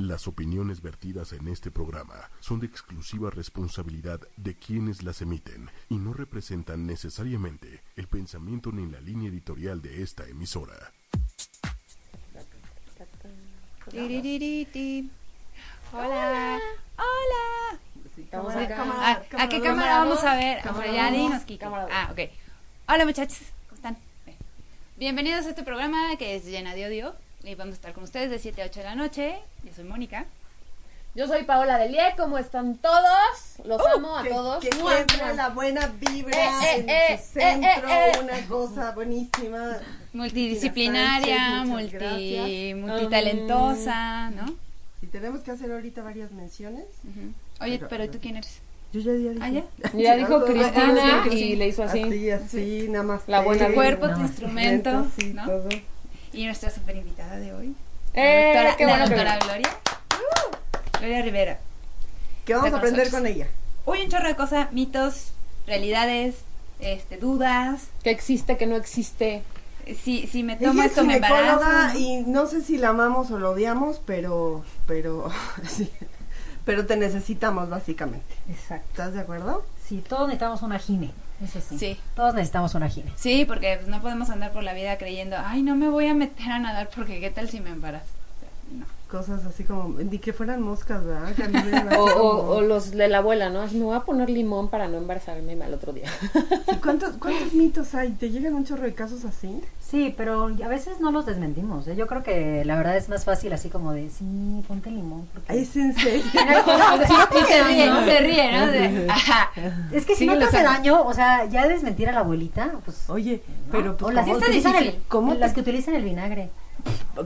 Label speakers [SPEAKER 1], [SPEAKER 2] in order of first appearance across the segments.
[SPEAKER 1] Las opiniones vertidas en este programa son de exclusiva responsabilidad de quienes las emiten y no representan necesariamente el pensamiento ni la línea editorial de esta emisora.
[SPEAKER 2] Tiririti. Hola. Hola.
[SPEAKER 3] Cámara,
[SPEAKER 2] O sea,
[SPEAKER 3] cámara,
[SPEAKER 2] ¿A, a
[SPEAKER 3] cámara
[SPEAKER 2] qué
[SPEAKER 3] dos.
[SPEAKER 2] cámara vamos a ver?
[SPEAKER 3] Cámara
[SPEAKER 2] O sea, ya
[SPEAKER 3] dos,
[SPEAKER 2] ni nos quitan.
[SPEAKER 3] cámara dos.
[SPEAKER 2] Ah, ok. Hola muchachos, ¿cómo están? Bien. Bienvenidos a este programa que es Llena de Odio. Y vamos a estar con ustedes de 7 a 8 de la noche. Yo soy Mónica.
[SPEAKER 3] Yo soy Paola Delie, ¿cómo están todos? Los amo a
[SPEAKER 4] que,
[SPEAKER 3] todos.
[SPEAKER 4] Que
[SPEAKER 3] Mua,
[SPEAKER 4] encuentra
[SPEAKER 3] mua.
[SPEAKER 4] la buena vibra
[SPEAKER 3] Eh, eh,
[SPEAKER 4] en
[SPEAKER 3] eh,
[SPEAKER 4] su centro,
[SPEAKER 3] eh, eh, eh.
[SPEAKER 4] una cosa buenísima.
[SPEAKER 2] Multidisciplinaria,
[SPEAKER 4] Sánchez, muchas
[SPEAKER 2] multi,
[SPEAKER 4] gracias.
[SPEAKER 2] multitalentosa, ¿no?
[SPEAKER 4] Y tenemos que hacer ahorita varias menciones.
[SPEAKER 2] Ujú. Oye,
[SPEAKER 4] Pero-
[SPEAKER 2] pero ¿tú quién eres?
[SPEAKER 4] Yo ya dije.
[SPEAKER 2] Ah, ya.
[SPEAKER 5] Ya dijo
[SPEAKER 2] Ah,
[SPEAKER 5] Cristina
[SPEAKER 2] sí, que sí.
[SPEAKER 5] y le hizo así.
[SPEAKER 4] Así, así, nada más.
[SPEAKER 5] La buena
[SPEAKER 2] Tu cuerpo,
[SPEAKER 5] no,
[SPEAKER 2] tu instrumento,
[SPEAKER 4] sí,
[SPEAKER 2] ¿no?
[SPEAKER 4] todo.
[SPEAKER 2] Y nuestra super invitada de hoy,
[SPEAKER 5] ¡Eh!
[SPEAKER 2] la doctora,
[SPEAKER 5] ¡Qué
[SPEAKER 2] la
[SPEAKER 5] bueno! que-
[SPEAKER 2] doctora Gloria. Gloria Rivera.
[SPEAKER 4] Que vamos
[SPEAKER 2] Está
[SPEAKER 4] a
[SPEAKER 2] con
[SPEAKER 4] aprender
[SPEAKER 2] nosotros.
[SPEAKER 4] con ella.
[SPEAKER 2] Uy, un chorro de cosas, mitos, realidades, este, dudas.
[SPEAKER 5] Que existe, que no existe.
[SPEAKER 2] Si, si me tomo
[SPEAKER 4] Ella es
[SPEAKER 2] esto me embarazo.
[SPEAKER 4] ginecóloga y no sé si la amamos o lo odiamos, pero, pero, sí. Pero te necesitamos básicamente.
[SPEAKER 6] Exacto.
[SPEAKER 4] ¿Estás de acuerdo?
[SPEAKER 6] Sí, todos necesitamos una gine. Eso sí.
[SPEAKER 2] Sí.
[SPEAKER 6] Todos necesitamos una gine.
[SPEAKER 2] Sí, porque pues, no podemos andar por la vida creyendo, ay, no me voy a meter a nadar porque qué tal si me embarazo. O sea, no.
[SPEAKER 4] Cosas así como, ni que fueran moscas, ¿verdad? Que a mí me dan así
[SPEAKER 5] O,
[SPEAKER 4] como-
[SPEAKER 5] o- o los de la abuela, ¿no? Así, Me voy a poner limón para no embarazarme al otro día.
[SPEAKER 4] ¿Y ¿Cuántos, ¿Cuántos mitos hay? ¿Te llegan un chorro de casos así?
[SPEAKER 6] Sí, pero a veces no los desmentimos. ¿eh? Yo creo que la verdad es más fácil así como de, sí, ponte limón. porque-".
[SPEAKER 4] Es en serio.
[SPEAKER 2] Y se ríe, ¿no? Se ríe, ¿no? De- ajá.
[SPEAKER 6] Es que si
[SPEAKER 2] Sí,
[SPEAKER 6] no te
[SPEAKER 2] lo
[SPEAKER 6] hace
[SPEAKER 2] saco.
[SPEAKER 6] daño, o sea, ya desmentir a la abuelita, pues...
[SPEAKER 4] Oye,
[SPEAKER 6] ¿no?
[SPEAKER 4] pero
[SPEAKER 6] O
[SPEAKER 4] pues,
[SPEAKER 6] las
[SPEAKER 2] sí
[SPEAKER 4] ¿cómo?
[SPEAKER 6] que
[SPEAKER 2] está
[SPEAKER 6] utilizan el-
[SPEAKER 2] difícil.
[SPEAKER 4] ¿Cómo?
[SPEAKER 6] las que utilizan el vinagre.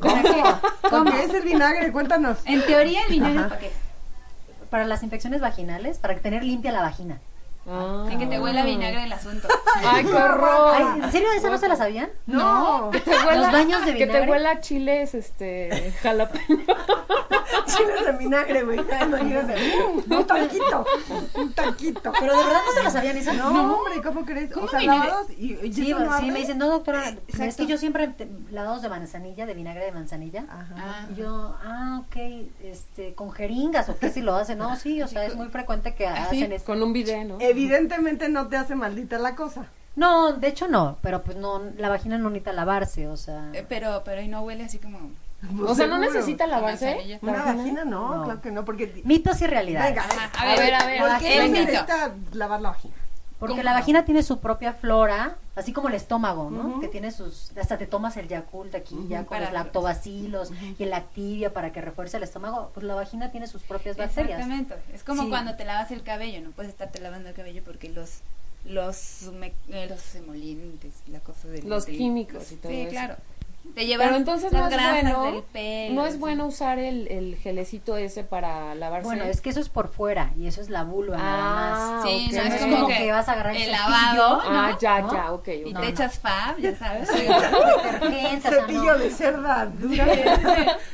[SPEAKER 4] ¿Con qué es el vinagre? Cuéntanos.
[SPEAKER 2] En teoría el vinagre
[SPEAKER 4] Ajá.
[SPEAKER 2] ¿para qué?
[SPEAKER 6] Para las infecciones vaginales, para tener limpia la vagina.
[SPEAKER 5] Ah.
[SPEAKER 2] En que te huela vinagre el asunto.
[SPEAKER 5] ¡Ay, qué horror!
[SPEAKER 6] Ay, ¿En serio esa no se la sabían?
[SPEAKER 4] No.
[SPEAKER 5] Que te huela-
[SPEAKER 6] Los baños de
[SPEAKER 5] Que te
[SPEAKER 6] vinagre.
[SPEAKER 5] huela a chiles, este, jalapeño.
[SPEAKER 4] Chiles de vinagre, güey. Imagínate. Mm, Un taquito. Un taquito.
[SPEAKER 6] Pero de verdad no se la sabían esa.
[SPEAKER 4] No, hombre, ¿cómo crees?
[SPEAKER 2] ¿Cómo
[SPEAKER 4] o sea,
[SPEAKER 2] vinagre?
[SPEAKER 4] lavados y, y
[SPEAKER 6] Sí,
[SPEAKER 4] eso no
[SPEAKER 6] sí,
[SPEAKER 4] abre.
[SPEAKER 6] me dicen, no doctora, pero es
[SPEAKER 2] Exacto.
[SPEAKER 6] que yo siempre te- lavados de manzanilla, de vinagre de manzanilla.
[SPEAKER 4] Ajá.
[SPEAKER 2] Ah.
[SPEAKER 6] Y Yo, ah, ok, este, con jeringas o qué si lo hacen. No, sí, o sea, es muy frecuente que
[SPEAKER 5] Así,
[SPEAKER 6] hacen esto.
[SPEAKER 5] con un video, ¿no?
[SPEAKER 4] Eh, Evidentemente no te hace maldita la cosa.
[SPEAKER 6] No, de hecho no, pero pues no, la vagina no necesita lavarse, o sea.
[SPEAKER 2] Eh, Pero, pero y no huele así como...
[SPEAKER 5] O sea, no
[SPEAKER 4] pues Seguro.
[SPEAKER 5] necesita lavarse.
[SPEAKER 2] manzanilla.
[SPEAKER 4] Una vagina no,
[SPEAKER 6] No.
[SPEAKER 4] claro que no, porque...
[SPEAKER 6] Mitos y realidades.
[SPEAKER 4] Venga,
[SPEAKER 2] Ajá,
[SPEAKER 5] A ver, a ver.
[SPEAKER 4] ¿por qué no se
[SPEAKER 2] venga.
[SPEAKER 4] necesita lavar la vagina?
[SPEAKER 6] Porque
[SPEAKER 2] ¿Cómo?
[SPEAKER 6] la vagina tiene su propia flora, así como el estómago, ¿no?
[SPEAKER 4] Ujú.
[SPEAKER 6] Que tiene sus, hasta te tomas el Yakult aquí, ya con
[SPEAKER 2] para
[SPEAKER 6] los
[SPEAKER 2] los-
[SPEAKER 6] lactobacilos y el Activia para que refuerce el estómago. Pues la vagina tiene sus propias bacterias.
[SPEAKER 2] Exactamente. Es como
[SPEAKER 6] Sí.
[SPEAKER 2] cuando te lavas el cabello, no puedes estarte lavando el cabello porque los los hume- eh, los emolientes, la cosa de
[SPEAKER 5] Los químicos y todo
[SPEAKER 2] Sí,
[SPEAKER 5] eso.
[SPEAKER 2] claro. Te llevas
[SPEAKER 5] Pero entonces no
[SPEAKER 2] las
[SPEAKER 5] es
[SPEAKER 2] grasas
[SPEAKER 5] bueno,
[SPEAKER 2] del pelo.
[SPEAKER 5] no es
[SPEAKER 2] sí.
[SPEAKER 5] bueno usar el, el gelecito ese para lavarse.
[SPEAKER 6] Bueno, es que eso es por fuera y eso es la vulva nada más.
[SPEAKER 5] Ah,
[SPEAKER 2] Sí,
[SPEAKER 5] ok.
[SPEAKER 2] no
[SPEAKER 6] No
[SPEAKER 2] es
[SPEAKER 6] es
[SPEAKER 2] como,
[SPEAKER 6] como que vas a agarrar el
[SPEAKER 2] el
[SPEAKER 6] cepillo,
[SPEAKER 2] lavado, ¿no?
[SPEAKER 5] Ah, ya,
[SPEAKER 6] ¿no?
[SPEAKER 5] ya, ok.
[SPEAKER 2] Y
[SPEAKER 5] ok.
[SPEAKER 6] No,
[SPEAKER 2] te
[SPEAKER 6] no.
[SPEAKER 2] echas fab, ya sabes. Sí.
[SPEAKER 6] Detergente, o sea,
[SPEAKER 4] Cepillo
[SPEAKER 6] no.
[SPEAKER 4] de cerda dura.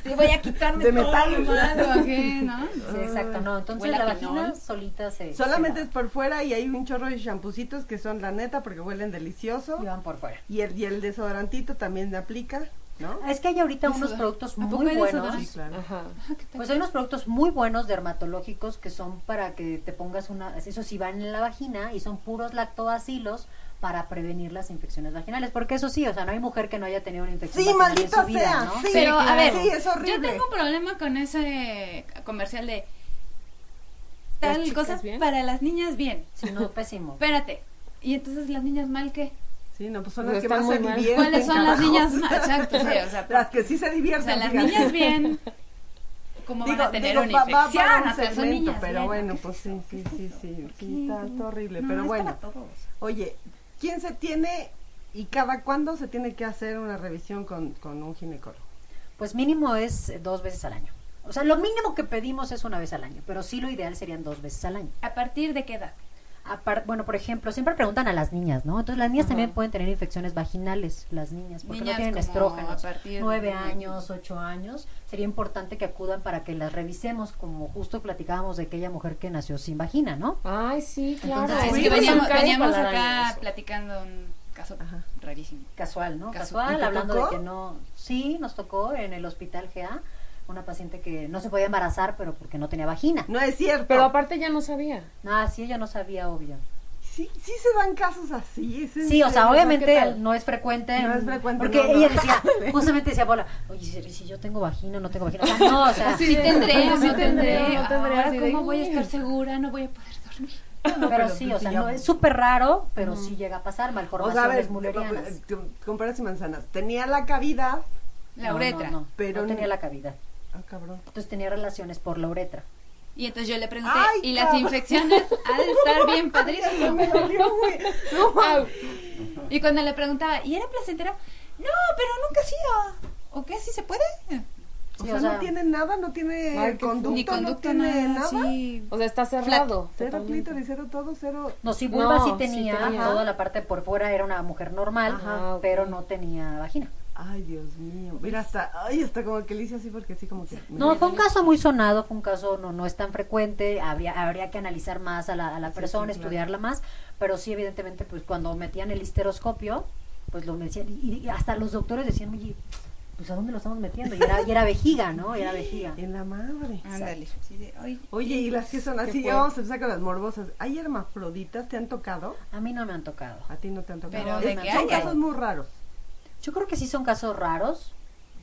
[SPEAKER 2] Sí, voy a quitarme
[SPEAKER 4] De
[SPEAKER 2] todo
[SPEAKER 4] metal.
[SPEAKER 2] lo malo, ¿qué, no?
[SPEAKER 6] Sí, exacto, no. Entonces
[SPEAKER 2] Huele a
[SPEAKER 6] la
[SPEAKER 2] pinol.
[SPEAKER 6] vagina solita se. se
[SPEAKER 4] Solamente es
[SPEAKER 6] lava.
[SPEAKER 4] por fuera y hay un chorro de champucitos que son la neta porque huelen delicioso.
[SPEAKER 6] Y van por fuera.
[SPEAKER 4] Y el, y el desodorantito también me aplica, ¿no?
[SPEAKER 6] Es que hay ahorita
[SPEAKER 2] Y
[SPEAKER 6] unos
[SPEAKER 2] sudor.
[SPEAKER 6] productos
[SPEAKER 2] ¿A poco
[SPEAKER 6] muy
[SPEAKER 2] hay
[SPEAKER 5] Ah,
[SPEAKER 6] buenos.
[SPEAKER 2] desodorante?
[SPEAKER 4] Sí, claro.
[SPEAKER 5] Ajá.
[SPEAKER 2] Ah,
[SPEAKER 6] Pues hay unos productos muy buenos dermatológicos que son para que te pongas una. Eso sí, van en la vagina y son puros lactobacilos para prevenir las infecciones vaginales. Porque eso sí, o sea, no hay mujer que no haya tenido una infección
[SPEAKER 4] Sí,
[SPEAKER 6] vaginal en
[SPEAKER 4] maldita
[SPEAKER 6] su vida,
[SPEAKER 4] sea.
[SPEAKER 6] ¿no?
[SPEAKER 4] Sí,
[SPEAKER 2] Pero, a ver,
[SPEAKER 4] sí, es horrible.
[SPEAKER 2] Yo tengo un problema con ese comercial de
[SPEAKER 5] Las
[SPEAKER 2] tal
[SPEAKER 5] chicas
[SPEAKER 2] cosa
[SPEAKER 5] bien.
[SPEAKER 2] para las niñas bien.
[SPEAKER 6] Sí, no, pésimo.
[SPEAKER 2] Espérate. Y entonces las niñas mal qué?
[SPEAKER 4] Sí, no, pues son
[SPEAKER 5] Pues
[SPEAKER 4] las que
[SPEAKER 5] están
[SPEAKER 4] más
[SPEAKER 5] muy
[SPEAKER 4] se
[SPEAKER 5] mal.
[SPEAKER 4] divierten.
[SPEAKER 2] ¿Cuáles son las
[SPEAKER 4] carajo.
[SPEAKER 2] niñas mal? Exacto, sí, o sea,
[SPEAKER 4] Las que sí se divierten.
[SPEAKER 2] o sea, las
[SPEAKER 4] fíjate.
[SPEAKER 2] niñas bien cómo van
[SPEAKER 4] Digo,
[SPEAKER 2] a tener
[SPEAKER 4] digo,
[SPEAKER 2] una
[SPEAKER 4] va- va- va
[SPEAKER 2] infección,
[SPEAKER 4] un
[SPEAKER 2] o sea, son
[SPEAKER 4] segmento,
[SPEAKER 2] niñas
[SPEAKER 4] pero
[SPEAKER 2] bien.
[SPEAKER 4] bueno,
[SPEAKER 2] ¿Qué es
[SPEAKER 4] pues sí,
[SPEAKER 2] eso?
[SPEAKER 4] sí,
[SPEAKER 2] ¿Qué
[SPEAKER 4] sí,
[SPEAKER 2] es
[SPEAKER 4] sí,
[SPEAKER 2] eso? ¿Por
[SPEAKER 4] sí,
[SPEAKER 2] qué?
[SPEAKER 4] está está horrible,
[SPEAKER 2] No,
[SPEAKER 4] pero
[SPEAKER 2] es
[SPEAKER 4] bueno.
[SPEAKER 2] para todos.
[SPEAKER 4] Oye, ¿quién se tiene y cada cuándo se tiene que hacer una revisión con, con un ginecólogo?
[SPEAKER 6] Pues mínimo es eh, dos veces al año. O sea, lo mínimo que pedimos es una vez al año, pero sí lo ideal serían dos veces al año.
[SPEAKER 2] ¿A partir de qué edad?
[SPEAKER 6] Apar- bueno, por ejemplo, siempre preguntan a las niñas, ¿no? Entonces las niñas también pueden tener infecciones vaginales, las niñas, porque
[SPEAKER 2] Niñas
[SPEAKER 6] no tienen
[SPEAKER 2] como a
[SPEAKER 6] estrógenos.
[SPEAKER 2] partir de-
[SPEAKER 6] Nueve años, ocho años. Sería importante que acudan para que las revisemos, como justo platicábamos de aquella mujer que nació sin vagina, ¿no?
[SPEAKER 5] Ay, sí, claro.
[SPEAKER 6] Entonces,
[SPEAKER 2] es
[SPEAKER 6] sí,
[SPEAKER 2] que
[SPEAKER 6] pues,
[SPEAKER 2] veníamos,
[SPEAKER 5] Nunca hay
[SPEAKER 2] veníamos
[SPEAKER 5] palabra en
[SPEAKER 2] acá
[SPEAKER 5] eso.
[SPEAKER 2] platicando un caso
[SPEAKER 4] Ajá.
[SPEAKER 2] rarísimo.
[SPEAKER 6] Casual, ¿no?
[SPEAKER 2] Casu-
[SPEAKER 6] Casual,
[SPEAKER 4] ¿Y te
[SPEAKER 6] hablando
[SPEAKER 4] tocó?
[SPEAKER 6] de que no... Sí, nos tocó en el hospital GA. una paciente que no se podía embarazar, pero porque no tenía vagina.
[SPEAKER 4] No es cierto.
[SPEAKER 5] Pero aparte ya no sabía.
[SPEAKER 6] Ah, sí, ella no sabía, obvio.
[SPEAKER 4] sí, sí se dan casos así. es en
[SPEAKER 6] Sí, o
[SPEAKER 4] serio,
[SPEAKER 6] sea,
[SPEAKER 5] ¿qué
[SPEAKER 6] obviamente
[SPEAKER 5] tal?
[SPEAKER 6] no es frecuente.
[SPEAKER 4] No es frecuente,
[SPEAKER 6] Porque
[SPEAKER 4] no, no.
[SPEAKER 6] ella decía, justamente decía Paola, oye, si, si yo tengo vagina, no tengo vagina. O sea, no, o sea,
[SPEAKER 2] Sí tendré,
[SPEAKER 5] no
[SPEAKER 2] no
[SPEAKER 5] tendré,
[SPEAKER 2] tendré.
[SPEAKER 5] no tendré,
[SPEAKER 2] Ah,
[SPEAKER 5] así de,
[SPEAKER 2] ¿Cómo voy a
[SPEAKER 5] "Uy".
[SPEAKER 2] estar segura? No voy a poder dormir.
[SPEAKER 6] pero,
[SPEAKER 4] pues
[SPEAKER 6] sí, o sea, no, es súper raro, pero sí llega a pasar,
[SPEAKER 4] O sea, a
[SPEAKER 6] malformaciones
[SPEAKER 4] ver, pues, eh,
[SPEAKER 6] mulerianas.
[SPEAKER 4] com- con peras y manzanas. Tenía la cavidad.
[SPEAKER 2] La
[SPEAKER 6] No,
[SPEAKER 2] uretra.
[SPEAKER 6] No, no,
[SPEAKER 4] Pero
[SPEAKER 6] no
[SPEAKER 4] ni-
[SPEAKER 6] tenía la cavidad.
[SPEAKER 4] Ah, cabrón.
[SPEAKER 6] Entonces tenía relaciones por la uretra.
[SPEAKER 2] Y entonces yo le pregunté,
[SPEAKER 4] Ay,
[SPEAKER 2] ¿y las
[SPEAKER 4] cabrón.
[SPEAKER 2] infecciones? Ha de estar bien padrísimo.
[SPEAKER 4] Me dolió, güey. No,
[SPEAKER 5] Au.
[SPEAKER 2] Y cuando le preguntaba, ¿y era placentera? No, pero nunca ha sido. ¿O qué? ¿Sí se puede?
[SPEAKER 4] o
[SPEAKER 6] Sí,
[SPEAKER 4] sea,
[SPEAKER 6] o sea,
[SPEAKER 4] no tiene nada, no tiene
[SPEAKER 5] Ay, qué
[SPEAKER 4] conducto,
[SPEAKER 2] Ni conducto,
[SPEAKER 4] no tiene nada.
[SPEAKER 2] sí.
[SPEAKER 5] O sea, está cerrado.
[SPEAKER 4] Cero
[SPEAKER 5] totalmente.
[SPEAKER 4] clítoris, cero todo, cero.
[SPEAKER 6] No, sí, vulva
[SPEAKER 5] No,
[SPEAKER 6] sí
[SPEAKER 5] sí
[SPEAKER 6] tenía,
[SPEAKER 5] tenía.
[SPEAKER 6] toda la parte por fuera era una mujer normal,
[SPEAKER 5] Ajá, ok.
[SPEAKER 6] pero no tenía vagina.
[SPEAKER 4] Ay, Dios mío. Mira, hasta, ay, hasta como que le hice así porque así como que.
[SPEAKER 6] No, fue un caso muy sonado, fue un caso no, no es tan frecuente, habría, habría que analizar más a la, a la persona, estudiarla más, pero sí, evidentemente, pues cuando metían el histeroscopio, pues lo metían, y, y hasta los doctores decían, oye, pues ¿a dónde lo estamos metiendo? Y era, y era vejiga, ¿no? Y era vejiga.
[SPEAKER 4] En la madre.
[SPEAKER 2] Ándale. Sí, de, "Ay,
[SPEAKER 4] Oye, y las que son así, ya vamos a empezar con las morbosas. ¿Hay hermafroditas? ¿Te han tocado?
[SPEAKER 6] A mí no me han tocado.
[SPEAKER 4] A ti no te han tocado.
[SPEAKER 2] Pero
[SPEAKER 4] Es-
[SPEAKER 2] de que
[SPEAKER 4] son
[SPEAKER 2] haya.
[SPEAKER 4] casos muy raros.
[SPEAKER 6] Yo creo que sí son casos raros,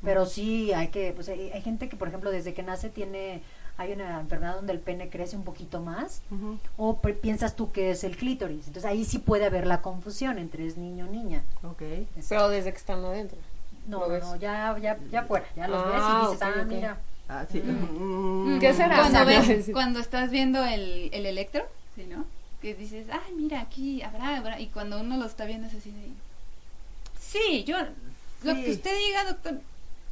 [SPEAKER 6] pero sí hay que, pues hay, hay gente que, por ejemplo, desde que nace tiene, hay una enfermedad donde el pene crece un poquito más, o pre- piensas tú que es el clítoris. Entonces ahí sí puede haber la confusión entre es niño o niña.
[SPEAKER 4] Ok.
[SPEAKER 5] Pero desde que están adentro.
[SPEAKER 6] No,
[SPEAKER 5] ¿Lo
[SPEAKER 6] no,
[SPEAKER 5] ves?
[SPEAKER 6] no, ya, ya, ya fuera, ya los
[SPEAKER 5] Ah,
[SPEAKER 6] ves y dices,
[SPEAKER 5] ok,
[SPEAKER 6] ah,
[SPEAKER 5] ok.
[SPEAKER 6] mira.
[SPEAKER 4] Ah, sí. Mm.
[SPEAKER 5] ¿Qué será?
[SPEAKER 2] Cuando,
[SPEAKER 5] O sea,
[SPEAKER 2] ves-
[SPEAKER 5] sí.
[SPEAKER 2] cuando estás viendo el, el electro, ¿sí, no? Que dices, ay, mira, aquí habrá, habrá. Y cuando uno lo está viendo es así de... Sí, yo... Lo
[SPEAKER 4] Sí.
[SPEAKER 2] que usted diga, doctor...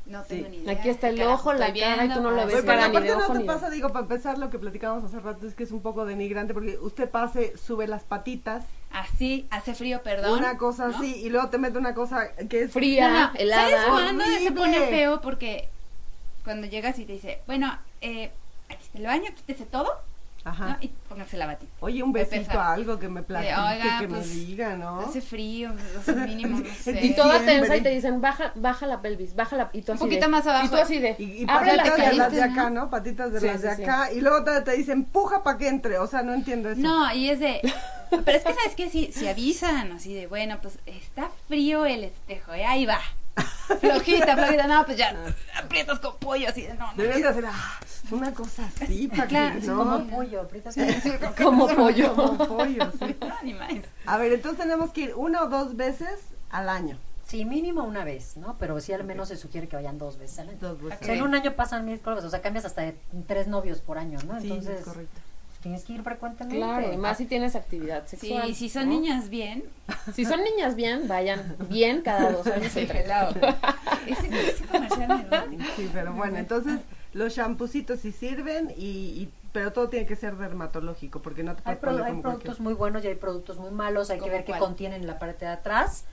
[SPEAKER 2] No
[SPEAKER 4] Sí.
[SPEAKER 2] tengo ni idea.
[SPEAKER 5] Aquí está el ojo, la
[SPEAKER 2] estoy
[SPEAKER 5] cara, y tú no lo
[SPEAKER 2] ah,
[SPEAKER 5] ves,
[SPEAKER 4] Oye,
[SPEAKER 2] sí.
[SPEAKER 4] pero
[SPEAKER 5] ni
[SPEAKER 4] aparte
[SPEAKER 5] de
[SPEAKER 4] no
[SPEAKER 5] ojo
[SPEAKER 4] te
[SPEAKER 5] ni de-
[SPEAKER 4] pasa, digo, para empezar lo que platicábamos hace rato es que es un poco denigrante porque usted pase, sube las patitas,
[SPEAKER 2] Así, hace frío, perdón.
[SPEAKER 4] una cosa así y luego te mete una cosa que es
[SPEAKER 2] No,
[SPEAKER 5] Fría,
[SPEAKER 2] no, ¿Sabes
[SPEAKER 5] helada.
[SPEAKER 2] cuándo se
[SPEAKER 4] horrible.
[SPEAKER 2] pone feo? Porque cuando llegas y te dice, bueno, eh, aquí está el baño, quítese todo, ¿no?
[SPEAKER 4] Ajá.
[SPEAKER 2] Y póngase la batita.
[SPEAKER 4] Oye, un
[SPEAKER 2] Me
[SPEAKER 4] besito
[SPEAKER 2] pesa.
[SPEAKER 4] a algo que me platique,
[SPEAKER 2] oiga,
[SPEAKER 4] que
[SPEAKER 2] pues,
[SPEAKER 4] me diga, ¿no?
[SPEAKER 2] Hace frío, o sea, mínimo, no sé.
[SPEAKER 5] Y toda
[SPEAKER 4] Siempre.
[SPEAKER 5] tensa y te dicen, baja, baja la pelvis, baja la... Y tú
[SPEAKER 2] Un
[SPEAKER 5] así
[SPEAKER 2] poquito
[SPEAKER 5] de-
[SPEAKER 2] más abajo.
[SPEAKER 5] Y tú así de,
[SPEAKER 4] Y, y
[SPEAKER 5] abre la
[SPEAKER 4] patitas de las de
[SPEAKER 5] pelvis.
[SPEAKER 2] caíste, ¿no?
[SPEAKER 4] acá, ¿no? Patitas de
[SPEAKER 5] Sí,
[SPEAKER 4] las de
[SPEAKER 5] sí, sí.
[SPEAKER 4] acá. Y luego te, te dicen, puja para que entre. O sea, no entiendo eso.
[SPEAKER 2] No, y es de. Pero es que, ¿sabes qué? Si, si avisan, así de, bueno, pues está frío el espejo, ¿eh? ahí va. Flojita, flojita, no, pues ya aprietas con pollo, así de, no, no.
[SPEAKER 4] Deberían de hacer ah, una cosa así para
[SPEAKER 2] Claro,
[SPEAKER 4] que,
[SPEAKER 2] sí,
[SPEAKER 4] ¿no?
[SPEAKER 6] Como pollo, aprietas
[SPEAKER 5] Como pollo.
[SPEAKER 4] Como pollo, sí.
[SPEAKER 2] No, ni más.
[SPEAKER 4] A ver, entonces tenemos que ir una o dos veces al año.
[SPEAKER 6] Sí, mínimo una vez, ¿no? Pero sí al menos se sugiere que vayan dos veces al año.
[SPEAKER 4] Dos veces.
[SPEAKER 6] O sea, en un año pasan mil cosas, o sea, cambias hasta de tres novios por año, ¿no?
[SPEAKER 4] Sí,
[SPEAKER 6] Entonces,
[SPEAKER 4] es correcto.
[SPEAKER 6] tienes que ir frecuentemente.
[SPEAKER 5] Claro, y más si tienes actividad
[SPEAKER 2] Sí,
[SPEAKER 5] sexual.
[SPEAKER 2] si son
[SPEAKER 5] ¿no?
[SPEAKER 2] niñas bien,
[SPEAKER 5] Si son niñas bien, vayan bien cada dos años.
[SPEAKER 2] se gelado. Ese, ese comercial me va.
[SPEAKER 4] Sí, pero bueno, entonces los champucitos sí sirven y, y- pero todo tiene que ser dermatológico porque no te
[SPEAKER 6] Hay,
[SPEAKER 4] puedes
[SPEAKER 6] pro-
[SPEAKER 4] poner
[SPEAKER 6] hay
[SPEAKER 4] como cualquier.
[SPEAKER 6] productos muy buenos y hay productos muy malos, hay que
[SPEAKER 2] ¿Cómo
[SPEAKER 6] ver qué
[SPEAKER 2] cuál?
[SPEAKER 6] contienen en la parte de atrás.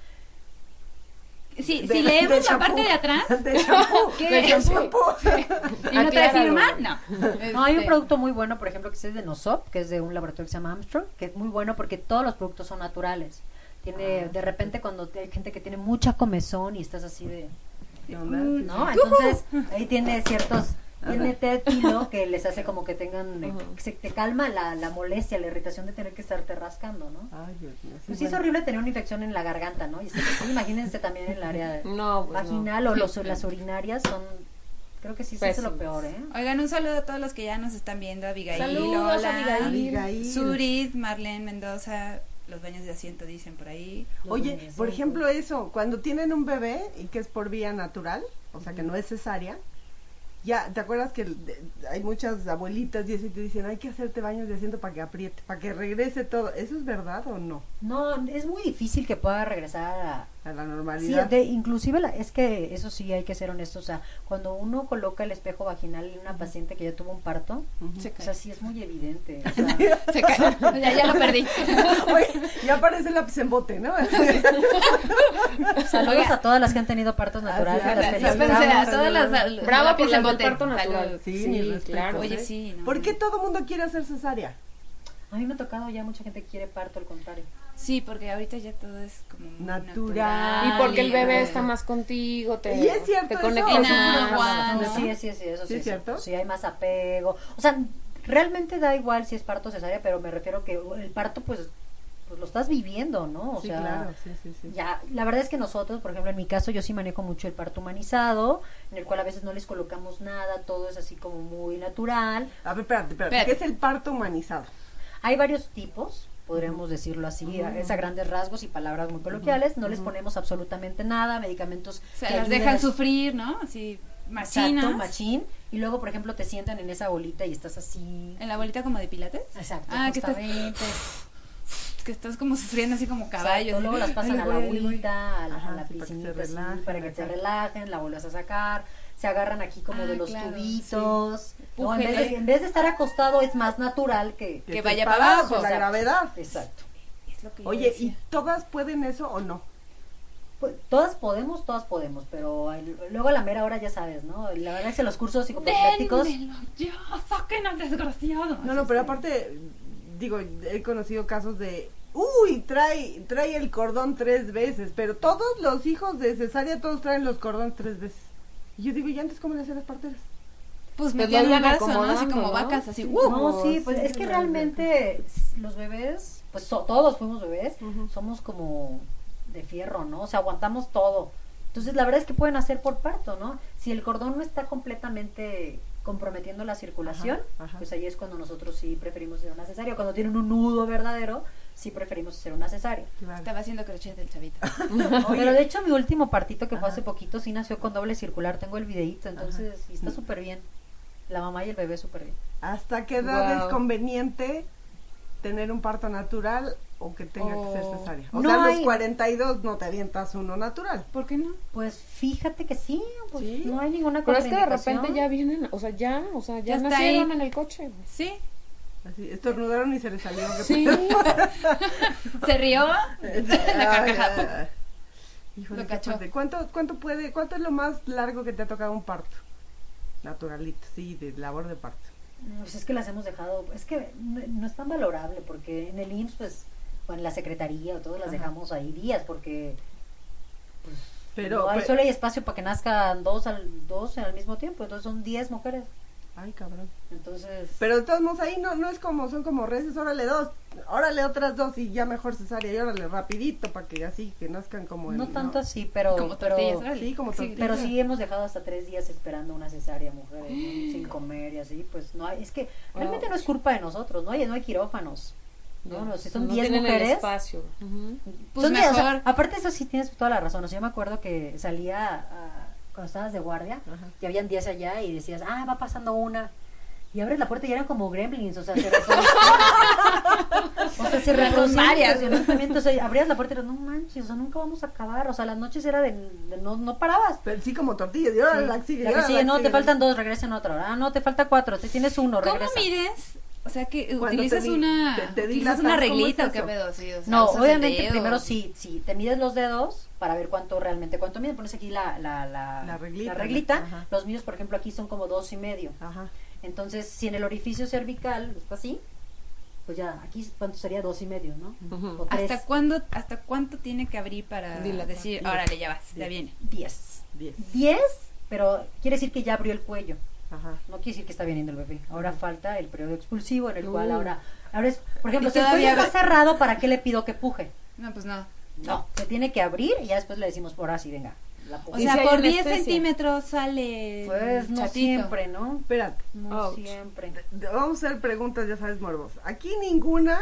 [SPEAKER 2] Sí,
[SPEAKER 4] De-
[SPEAKER 2] si leemos
[SPEAKER 4] de
[SPEAKER 2] la
[SPEAKER 4] champú.
[SPEAKER 2] parte de atrás
[SPEAKER 4] De champú.
[SPEAKER 2] ¿Qué?
[SPEAKER 4] De champú.
[SPEAKER 2] y no trae
[SPEAKER 5] Acláralo.
[SPEAKER 2] firma, no.
[SPEAKER 6] No, hay un
[SPEAKER 2] Este,
[SPEAKER 6] producto muy bueno, por ejemplo, que es de Nosop, que es de un laboratorio que se llama Armstrong, que es muy bueno porque todos los productos son naturales. Tiene,
[SPEAKER 4] Ah.
[SPEAKER 6] de repente cuando te- hay gente que tiene mucha comezón y estás así de,
[SPEAKER 4] No, no, sí.
[SPEAKER 6] ¿no? Entonces, ahí tiene ciertos, tiene tétilo que les hace como que tengan, eh, que se te calma la, la molestia, la irritación de tener que estarte rascando, ¿no?
[SPEAKER 4] Ay, Dios mío. sí,
[SPEAKER 6] Pues sí es
[SPEAKER 4] bueno.
[SPEAKER 6] horrible tener una infección en la garganta, ¿no? Y estar así, imagínense también en el área
[SPEAKER 5] No, pues no.
[SPEAKER 6] vaginal o los, las urinarias son, creo que sí, sí es lo
[SPEAKER 5] Pésimas.
[SPEAKER 6] peor, ¿eh?
[SPEAKER 2] Oigan, un saludo a todos los que ya nos están viendo. Abigail,
[SPEAKER 5] Saludos,
[SPEAKER 2] Lola,
[SPEAKER 5] Abigail.
[SPEAKER 4] Abigail.
[SPEAKER 2] Surit, Marlene Mendoza, los baños de asiento dicen por ahí.
[SPEAKER 4] Oye, por ejemplo, eso, cuando tienen un bebé y que es por vía natural, o sea, que no es cesárea, ya, ¿te acuerdas que el- de- hay muchas abuelitas y eso y te dicen, hay que hacerte baños de asiento para que apriete, para que regrese todo? ¿Eso es verdad o no?
[SPEAKER 6] No, es muy difícil que pueda regresar a...
[SPEAKER 4] A la
[SPEAKER 6] Sí,
[SPEAKER 4] normalidad.
[SPEAKER 6] de- inclusive la- es que eso sí hay que ser honestos. O sea, cuando uno coloca el espejo vaginal en una paciente que ya tuvo un parto,
[SPEAKER 2] Se
[SPEAKER 6] o
[SPEAKER 2] cae.
[SPEAKER 6] sea, sí es muy evidente. o sea,
[SPEAKER 2] Se cae. Ya, ya lo perdí.
[SPEAKER 4] Oye, ya aparece la embote, ¿no?
[SPEAKER 6] saludos
[SPEAKER 2] Oiga.
[SPEAKER 6] a todas las que han tenido partos naturales.
[SPEAKER 4] es, así
[SPEAKER 6] las
[SPEAKER 4] es.
[SPEAKER 6] felicitamos.
[SPEAKER 2] Espérense, a todas las.
[SPEAKER 5] Brava
[SPEAKER 2] la
[SPEAKER 5] por
[SPEAKER 2] piel
[SPEAKER 5] las
[SPEAKER 2] en
[SPEAKER 5] del
[SPEAKER 2] bote.
[SPEAKER 5] parto
[SPEAKER 2] Salud.
[SPEAKER 5] natural.
[SPEAKER 4] Sí, mis respetos,
[SPEAKER 5] claro.
[SPEAKER 2] Oye,
[SPEAKER 4] ¿eh?
[SPEAKER 2] sí, no,
[SPEAKER 4] ¿Por
[SPEAKER 2] no.
[SPEAKER 4] qué todo mundo quiere hacer cesárea?
[SPEAKER 6] A mí me ha tocado ya mucha gente que quiere parto, al contrario.
[SPEAKER 2] Sí, porque ahorita ya todo es como muy
[SPEAKER 4] Natural.
[SPEAKER 5] Y porque el bebé
[SPEAKER 2] eh,
[SPEAKER 5] está más contigo, te,
[SPEAKER 4] Y es cierto
[SPEAKER 5] te
[SPEAKER 4] eso,
[SPEAKER 5] conectas
[SPEAKER 2] en
[SPEAKER 5] más.
[SPEAKER 2] agua, ¿no?
[SPEAKER 6] Sí, sí, sí, eso sí.
[SPEAKER 4] Ah, ¿Sí es cierto?
[SPEAKER 6] Sí, hay más apego. O sea, realmente da igual si es parto o cesárea, pero me refiero que el parto, pues, pues lo estás viviendo, ¿no? O
[SPEAKER 4] sí,
[SPEAKER 6] sea,
[SPEAKER 4] claro, sí, sí, sí.
[SPEAKER 6] Ya, la verdad es que nosotros, por ejemplo, en mi caso, yo sí manejo mucho el parto humanizado, en el cual a veces no les colocamos nada, todo es así como muy natural.
[SPEAKER 4] A ver, espérate, espérate,
[SPEAKER 2] Espérate.
[SPEAKER 4] ¿Qué es el parto humanizado?
[SPEAKER 6] Hay varios tipos, podríamos decirlo así, a- es a grandes rasgos y palabras muy coloquiales, no les ponemos absolutamente nada, medicamentos
[SPEAKER 2] Se
[SPEAKER 6] que
[SPEAKER 2] las
[SPEAKER 6] ayuden
[SPEAKER 2] dejan
[SPEAKER 6] a-
[SPEAKER 2] sufrir, ¿no? Así, machinas.
[SPEAKER 6] Exacto, machín. Y luego, por ejemplo, te sientan en esa bolita y estás así.
[SPEAKER 2] En la bolita como de pilates.
[SPEAKER 6] Exacto,
[SPEAKER 2] Ah, que estás,
[SPEAKER 6] justamente.
[SPEAKER 2] que estás como sufriendo así como caballos.
[SPEAKER 6] Exacto, luego las pasan
[SPEAKER 2] Ay,
[SPEAKER 6] a
[SPEAKER 2] le
[SPEAKER 6] la
[SPEAKER 2] voy, le voy.
[SPEAKER 6] bolita, a la,
[SPEAKER 4] Ajá,
[SPEAKER 6] a la
[SPEAKER 4] sí, para que se
[SPEAKER 6] piscinita, así,
[SPEAKER 4] relajen,
[SPEAKER 6] para que te
[SPEAKER 4] exacto.
[SPEAKER 6] relajen, la vuelves a sacar. Se agarran aquí como
[SPEAKER 2] Ah,
[SPEAKER 6] de los
[SPEAKER 2] claro,
[SPEAKER 6] tubitos. ¿no? En, vez
[SPEAKER 2] Pújele.
[SPEAKER 6] de, en vez de estar acostado, es más natural que.
[SPEAKER 2] Que
[SPEAKER 4] estés
[SPEAKER 2] vaya para
[SPEAKER 4] parado
[SPEAKER 2] abajo,
[SPEAKER 4] por La
[SPEAKER 2] exacto.
[SPEAKER 4] gravedad.
[SPEAKER 6] Exacto.
[SPEAKER 2] Es lo que yo
[SPEAKER 4] Oye,
[SPEAKER 2] decía.
[SPEAKER 4] ¿y todas pueden eso o no?
[SPEAKER 6] Pues, todas podemos, todas podemos, pero el- luego a la mera hora ya sabes, ¿no? La verdad es que los cursos psicoprofilácticos.
[SPEAKER 2] Dénmelo ya, saquen al desgraciado.
[SPEAKER 4] No, no, pero aparte, digo, he conocido casos de, uy, trae, trae el cordón tres veces, pero todos los hijos de cesárea, todos traen los cordones tres veces. Y yo digo, ¿y antes cómo le hacían las parteras?
[SPEAKER 5] Pues
[SPEAKER 2] Pues metían
[SPEAKER 5] lo iban
[SPEAKER 2] bagazo, ¿no? Así
[SPEAKER 5] acomodando,
[SPEAKER 2] como
[SPEAKER 5] ¿no?
[SPEAKER 2] vacas, así. ¡uh!
[SPEAKER 6] No, sí, pues es que
[SPEAKER 4] sí,
[SPEAKER 6] realmente s- los bebés, pues so- todos fuimos bebés,
[SPEAKER 4] Ujú.
[SPEAKER 6] somos como de fierro, ¿no? O sea, aguantamos todo. Entonces, la verdad es que pueden hacer por parto, ¿no? Si el cordón no está completamente comprometiendo la circulación,
[SPEAKER 4] Ajá, ajá.
[SPEAKER 6] pues ahí es cuando nosotros sí preferimos hacer una cesárea. Cuando tienen un nudo verdadero, sí preferimos hacer una cesárea.
[SPEAKER 4] Claro.
[SPEAKER 2] Estaba haciendo crochet del chavito.
[SPEAKER 6] Pero de hecho, mi último partito que fue hace poquito sí nació con doble circular. Tengo el videíto, entonces sí está súper bien. La mamá y el bebé súper bien.
[SPEAKER 4] ¿Hasta qué edad
[SPEAKER 5] Wow.
[SPEAKER 4] es conveniente tener un parto natural o que tenga que
[SPEAKER 2] O-
[SPEAKER 4] ser cesárea? O
[SPEAKER 6] No
[SPEAKER 4] sea, a los
[SPEAKER 6] hay-
[SPEAKER 4] 42 no te avientas uno natural.
[SPEAKER 2] ¿Por qué no?
[SPEAKER 6] Pues fíjate que sí, pues
[SPEAKER 4] ¿Sí?
[SPEAKER 6] no hay ninguna
[SPEAKER 5] Pero es que de
[SPEAKER 6] contraindicación.
[SPEAKER 5] repente ya vienen, o sea, ya, o sea,
[SPEAKER 2] Ya
[SPEAKER 5] ya,
[SPEAKER 2] está
[SPEAKER 5] nacieron
[SPEAKER 2] ahí.
[SPEAKER 5] en el coche.
[SPEAKER 2] Sí.
[SPEAKER 4] Así, estornudaron y se les salió. ¿qué
[SPEAKER 5] Sí,
[SPEAKER 2] ¿Se rió?
[SPEAKER 4] pedo?
[SPEAKER 2] La carcajada.
[SPEAKER 4] Ay, ay, ay. Híjole,
[SPEAKER 2] Lo
[SPEAKER 4] qué
[SPEAKER 2] cachó.
[SPEAKER 4] fuerte. ¿Cuánto, ¿Cuánto puede, cuánto es lo más largo que te ha tocado un parto? Naturalito, sí, de labor de parto.
[SPEAKER 6] Mm, Pues es que las hemos dejado, es que no, no es tan valorable porque en el IMSS, pues, o en la secretaría o todo, las
[SPEAKER 4] Ajá.
[SPEAKER 6] dejamos ahí días porque
[SPEAKER 4] Pero,
[SPEAKER 6] no hay
[SPEAKER 4] pe-
[SPEAKER 6] solo hay espacio para que nazcan dos al, dos al mismo tiempo, entonces son 10 mujeres.
[SPEAKER 4] ay, cabrón.
[SPEAKER 6] Entonces,
[SPEAKER 4] Pero de todos modos ahí no, no es como, son como reces, órale dos, órale otras dos y ya mejor cesárea y órale rapidito para que así, que nazcan como... en-
[SPEAKER 6] no tanto así, pero...
[SPEAKER 2] Como
[SPEAKER 6] pero,
[SPEAKER 2] tortillas, órale.
[SPEAKER 4] Sí, como tortillas.
[SPEAKER 6] pero sí hemos dejado hasta tres días esperando una cesárea, mujeres, ¿no? sin comer y así, pues no hay, es que realmente no es culpa de nosotros, no hay, no hay quirófanos. No, no, si son
[SPEAKER 5] no
[SPEAKER 6] 10
[SPEAKER 5] tienen el
[SPEAKER 6] mujeres,
[SPEAKER 5] espacio. Ujú.
[SPEAKER 2] Pues
[SPEAKER 6] Son de- o sea,
[SPEAKER 2] mejor.
[SPEAKER 6] aparte eso sí tienes toda la razón. O sea, yo me acuerdo que salía ah, cuando estabas de guardia
[SPEAKER 4] Ajá.
[SPEAKER 6] y habían días allá y decías, ah, va pasando una. Y abres la puerta y eran como gremlins, o sea, se reconocían. o sea, se
[SPEAKER 2] Rosarias.
[SPEAKER 6] reconocían, o sea, abrías la puerta y eras, no manches, o sea, nunca vamos a acabar. O sea, las noches era de, de no, no parabas.
[SPEAKER 4] Pero sí como tortillas, y ahora
[SPEAKER 6] Sí.
[SPEAKER 4] la que sigue,
[SPEAKER 6] La
[SPEAKER 4] y
[SPEAKER 6] que
[SPEAKER 4] ahora
[SPEAKER 6] sigue,
[SPEAKER 4] la
[SPEAKER 6] no,
[SPEAKER 4] que
[SPEAKER 6] te
[SPEAKER 4] sigue.
[SPEAKER 6] faltan dos, regresa en otra. Ah, no, te falta cuatro, te tienes uno,
[SPEAKER 2] ¿Cómo
[SPEAKER 6] regresa.
[SPEAKER 2] mides? O sea, que
[SPEAKER 4] Cuando te
[SPEAKER 2] utilizas
[SPEAKER 4] di-
[SPEAKER 2] una.
[SPEAKER 4] te- te
[SPEAKER 2] utilizas
[SPEAKER 4] dilatas,
[SPEAKER 2] una
[SPEAKER 4] ¿cómo es
[SPEAKER 2] reglita o qué
[SPEAKER 4] eso?
[SPEAKER 2] pedo, sí. O sea,
[SPEAKER 6] No,
[SPEAKER 2] usas el
[SPEAKER 6] obviamente
[SPEAKER 2] dedo.
[SPEAKER 6] primero sí, sí, te mides los dedos para ver cuánto realmente, cuánto miden, pones aquí la, la, la,
[SPEAKER 4] La reglita,
[SPEAKER 6] reglita.
[SPEAKER 4] ajá.
[SPEAKER 6] los míos por ejemplo aquí son como dos y medio,
[SPEAKER 4] Ajá.
[SPEAKER 6] entonces si en el orificio cervical está así, pues ya aquí cuánto sería dos y medio, ¿no?
[SPEAKER 5] Ujú.
[SPEAKER 6] O tres,
[SPEAKER 2] ¿Hasta cuándo, ¿Hasta cuánto tiene que abrir para
[SPEAKER 5] Dilatar.
[SPEAKER 2] decir, órale, ya vas, ya viene?
[SPEAKER 6] diez,
[SPEAKER 4] Diez.
[SPEAKER 6] diez, pero quiere decir que ya abrió el cuello,
[SPEAKER 4] Ajá.
[SPEAKER 6] no quiere decir que está viniendo el bebé, ahora falta el periodo expulsivo en el
[SPEAKER 5] Uh.
[SPEAKER 6] cual ahora, ahora es, por ejemplo,
[SPEAKER 2] Y
[SPEAKER 6] si el cuello
[SPEAKER 2] todavía
[SPEAKER 6] está
[SPEAKER 2] abre-
[SPEAKER 6] cerrado, ¿para qué le pido que puje?
[SPEAKER 2] No, pues no.
[SPEAKER 6] No, se tiene que abrir y ya después le decimos por así, venga, la
[SPEAKER 2] O
[SPEAKER 6] puje.
[SPEAKER 5] ¿Y
[SPEAKER 2] sea,
[SPEAKER 5] si hay
[SPEAKER 2] por 10
[SPEAKER 5] anestesia?
[SPEAKER 2] centímetros sale. el
[SPEAKER 6] Pues no
[SPEAKER 2] chatito.
[SPEAKER 6] siempre, ¿no?
[SPEAKER 4] Espérate.
[SPEAKER 6] No
[SPEAKER 4] Ouch.
[SPEAKER 6] siempre.
[SPEAKER 4] D- Vamos a hacer preguntas, ya sabes, morbosas. Aquí ninguna,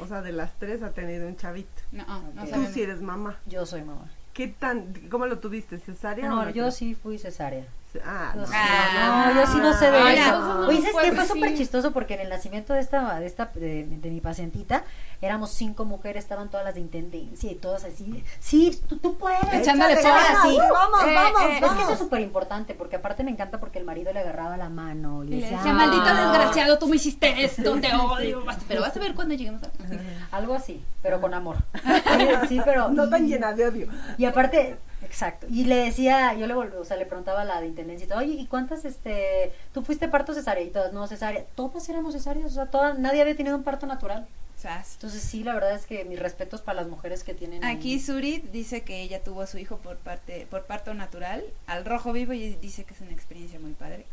[SPEAKER 4] o sea, de las tres ha tenido un chavito.
[SPEAKER 2] No, no
[SPEAKER 6] Ok.
[SPEAKER 4] Tú
[SPEAKER 2] sabemos.
[SPEAKER 4] sí eres mamá.
[SPEAKER 6] Yo soy mamá.
[SPEAKER 4] ¿Qué tan, cómo lo tuviste, cesárea? o
[SPEAKER 6] No,
[SPEAKER 4] natural?
[SPEAKER 6] yo sí fui cesárea.
[SPEAKER 4] Ah, no.
[SPEAKER 2] Ah,
[SPEAKER 6] no, yo sí no sé de
[SPEAKER 2] Ay,
[SPEAKER 6] eso.
[SPEAKER 2] no,
[SPEAKER 5] no
[SPEAKER 6] Oye, ¿sabes qué?
[SPEAKER 5] puede
[SPEAKER 6] Fue
[SPEAKER 5] ser.
[SPEAKER 6] súper chistoso porque en el nacimiento de esta, de esta, de, de mi pacientita, éramos cinco mujeres, estaban todas las de intendencia y todas así. de, Sí, tú, tú puedes.
[SPEAKER 2] Echándole
[SPEAKER 6] échale
[SPEAKER 2] porras,
[SPEAKER 6] así.
[SPEAKER 2] sí.
[SPEAKER 4] Vamos,
[SPEAKER 2] Eh,
[SPEAKER 4] vamos,
[SPEAKER 2] eh,
[SPEAKER 6] Es que eso
[SPEAKER 4] vamos.
[SPEAKER 6] es súper importante porque aparte me encanta porque el marido le agarraba la mano y le
[SPEAKER 2] Y le
[SPEAKER 6] decía,
[SPEAKER 2] decía,
[SPEAKER 6] "Ah".
[SPEAKER 2] maldito desgraciado, tú me hiciste esto, te odio. vas- Pero vas a ver cuando lleguemos a.
[SPEAKER 6] Algo así, pero con amor. Sí, pero.
[SPEAKER 4] No tan
[SPEAKER 6] y-
[SPEAKER 4] llena de odio.
[SPEAKER 6] Y aparte, Exacto. Y le decía, yo le, vol- o sea, le preguntaba a la de intendencia, y todo, oye, ¿y cuántas, este, tú fuiste parto cesárea? Y todas, no, cesárea. Todas éramos cesáreas, o sea, todas, nadie había tenido un parto natural.
[SPEAKER 2] Sas.
[SPEAKER 6] Entonces, sí, la verdad es que mis respetos para las mujeres que tienen.
[SPEAKER 2] Aquí Suri dice que ella tuvo a su hijo por parte por parto natural, al rojo vivo y dice que es una experiencia muy padre.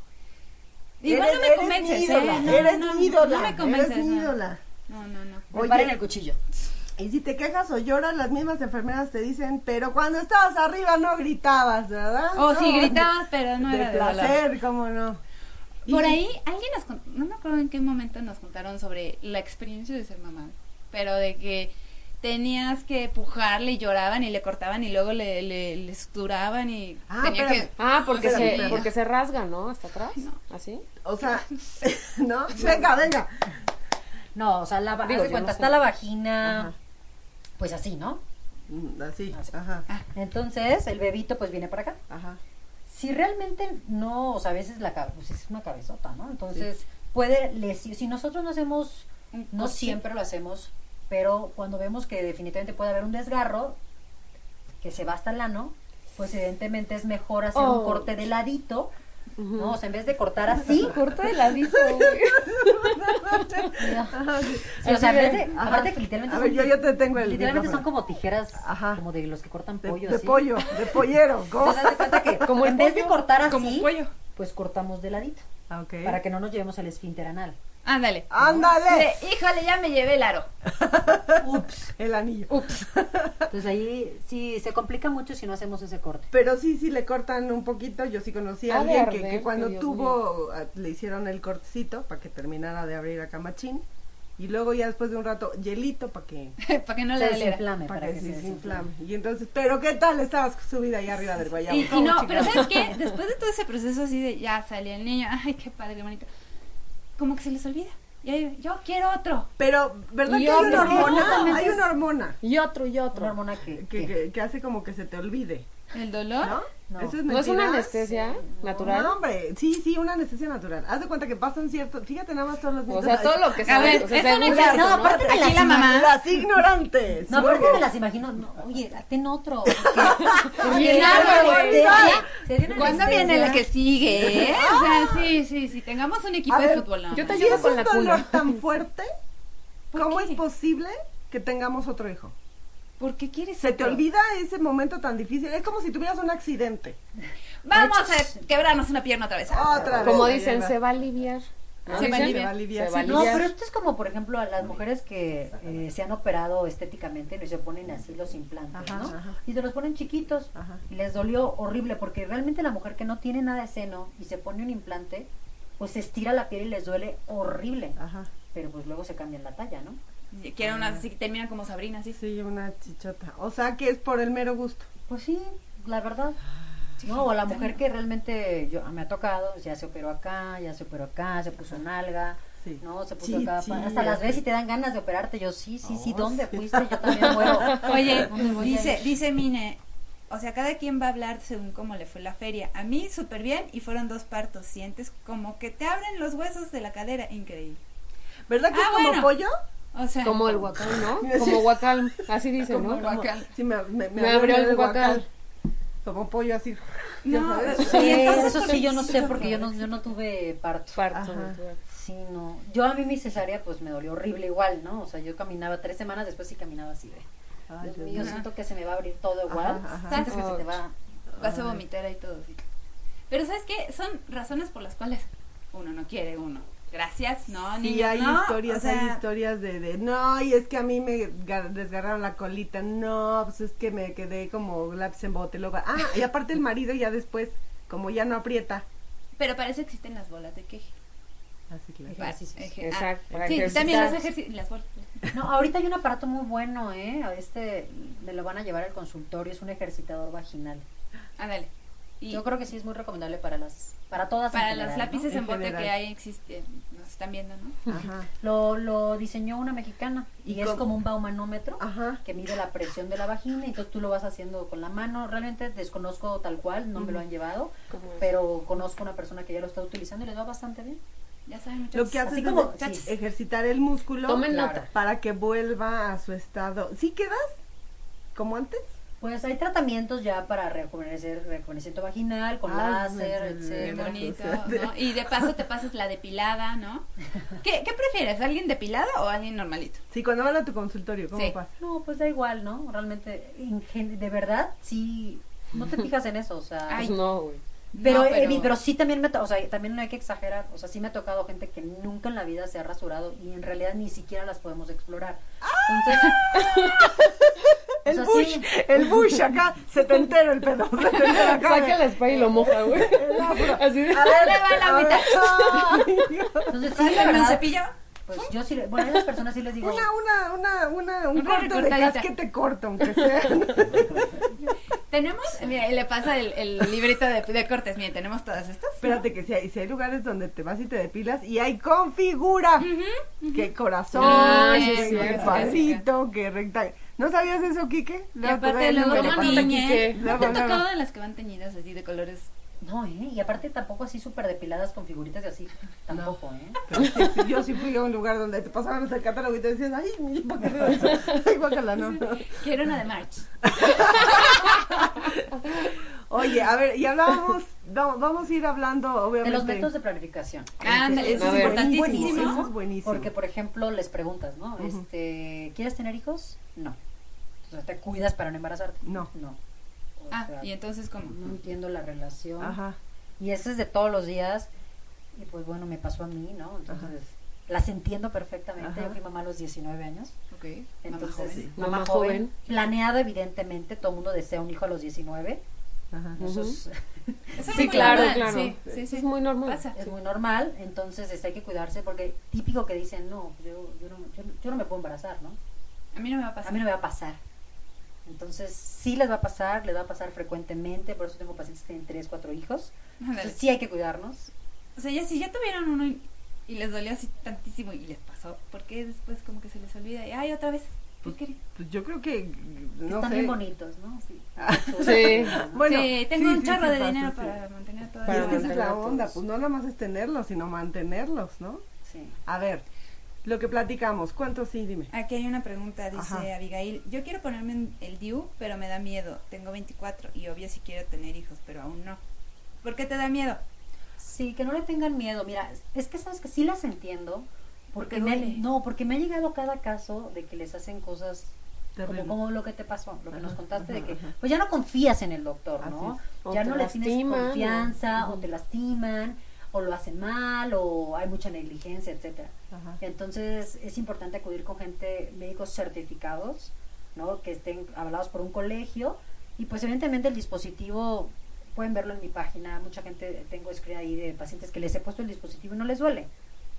[SPEAKER 2] Igual
[SPEAKER 4] Eres-
[SPEAKER 2] no me
[SPEAKER 4] eres
[SPEAKER 2] convences, ¿eh?
[SPEAKER 4] mi ídola,
[SPEAKER 2] No,
[SPEAKER 4] Eres
[SPEAKER 2] no,
[SPEAKER 4] mi ídola.
[SPEAKER 2] no me convences.
[SPEAKER 4] Eres mi
[SPEAKER 2] no.
[SPEAKER 4] ídola.
[SPEAKER 2] No, no, no.
[SPEAKER 6] Preparen
[SPEAKER 4] Oye.
[SPEAKER 6] el cuchillo.
[SPEAKER 4] Y si te quejas o lloras, las mismas enfermeras te dicen, pero cuando estabas arriba no gritabas, ¿verdad?
[SPEAKER 2] O
[SPEAKER 4] No,
[SPEAKER 2] Oh, sí gritabas, pero no
[SPEAKER 4] de
[SPEAKER 2] era de dolor.
[SPEAKER 4] placer, cómo no.
[SPEAKER 2] Por
[SPEAKER 4] Y-
[SPEAKER 2] ahí, alguien nos contó, no me acuerdo en qué momento nos contaron sobre la experiencia de ser mamá, pero de que tenías que pujarle y lloraban y le cortaban y luego le, le, le suturaban y
[SPEAKER 4] Ah,
[SPEAKER 2] tenía
[SPEAKER 4] espérame.
[SPEAKER 2] que...
[SPEAKER 5] Ah, porque
[SPEAKER 4] Espérame,
[SPEAKER 5] se,
[SPEAKER 4] espérame.
[SPEAKER 5] porque se rasga, ¿no? Hasta atrás.
[SPEAKER 2] No.
[SPEAKER 5] ¿Así?
[SPEAKER 4] O sea, ¿no? Venga, venga.
[SPEAKER 6] No, o sea, la, va-
[SPEAKER 5] Digo,
[SPEAKER 6] haz de
[SPEAKER 5] yo
[SPEAKER 6] cuenta,
[SPEAKER 5] no sé.
[SPEAKER 6] está la vagina,
[SPEAKER 4] Ajá.
[SPEAKER 6] pues así, ¿no?
[SPEAKER 4] Mm, Así, ajá,
[SPEAKER 6] Entonces, el bebito, pues viene para acá.
[SPEAKER 4] ajá.
[SPEAKER 6] si realmente no, o sea, a veces la cabeza, pues es una cabezota, ¿no? Entonces, puede, les, si nosotros no hacemos,
[SPEAKER 2] Un
[SPEAKER 6] no
[SPEAKER 2] corte.
[SPEAKER 6] siempre lo hacemos, pero cuando vemos que definitivamente puede haber un desgarro, que se va hasta el ano, pues evidentemente es mejor hacer un
[SPEAKER 5] Oh.
[SPEAKER 6] corte de ladito, ¿no? O sea, en vez de cortar así,
[SPEAKER 5] Corta de ladito.
[SPEAKER 6] o sea, en vez
[SPEAKER 5] de-
[SPEAKER 6] de,
[SPEAKER 4] ajá.
[SPEAKER 6] aparte que literalmente
[SPEAKER 4] A ver, yo- yo te tengo el
[SPEAKER 6] literalmente son
[SPEAKER 4] micrófono.
[SPEAKER 6] como tijeras,
[SPEAKER 4] Ajá.
[SPEAKER 6] como de los que cortan
[SPEAKER 4] De,
[SPEAKER 6] pollo,
[SPEAKER 4] de
[SPEAKER 6] así.
[SPEAKER 4] pollo, de pollero. ¿cómo?
[SPEAKER 6] Entonces, haz de cuenta que
[SPEAKER 5] Como el
[SPEAKER 6] en vez de
[SPEAKER 5] pollo,
[SPEAKER 6] cortar
[SPEAKER 2] como un
[SPEAKER 6] así,
[SPEAKER 2] cuello.
[SPEAKER 6] pues cortamos de ladito,
[SPEAKER 4] Ah, ok.
[SPEAKER 6] para que no nos llevemos el esfínter anal.
[SPEAKER 2] Ándale.
[SPEAKER 4] ¡Ándale!
[SPEAKER 2] Le- híjole, ya me llevé el aro.
[SPEAKER 6] Ups.
[SPEAKER 4] El anillo.
[SPEAKER 6] Entonces ahí sí se complica mucho si no hacemos ese corte.
[SPEAKER 4] Pero sí, sí le cortan un poquito. Yo sí conocí a
[SPEAKER 5] Ha de
[SPEAKER 4] alguien que,
[SPEAKER 5] arder,
[SPEAKER 4] que cuando
[SPEAKER 5] Dios
[SPEAKER 4] tuvo, a- le hicieron el cortecito para que terminara de abrir a Camachín. Y luego ya después de un rato, hielito para que,
[SPEAKER 2] Para que no
[SPEAKER 6] se
[SPEAKER 2] le doliera.
[SPEAKER 6] desinflame,
[SPEAKER 4] para que se
[SPEAKER 6] desinflame.
[SPEAKER 4] desinflame. Y entonces, pero ¿qué tal estabas subida ahí arriba del guayabo?
[SPEAKER 2] Y, y
[SPEAKER 4] ¿Cómo,
[SPEAKER 2] no,
[SPEAKER 4] chica?
[SPEAKER 2] pero ¿sabes qué? Después de todo ese proceso así de ya salió el niño, ay, qué padre, qué bonito. Como que se les olvida. Y ahí, yo quiero otro.
[SPEAKER 4] Pero, ¿verdad
[SPEAKER 5] Y
[SPEAKER 4] que hay una
[SPEAKER 5] otro,
[SPEAKER 4] hormona?
[SPEAKER 5] justamente
[SPEAKER 4] Hay una hormona
[SPEAKER 5] Y otro, y otro.
[SPEAKER 6] Una hormona
[SPEAKER 4] que,
[SPEAKER 6] que, que-
[SPEAKER 4] que- que hace como que se te olvide,
[SPEAKER 2] El dolor.
[SPEAKER 4] ¿no?
[SPEAKER 6] No.
[SPEAKER 4] Eso es
[SPEAKER 5] ¿No es
[SPEAKER 4] mentira?
[SPEAKER 5] una anestesia natural?
[SPEAKER 4] No, hombre, sí, sí, una anestesia natural. Haz de cuenta que pasan ciertos, fíjate nada más todos los
[SPEAKER 5] O
[SPEAKER 4] mitos.
[SPEAKER 5] sea, todo lo que
[SPEAKER 2] A ver,
[SPEAKER 5] sabes. o sea,
[SPEAKER 2] eso no
[SPEAKER 5] según-
[SPEAKER 2] existe.
[SPEAKER 6] No, aparte me
[SPEAKER 2] aquí
[SPEAKER 6] las
[SPEAKER 2] la mamá.
[SPEAKER 4] Las ignorantes.
[SPEAKER 6] No, aparte me las imagino, no, oye, ten otro.
[SPEAKER 5] Oye,
[SPEAKER 2] Álvaro,
[SPEAKER 6] ¿Cuándo
[SPEAKER 2] ¿Cuándo viene la que sigue? eh? O sea, sí, sí, sí. Tengamos un equipo
[SPEAKER 4] A
[SPEAKER 2] de
[SPEAKER 4] ver,
[SPEAKER 2] fútbol. nada
[SPEAKER 5] yo
[SPEAKER 2] más.
[SPEAKER 5] te-
[SPEAKER 4] Si
[SPEAKER 5] ayudo
[SPEAKER 4] es
[SPEAKER 5] con
[SPEAKER 4] un
[SPEAKER 5] la
[SPEAKER 4] dolor
[SPEAKER 5] cuna.
[SPEAKER 4] tan fuerte,
[SPEAKER 2] ¿Por
[SPEAKER 4] ¿cómo
[SPEAKER 2] qué?
[SPEAKER 4] es posible que tengamos otro hijo?
[SPEAKER 2] ¿Por qué quieres
[SPEAKER 4] Se te
[SPEAKER 2] otro?
[SPEAKER 4] olvida ese momento tan difícil. Es como si tuvieras un accidente.
[SPEAKER 2] Vamos a quebrarnos una pierna otra vez.
[SPEAKER 4] Otra vez.
[SPEAKER 5] Como
[SPEAKER 4] Ahí
[SPEAKER 5] dicen,
[SPEAKER 4] va.
[SPEAKER 5] se va a aliviar. ¿No
[SPEAKER 2] Se va a
[SPEAKER 5] dicen?
[SPEAKER 2] aliviar.
[SPEAKER 5] Se va a
[SPEAKER 4] Sí,
[SPEAKER 6] No,
[SPEAKER 5] aliviar.
[SPEAKER 6] pero esto es como, por ejemplo, a las mujeres que eh, se han operado estéticamente y se ponen así los implantes,
[SPEAKER 4] Ajá,
[SPEAKER 6] ¿no?
[SPEAKER 4] ajá.
[SPEAKER 6] Y se los ponen chiquitos.
[SPEAKER 4] Ajá.
[SPEAKER 6] Y les dolió horrible porque realmente la mujer que no tiene nada de seno y se pone un implante, pues se estira la piel y les duele horrible.
[SPEAKER 2] Ah.
[SPEAKER 4] Ajá.
[SPEAKER 6] Pero pues luego se cambian la talla, ¿no?
[SPEAKER 2] Quiero unas así que terminan como Sabrina, así.
[SPEAKER 4] Sí, una chichota. O sea, que es por el mero gusto.
[SPEAKER 6] Pues sí, la verdad. No, o la mujer que realmente yo, ah, me ha tocado, ya se operó acá, ya se operó acá, se puso un alga,
[SPEAKER 4] Sí.
[SPEAKER 6] no, se puso
[SPEAKER 4] Sí,
[SPEAKER 6] acá,
[SPEAKER 4] sí,
[SPEAKER 6] pa- hasta las
[SPEAKER 4] este.
[SPEAKER 6] ves y te dan ganas de operarte. Yo sí, sí, sí,
[SPEAKER 4] Oh,
[SPEAKER 6] ¿dónde
[SPEAKER 4] sí.
[SPEAKER 6] fuiste? Yo también muero.
[SPEAKER 2] Oye,
[SPEAKER 6] ¿Dónde voy a
[SPEAKER 2] dice,
[SPEAKER 6] ir?
[SPEAKER 2] dice Mine, o sea, cada quien va a hablar según cómo le fue la feria. A mí súper bien y fueron dos partos. Sientes como que te abren los huesos de la cadera. Increíble.
[SPEAKER 4] ¿Verdad que
[SPEAKER 2] Ah,
[SPEAKER 4] es como
[SPEAKER 2] bueno.
[SPEAKER 4] pollo?
[SPEAKER 2] O sea,
[SPEAKER 5] Como el guacal, ¿no? Como guacal. Así dicen, ¿no?
[SPEAKER 4] Como- Sí, me, me,
[SPEAKER 5] Me abrió el guacal.
[SPEAKER 4] Como pollo así.
[SPEAKER 2] no,
[SPEAKER 4] Ya
[SPEAKER 2] sí,
[SPEAKER 4] sabes.
[SPEAKER 6] Sí,
[SPEAKER 2] entonces,
[SPEAKER 6] eso
[SPEAKER 2] ¿por qué
[SPEAKER 6] sí, yo no sé,
[SPEAKER 2] hiciste
[SPEAKER 6] porque yo
[SPEAKER 2] eso?
[SPEAKER 6] no, yo no tuve parto.
[SPEAKER 5] Parto.
[SPEAKER 4] Ajá.
[SPEAKER 5] natural.
[SPEAKER 6] Sí, no. Yo a mí mi cesárea pues me dolió horrible igual, ¿no? O sea, yo caminaba tres semanas después sí caminaba así de.
[SPEAKER 4] Ay,
[SPEAKER 6] Dios
[SPEAKER 4] Dios
[SPEAKER 6] mío,
[SPEAKER 4] mío.
[SPEAKER 6] siento que se me va a abrir todo igual.
[SPEAKER 4] Ajá, ajá.
[SPEAKER 6] Sientes que se te va.
[SPEAKER 2] Vas a vomitar ahí todo. sí. Pero ¿sabes qué? Son razones por las cuales uno no quiere uno. Gracias, no,
[SPEAKER 4] Sí,
[SPEAKER 2] ni
[SPEAKER 4] hay historias, hay historias de, de, no, y es que a mí me ga- desgarraron la colita, no, pues es que me quedé como lápiz en bote, luego, ah, y aparte el marido ya después, como ya no aprieta.
[SPEAKER 2] Pero para eso existen las bolas de queje.
[SPEAKER 4] Así claro.
[SPEAKER 2] Para-
[SPEAKER 6] Ejercicios.
[SPEAKER 2] eje- ah,
[SPEAKER 5] Exacto, para
[SPEAKER 2] sí,
[SPEAKER 5] ejercitar.
[SPEAKER 2] también los ejercicios, las bolas.
[SPEAKER 6] No, ahorita hay un aparato muy bueno, ¿eh? A este me lo van a llevar al consultorio, es un ejercitador vaginal.
[SPEAKER 2] Ándale. Ah, Y
[SPEAKER 6] Yo creo que sí es muy recomendable para las para todas en
[SPEAKER 2] para
[SPEAKER 6] general,
[SPEAKER 2] las
[SPEAKER 6] ¿no?
[SPEAKER 2] lápices
[SPEAKER 4] En
[SPEAKER 2] en bote
[SPEAKER 4] general.
[SPEAKER 2] que hay existe, nos están viendo, ¿no?
[SPEAKER 4] Ajá,
[SPEAKER 6] Lo, lo diseñó una mexicana y,
[SPEAKER 4] ¿Y
[SPEAKER 6] es
[SPEAKER 4] cómo?
[SPEAKER 6] como un baumanómetro
[SPEAKER 4] ajá.
[SPEAKER 6] que mide la presión de la vagina, entonces tú lo vas haciendo con la mano. Realmente desconozco tal cual, no me lo han
[SPEAKER 2] Pues
[SPEAKER 6] llevado,
[SPEAKER 5] Como-
[SPEAKER 6] pero conozco una persona que ya lo está utilizando y les va bastante bien.
[SPEAKER 2] Ya saben muchachos.
[SPEAKER 4] Lo que hace
[SPEAKER 6] Así
[SPEAKER 4] es
[SPEAKER 6] como-
[SPEAKER 4] ejer-
[SPEAKER 6] sí.
[SPEAKER 4] ejercitar el músculo
[SPEAKER 5] Tomen
[SPEAKER 4] claro,
[SPEAKER 5] nota.
[SPEAKER 4] para que vuelva a su estado. ¿Sí quedas? ¿Como antes?
[SPEAKER 6] Pues hay tratamientos ya para rejuvenecer, rejuvenecimiento vaginal, con
[SPEAKER 4] Ah,
[SPEAKER 6] láser,
[SPEAKER 4] me- me-
[SPEAKER 2] Qué
[SPEAKER 6] etcétera.
[SPEAKER 2] bonito, ¿no? Y de paso te pasas la depilada, ¿no? ¿Qué, qué prefieres? ¿Alguien depilado o alguien normalito?
[SPEAKER 4] Sí, cuando van a tu consultorio, ¿cómo
[SPEAKER 2] Sí.
[SPEAKER 4] pasa?
[SPEAKER 6] No, pues da igual, ¿no? Realmente, en gen- de verdad, sí, no te fijas en eso, o sea...
[SPEAKER 2] Ay,
[SPEAKER 5] Pues no, güey.
[SPEAKER 6] pero,
[SPEAKER 2] No,
[SPEAKER 6] eh, vi- pero sí también me to- o sea, también no hay que exagerar, o sea, sí me ha tocado gente que nunca en la vida se ha rasurado y en realidad ni siquiera las podemos explorar. Entonces,
[SPEAKER 4] El
[SPEAKER 6] sea,
[SPEAKER 4] bush,
[SPEAKER 6] sí.
[SPEAKER 4] el bush acá, se te entera el pedo, se te entera acá.
[SPEAKER 5] Saca la espalda y lo moja, güey. Así
[SPEAKER 4] Ah,
[SPEAKER 5] de...
[SPEAKER 2] le va la
[SPEAKER 4] a ver.
[SPEAKER 2] mitad.
[SPEAKER 6] entonces sí, la
[SPEAKER 2] ¿Con un
[SPEAKER 6] verdad,
[SPEAKER 2] cepillo?
[SPEAKER 6] pues yo sí, le- bueno, a esas personas sí les digo,
[SPEAKER 4] Una, una, una, una, un
[SPEAKER 2] Una
[SPEAKER 4] corte de
[SPEAKER 2] recortadita.
[SPEAKER 4] casquete corto, aunque sea.
[SPEAKER 2] Tenemos, mira, le pasa el, el librito de, de cortes, miren, tenemos todas estas.
[SPEAKER 4] Espérate que si hay, si hay lugares donde te vas y te depilas y hay con figura. Que corazón,
[SPEAKER 5] Ah, sí,
[SPEAKER 4] que
[SPEAKER 5] sí, sí, sí.
[SPEAKER 4] pasito, que recta. ¿No sabías eso, Quique?
[SPEAKER 2] Y
[SPEAKER 4] Luego te doy
[SPEAKER 2] aparte
[SPEAKER 4] el
[SPEAKER 2] luego
[SPEAKER 4] número
[SPEAKER 2] te
[SPEAKER 5] como
[SPEAKER 4] para-
[SPEAKER 5] niña.
[SPEAKER 2] tiñen. ¿No te
[SPEAKER 4] Luego,
[SPEAKER 2] han
[SPEAKER 4] luego.
[SPEAKER 2] tocado de las que van teñidas así de colores?
[SPEAKER 6] no, ¿eh? Y aparte tampoco así súper depiladas con figuritas y así, tampoco, ¿eh?
[SPEAKER 4] Sí, Yo sí fui a un lugar donde te pasaban hasta el catálogo y te decían, ay, guacala, ay, guácala, no.
[SPEAKER 2] Quiero una de March.
[SPEAKER 4] Oye, a ver, y hablábamos, no, vamos a ir hablando,
[SPEAKER 6] De
[SPEAKER 4] obviamente.
[SPEAKER 6] los métodos de planificación.
[SPEAKER 2] Ándale, eso
[SPEAKER 4] eso
[SPEAKER 5] A
[SPEAKER 2] es
[SPEAKER 5] ver.
[SPEAKER 2] importantísimo.
[SPEAKER 4] Buenísimo, eso es buenísimo.
[SPEAKER 6] Porque, por ejemplo, les preguntas, ¿no? este, ¿Quieres tener hijos? No. O sea, ¿te cuidas para no embarazarte?
[SPEAKER 4] No.
[SPEAKER 6] No. O
[SPEAKER 2] Ah,
[SPEAKER 6] sea,
[SPEAKER 2] y entonces
[SPEAKER 6] no
[SPEAKER 2] ¿cómo?
[SPEAKER 6] entiendo la relación.
[SPEAKER 4] Ajá.
[SPEAKER 6] Y eso es de todos los días. Y pues bueno, me pasó a mí, ¿no? Entonces, las entiendo perfectamente.
[SPEAKER 4] Ajá.
[SPEAKER 6] Yo fui mamá a los 19 años.
[SPEAKER 2] Ok, mamá
[SPEAKER 6] Entonces,
[SPEAKER 2] joven.
[SPEAKER 5] Mamá joven.
[SPEAKER 6] Planeado, evidentemente. Todo el mundo desea un hijo a los 19.
[SPEAKER 4] Ajá.
[SPEAKER 6] Eso
[SPEAKER 5] Ujú.
[SPEAKER 6] es,
[SPEAKER 2] Eso es
[SPEAKER 5] Sí,
[SPEAKER 2] muy
[SPEAKER 5] claro,
[SPEAKER 2] normal,
[SPEAKER 5] claro.
[SPEAKER 2] Sí, sí, sí.
[SPEAKER 5] Es muy normal.
[SPEAKER 2] Pasa.
[SPEAKER 6] es muy normal. Entonces, este, hay que cuidarse porque típico que dicen, no, pues, yo, yo, no, yo, no- yo no me puedo embarazar, ¿no?
[SPEAKER 2] A mí no me va a
[SPEAKER 6] A
[SPEAKER 2] pasar.
[SPEAKER 6] mí no me va a pasar. Entonces, sí les va a pasar, les va a pasar frecuentemente. Por eso tengo pacientes que tienen 3, 4 hijos.
[SPEAKER 2] Ándale.
[SPEAKER 6] Entonces, sí hay que cuidarnos.
[SPEAKER 2] O sea, ya si ya tuvieron uno y, y les dolió así tantísimo y les pasó, ¿por qué después como que se les olvida? Y, ay, otra vez. ¿Qué quiere?
[SPEAKER 4] Pues yo creo que, no
[SPEAKER 6] Están
[SPEAKER 4] sé.
[SPEAKER 6] bien bonitos, ¿no? Sí.
[SPEAKER 5] Sí.
[SPEAKER 4] Bueno,
[SPEAKER 2] sí, tengo
[SPEAKER 4] sí,
[SPEAKER 2] un
[SPEAKER 4] sí,
[SPEAKER 2] chorro
[SPEAKER 4] sí
[SPEAKER 2] de
[SPEAKER 4] pasa,
[SPEAKER 2] dinero
[SPEAKER 4] sí.
[SPEAKER 2] para mantener todo
[SPEAKER 4] Y es
[SPEAKER 5] Para
[SPEAKER 4] que esa es la
[SPEAKER 5] mantenerlos.
[SPEAKER 4] onda, pues no nada más es tenerlos, sino mantenerlos, ¿no?
[SPEAKER 6] Sí.
[SPEAKER 4] A ver, lo que platicamos, ¿cuántos sí? Dime.
[SPEAKER 2] Aquí hay una pregunta, dice
[SPEAKER 4] Ajá.
[SPEAKER 2] Abigail. Yo quiero ponerme en el DIU, pero me da miedo. Tengo 24 y obvio si quiero tener hijos, pero aún no. ¿Por qué te da miedo?
[SPEAKER 6] Sí, que no le tengan miedo. Mira, es- es que sabes que sí las entiendo. Porque
[SPEAKER 2] Te
[SPEAKER 6] me,
[SPEAKER 2] duele.
[SPEAKER 6] no, porque me ha llegado cada caso de que les hacen cosas
[SPEAKER 4] Terrible.
[SPEAKER 6] como, como lo que te pasó, lo que nos
[SPEAKER 4] Ajá,
[SPEAKER 6] contaste de
[SPEAKER 4] ajá,
[SPEAKER 6] que
[SPEAKER 4] ajá.
[SPEAKER 6] pues ya no confías en el doctor, ¿no?
[SPEAKER 4] Así
[SPEAKER 5] es. O
[SPEAKER 6] Ya
[SPEAKER 5] te
[SPEAKER 6] no le tienes
[SPEAKER 5] lastiman, o-
[SPEAKER 6] confianza o
[SPEAKER 5] Ujú.
[SPEAKER 6] te lastiman o lo hacen mal o hay mucha negligencia, etcétera.
[SPEAKER 4] Ajá.
[SPEAKER 6] Entonces es importante acudir con gente, médicos certificados, ¿no? que estén avalados por un colegio. Y pues evidentemente el dispositivo, pueden verlo en mi página, mucha gente tengo screen ahí de pacientes que les he puesto el dispositivo y no les duele.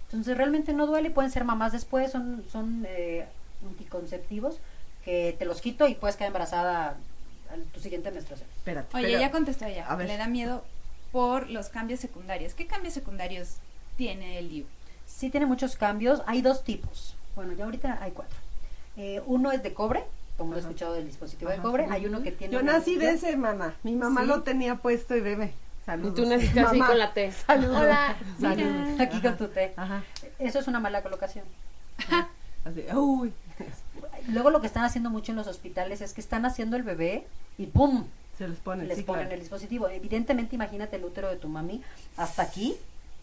[SPEAKER 6] Entonces realmente no duele, pueden ser mamás después, son, son eh, anticonceptivos que te los quito y puedes quedar embarazada a tu siguiente menstruación.
[SPEAKER 4] Espérate.
[SPEAKER 2] Oye,
[SPEAKER 4] espera.
[SPEAKER 2] ya contestó ella.
[SPEAKER 4] A ver.
[SPEAKER 2] Le da miedo por los cambios secundarios. ¿Qué cambios secundarios tiene el DIU?
[SPEAKER 6] Sí tiene muchos cambios. Hay dos tipos. Bueno, ya ahorita hay cuatro. Eh, uno es de cobre, como lo he
[SPEAKER 4] Ajá.
[SPEAKER 6] escuchado del dispositivo de
[SPEAKER 4] Ajá.
[SPEAKER 6] cobre. Hay uno que tiene...
[SPEAKER 4] Yo
[SPEAKER 6] una
[SPEAKER 4] nací de
[SPEAKER 6] anilla.
[SPEAKER 4] semana. Mi mamá
[SPEAKER 6] Sí.
[SPEAKER 4] lo tenía puesto y bebé. Saludos.
[SPEAKER 5] Y tú naciste así
[SPEAKER 4] Mamá.
[SPEAKER 5] con la T.
[SPEAKER 4] Saludos.
[SPEAKER 5] Hola.
[SPEAKER 4] Saludos.
[SPEAKER 6] Aquí con tu té.
[SPEAKER 4] Ajá.
[SPEAKER 6] Eso es una mala colocación.
[SPEAKER 4] Así, uy.
[SPEAKER 6] Luego lo que están haciendo mucho en los hospitales es que están haciendo el bebé y ¡pum!
[SPEAKER 4] Se los ponen.
[SPEAKER 6] les
[SPEAKER 4] sí,
[SPEAKER 6] ponen
[SPEAKER 4] claro.
[SPEAKER 6] el dispositivo. Evidentemente, imagínate el útero de tu mami hasta aquí,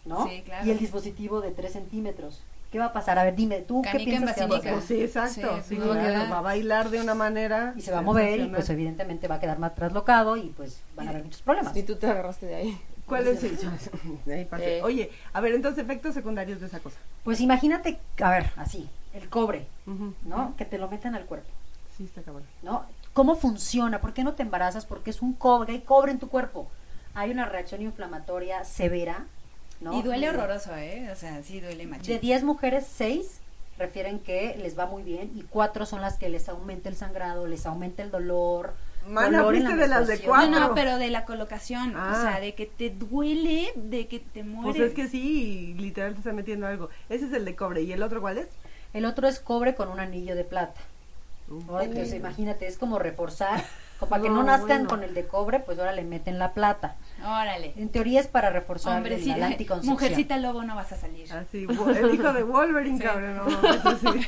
[SPEAKER 6] ¿no?
[SPEAKER 2] Sí, claro.
[SPEAKER 6] Y el dispositivo de 3 centímetros. ¿Qué va a pasar? A ver, dime, ¿tú
[SPEAKER 2] Canica
[SPEAKER 6] qué
[SPEAKER 2] en
[SPEAKER 6] piensas que va a
[SPEAKER 2] basílica.
[SPEAKER 4] Pues
[SPEAKER 6] pasar?
[SPEAKER 4] sí, exacto.
[SPEAKER 2] Sí,
[SPEAKER 4] Sí,
[SPEAKER 2] no,
[SPEAKER 4] claro,
[SPEAKER 2] ¿verdad?
[SPEAKER 4] Va a bailar de una manera.
[SPEAKER 6] Y se va a mover y
[SPEAKER 4] sensacional.
[SPEAKER 6] pues evidentemente va a quedar más traslocado y pues van a haber muchos problemas.
[SPEAKER 5] Y tú te agarraste de ahí.
[SPEAKER 4] ¿Cuál es el? Ahí pasa.
[SPEAKER 5] Eh.
[SPEAKER 4] Oye, a ver, entonces efectos secundarios de esa cosa.
[SPEAKER 6] Pues imagínate, a ver, así, el cobre,
[SPEAKER 4] Ujú.
[SPEAKER 6] ¿no? Que te lo metan al cuerpo,
[SPEAKER 4] Sí, está cabrón.
[SPEAKER 6] ¿no? ¿Cómo funciona? ¿Por qué no te embarazas? Porque es un cobre, hay cobre en tu cuerpo. Hay una reacción inflamatoria severa, ¿no?
[SPEAKER 2] Y duele horroroso, ¿eh? O sea, sí duele machín.
[SPEAKER 6] De 10 mujeres, 6 refieren que les va muy bien y 4 son las que les aumenta el sangrado, les aumenta el dolor.
[SPEAKER 4] Mana,
[SPEAKER 6] dolor en la
[SPEAKER 4] fuiste de las de
[SPEAKER 6] menstruación.
[SPEAKER 2] No, no,
[SPEAKER 4] cuatro.
[SPEAKER 2] pero de la colocación.
[SPEAKER 4] Ah.
[SPEAKER 2] O sea, de que te duele, de que te mueres.
[SPEAKER 4] Pues es que sí, literal te está metiendo algo. Ese es el de cobre. ¿Y el otro cuál es?
[SPEAKER 6] El otro es cobre con un anillo de plata. pues,
[SPEAKER 4] Uh.
[SPEAKER 6] Ahora, entonces, imagínate, es como reforzar O para que
[SPEAKER 4] No,
[SPEAKER 6] no nazcan
[SPEAKER 4] bueno.
[SPEAKER 6] con el de cobre, pues ahora le meten la plata.
[SPEAKER 2] Órale.
[SPEAKER 6] En teoría es para reforzar
[SPEAKER 2] Hombre,
[SPEAKER 6] el-
[SPEAKER 2] sí,
[SPEAKER 6] la anticoncepción.
[SPEAKER 2] mujercita lobo no vas a salir.
[SPEAKER 4] Así, Ah, wo- el hijo de Wolverine,
[SPEAKER 2] Sí.
[SPEAKER 4] cabrón. No, mames, eso sí.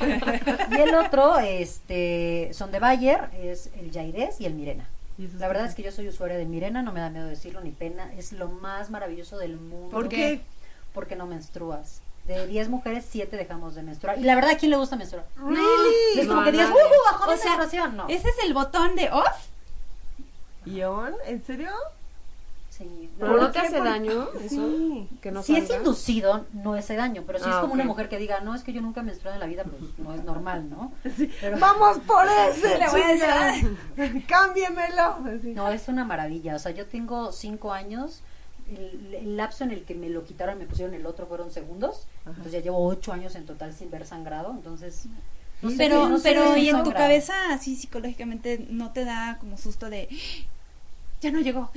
[SPEAKER 6] Y el otro, este, son de Bayer, es el Yairés y el Mirena.
[SPEAKER 4] Y eso
[SPEAKER 6] La verdad
[SPEAKER 4] sí.
[SPEAKER 6] es que yo soy usuaria de Mirena, no me da miedo decirlo ni pena, es lo más maravilloso del mundo.
[SPEAKER 2] ¿Por qué?
[SPEAKER 6] Porque no menstruas. De 10 mujeres, 7 dejamos de menstruar. Y la verdad, ¿a quién le gusta menstruar?
[SPEAKER 4] Really?
[SPEAKER 6] Es como
[SPEAKER 4] No,
[SPEAKER 6] que digas,
[SPEAKER 4] no.
[SPEAKER 6] ¡uh, bajó
[SPEAKER 2] O
[SPEAKER 6] mi
[SPEAKER 2] sea,
[SPEAKER 6] menstruación! No.
[SPEAKER 2] ¿Ese es el botón de off?
[SPEAKER 4] ¿Ion? ¿En serio?
[SPEAKER 6] Sí, no.
[SPEAKER 5] ¿Pero no te
[SPEAKER 4] Sí,
[SPEAKER 5] hace
[SPEAKER 4] por-
[SPEAKER 5] daño eso?
[SPEAKER 4] Sí.
[SPEAKER 5] Que no
[SPEAKER 6] si es
[SPEAKER 5] salga?
[SPEAKER 6] inducido, no es daño, pero si es
[SPEAKER 5] Ah,
[SPEAKER 6] como una
[SPEAKER 5] ok.
[SPEAKER 6] mujer que diga, no, es que yo nunca he menstruado en la vida, pues no es normal, ¿no? Pero-
[SPEAKER 4] ¡Vamos por ese!
[SPEAKER 2] Le voy a decir, ¿eh?
[SPEAKER 4] chingada! ¡Cámbiemelo! Así.
[SPEAKER 6] No, es una maravilla. O sea, yo tengo cinco años. El, el lapso en el que me lo quitaron y me pusieron el otro fueron segundos. Entonces ya llevo ocho años en total sin ver sangrado. Entonces, no sé
[SPEAKER 2] Pero,
[SPEAKER 6] si- no sé
[SPEAKER 2] pero
[SPEAKER 6] si
[SPEAKER 2] y en tu
[SPEAKER 6] sangra.
[SPEAKER 2] cabeza, así psicológicamente, ¿no te da como susto de ya no llegó?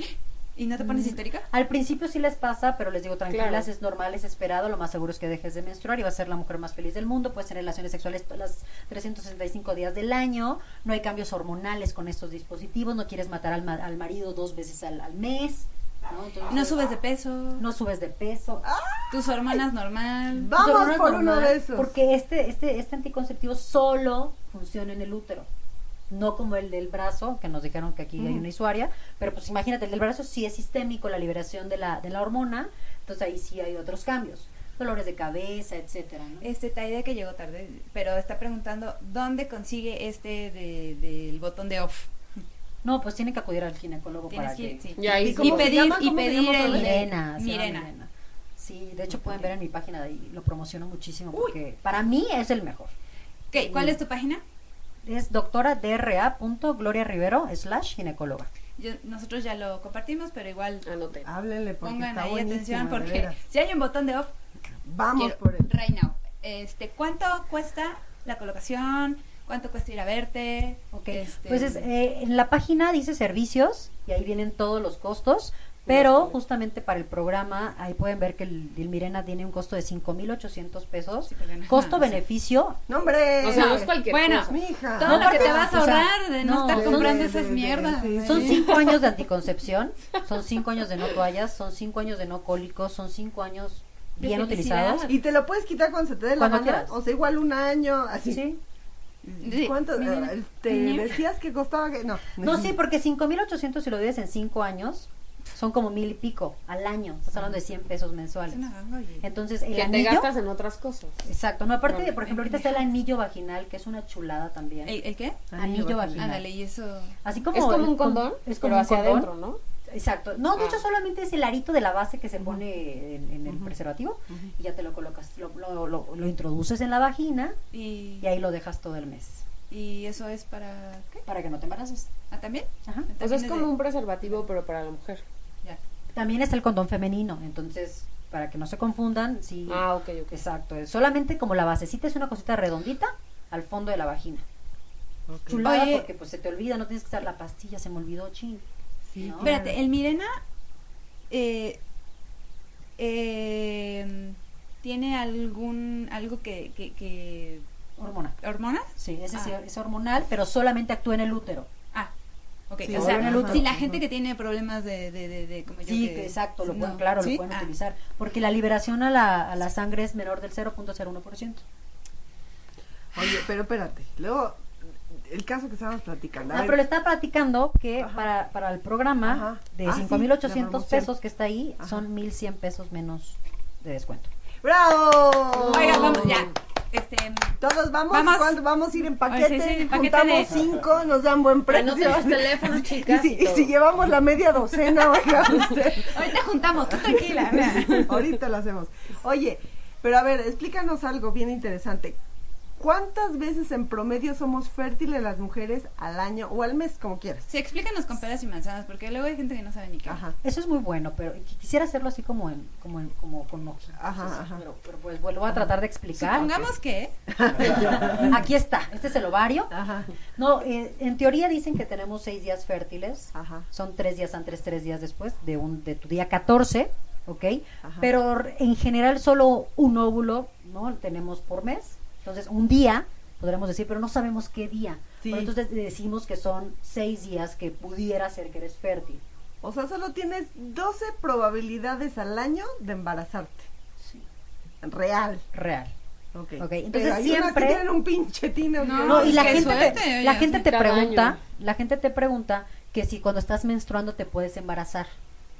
[SPEAKER 2] ¿Y no te pones
[SPEAKER 4] Mm.
[SPEAKER 2] histérica?
[SPEAKER 6] Mm. Al principio sí les pasa, pero les digo, tranquilas,
[SPEAKER 5] Claro.
[SPEAKER 6] es normal, es esperado. Lo más seguro es que dejes de menstruar y vas a ser la mujer más feliz del mundo. Puedes tener relaciones sexuales todas las 365 días del año. No hay cambios hormonales con estos dispositivos. No quieres matar al, ma- al marido dos veces al, al mes. ¿no? Entonces,
[SPEAKER 2] No subes de peso,
[SPEAKER 6] no subes de peso.
[SPEAKER 2] tus hormonas normal.
[SPEAKER 4] Vamos
[SPEAKER 6] Pero no es
[SPEAKER 4] por
[SPEAKER 6] normal,
[SPEAKER 4] uno de esos.
[SPEAKER 6] Porque este, este, este anticonceptivo solo funciona en el útero. No como el del brazo, que nos dijeron que aquí hay una usuaria, pero pues imagínate, el del brazo sí es sistémico, la liberación de la, de la hormona, entonces ahí sí hay otros cambios, dolores de cabeza, etcétera, ¿no?
[SPEAKER 4] Eh.
[SPEAKER 2] Este Taide que llegó tarde, pero está preguntando dónde consigue este de- del botón de off.
[SPEAKER 6] No, pues tienen que acudir al ginecólogo
[SPEAKER 2] Tienes
[SPEAKER 6] para
[SPEAKER 2] que ir,
[SPEAKER 6] que...
[SPEAKER 2] sí.
[SPEAKER 5] Y ahí
[SPEAKER 2] Y
[SPEAKER 5] sí.
[SPEAKER 2] pedir,
[SPEAKER 4] llama?
[SPEAKER 2] y
[SPEAKER 4] ¿Cómo se
[SPEAKER 2] pedir
[SPEAKER 4] llama
[SPEAKER 2] el
[SPEAKER 4] otra vez?
[SPEAKER 6] Mirena, se llama
[SPEAKER 2] Mirena.
[SPEAKER 6] Mirena. Sí, de hecho pueden ver en mi página de ahí, lo promociono muchísimo porque para mí es el mejor.
[SPEAKER 2] Ok, ¿cuál es tu página?
[SPEAKER 6] Es doctoradra.gloriarivero slash ginecóloga.
[SPEAKER 2] Yo- nosotros ya lo compartimos, pero igual
[SPEAKER 5] Anoté.
[SPEAKER 4] Háblenle Ah, porque
[SPEAKER 2] pongan
[SPEAKER 4] está
[SPEAKER 2] ahí
[SPEAKER 4] buenísimo,
[SPEAKER 2] atención
[SPEAKER 4] de
[SPEAKER 2] porque
[SPEAKER 4] veras.
[SPEAKER 2] si hay un botón de off,
[SPEAKER 4] Vamos
[SPEAKER 2] quiero-
[SPEAKER 4] por él.
[SPEAKER 2] right now. Este, ¿cuánto cuesta la colocación? ¿Cuánto cuesta ir a verte?
[SPEAKER 6] Ok,
[SPEAKER 2] Este,
[SPEAKER 6] pues es, eh, en la página dice servicios y ahí vienen todos los costos, pero justamente para el programa ahí pueden ver que el, el Mirena tiene un costo de 5.800 pesos,
[SPEAKER 2] Sí, porque no-
[SPEAKER 6] costo-beneficio.
[SPEAKER 4] No, hombre.
[SPEAKER 5] O sea, no es cualquier
[SPEAKER 2] Bueno.
[SPEAKER 5] cosa.
[SPEAKER 4] Mija.
[SPEAKER 2] todo lo que te vas a
[SPEAKER 6] o sea,
[SPEAKER 2] ahorrar de no,
[SPEAKER 6] no,
[SPEAKER 2] estar
[SPEAKER 6] son-
[SPEAKER 2] comprando
[SPEAKER 4] de-
[SPEAKER 2] esas
[SPEAKER 4] de-
[SPEAKER 2] mierdas.
[SPEAKER 4] sí,
[SPEAKER 2] ¿eh?
[SPEAKER 6] Son cinco años de anticoncepción, son cinco años de no toallas, son cinco años de no cólicos, son cinco años
[SPEAKER 2] De
[SPEAKER 6] bien
[SPEAKER 2] felicidad.
[SPEAKER 6] utilizados.
[SPEAKER 4] ¿Y te lo puedes quitar cuando se te dé la
[SPEAKER 6] Cuando
[SPEAKER 4] gana?
[SPEAKER 6] quieras.
[SPEAKER 4] O sea, igual un año, así.
[SPEAKER 6] Sí.
[SPEAKER 2] Sí,
[SPEAKER 4] ¿Cuánto?
[SPEAKER 2] mira,
[SPEAKER 4] eh, ¿Te
[SPEAKER 2] tenía-
[SPEAKER 4] decías que costaba? que- No.
[SPEAKER 6] No, sí, porque 5.800 si lo divides en cinco años, son como mil y pico al año, estás hablando de 100 pesos
[SPEAKER 2] Es
[SPEAKER 6] mensuales.
[SPEAKER 2] una ganga, oye.
[SPEAKER 6] Entonces, el
[SPEAKER 5] Que te
[SPEAKER 6] anillo...
[SPEAKER 5] gastas en otras cosas.
[SPEAKER 6] Exacto, no, aparte de,
[SPEAKER 2] Órale.
[SPEAKER 6] por ejemplo, ahorita está el anillo vaginal, que es una chulada también.
[SPEAKER 2] ¿El, el qué?
[SPEAKER 6] anillo,
[SPEAKER 4] Anillo
[SPEAKER 6] vaginal.
[SPEAKER 2] Ándale, y eso.
[SPEAKER 6] Así como
[SPEAKER 5] es como
[SPEAKER 6] el-
[SPEAKER 5] un condón,
[SPEAKER 6] es
[SPEAKER 5] pero
[SPEAKER 6] como un
[SPEAKER 5] hacia
[SPEAKER 6] condón.
[SPEAKER 5] adentro, ¿no?
[SPEAKER 6] Exacto. No, de
[SPEAKER 5] Ah.
[SPEAKER 6] hecho solamente es el arito de la base que se pone en, en el preservativo y ya te lo colocas, lo, lo- lo- lo introduces en la vagina
[SPEAKER 2] Y,
[SPEAKER 6] y ahí lo dejas todo el mes
[SPEAKER 2] y eso es para. ¿Qué?
[SPEAKER 6] para que no te embaraces.
[SPEAKER 2] ¿Ah, también?
[SPEAKER 6] Ajá.
[SPEAKER 5] O
[SPEAKER 2] También
[SPEAKER 5] sea, es
[SPEAKER 2] de-
[SPEAKER 5] como un preservativo, pero para la mujer.
[SPEAKER 2] ya.
[SPEAKER 6] También está el condón femenino, entonces para que no se confundan, sí.
[SPEAKER 5] Ah, ok, ok.
[SPEAKER 6] Exacto, es solamente como la basecita es una cosita redondita al fondo de la vagina. Chulada
[SPEAKER 2] Oye.
[SPEAKER 6] porque pues se te olvida, no tienes que usar la pastilla, se me olvidó, ching.
[SPEAKER 4] Sí,
[SPEAKER 6] No.
[SPEAKER 4] claro.
[SPEAKER 2] Espérate, el Mirena. Eh, eh, ¿Tiene algún. algo que. que, que-
[SPEAKER 6] Hormona.
[SPEAKER 2] ¿Hormonas?
[SPEAKER 6] Sí, ese sí
[SPEAKER 2] Ah.
[SPEAKER 6] es hormonal, pero solamente actúa en el útero.
[SPEAKER 2] Ah, ok.
[SPEAKER 4] Sí,
[SPEAKER 2] o sea,
[SPEAKER 6] hormona en el útero.
[SPEAKER 2] si la gente que tiene problemas de. de, de, de- como yo
[SPEAKER 6] Sí,
[SPEAKER 2] que-
[SPEAKER 6] Pues que exacto, lo
[SPEAKER 2] no.
[SPEAKER 6] pueden, claro,
[SPEAKER 2] ¿Sí?
[SPEAKER 6] lo pueden
[SPEAKER 2] Ah,
[SPEAKER 6] utilizar. Porque la liberación a la, a la sangre es menor del 0.01%.
[SPEAKER 4] Oye, pero espérate. Luego, el caso que estábamos platicando. a
[SPEAKER 6] Ah,
[SPEAKER 4] ver,
[SPEAKER 6] pero le estaba platicando que
[SPEAKER 4] Ajá.
[SPEAKER 6] para, para el programa
[SPEAKER 4] Ajá.
[SPEAKER 6] de
[SPEAKER 4] Ah, sí,
[SPEAKER 6] 5.800
[SPEAKER 4] la
[SPEAKER 6] pesos
[SPEAKER 4] promoción.
[SPEAKER 6] que está ahí,
[SPEAKER 4] Ajá.
[SPEAKER 6] son 1.100 pesos menos de descuento.
[SPEAKER 4] ¡Bravo!
[SPEAKER 2] Oigan, vamos, ya. Este.
[SPEAKER 4] Todos vamos,
[SPEAKER 2] Vamos.
[SPEAKER 4] ¿Cuándo vamos a ir en paquete,
[SPEAKER 2] sí, sí, en paquete
[SPEAKER 4] juntamos
[SPEAKER 2] de-
[SPEAKER 4] cinco, nos dan buen precio.
[SPEAKER 5] Anoten los teléfonos,
[SPEAKER 4] y
[SPEAKER 5] chicas,
[SPEAKER 4] si,
[SPEAKER 5] y
[SPEAKER 4] y
[SPEAKER 5] todo.
[SPEAKER 4] si llevamos la media docena, oiga usted.
[SPEAKER 2] Ahorita juntamos, tú tranquila. mira.
[SPEAKER 4] Ahorita lo hacemos. Oye, pero a ver, explícanos algo bien interesante. ¿Cuántas veces en promedio somos fértiles las mujeres al año o al mes, como quieras?
[SPEAKER 2] Sí, explícanos con peras y manzanas, porque luego hay gente que no sabe ni qué.
[SPEAKER 4] Ajá.
[SPEAKER 6] Eso es muy bueno, pero qu- quisiera hacerlo así como en, como en- como con hojitas,
[SPEAKER 4] Ajá,
[SPEAKER 6] así,
[SPEAKER 4] ajá.
[SPEAKER 6] Pero, pero pues vuelvo a tratar de explicar.
[SPEAKER 2] Supongamos que.
[SPEAKER 6] Aquí está, este es el ovario.
[SPEAKER 4] Ajá.
[SPEAKER 6] No, eh, en teoría dicen que tenemos seis días fértiles.
[SPEAKER 4] Ajá.
[SPEAKER 6] Son tres días antes, tres días después de, un, de tu día 14, ¿ok?
[SPEAKER 4] Ajá.
[SPEAKER 6] Pero r- en general solo un óvulo, ¿no? Tenemos por mes. Entonces, un día, podremos decir, pero no sabemos qué día.
[SPEAKER 4] Sí.
[SPEAKER 6] Pero entonces decimos que son seis días que pudiera ser que eres fértil.
[SPEAKER 4] O sea, solo tienes 12 probabilidades al año de embarazarte.
[SPEAKER 6] Sí.
[SPEAKER 4] Real.
[SPEAKER 6] Real.
[SPEAKER 4] Ok.
[SPEAKER 6] Ok,
[SPEAKER 4] Pero
[SPEAKER 6] entonces
[SPEAKER 4] hay unas
[SPEAKER 6] siempre-
[SPEAKER 4] que tienen un pinche tino.
[SPEAKER 2] No,
[SPEAKER 4] bien.
[SPEAKER 6] No, y la
[SPEAKER 2] qué
[SPEAKER 6] gente,
[SPEAKER 2] suerte,
[SPEAKER 6] te,
[SPEAKER 2] oye,
[SPEAKER 6] la gente te
[SPEAKER 5] cada
[SPEAKER 6] pregunta,
[SPEAKER 5] año.
[SPEAKER 6] la gente te pregunta que si cuando estás menstruando te puedes embarazar,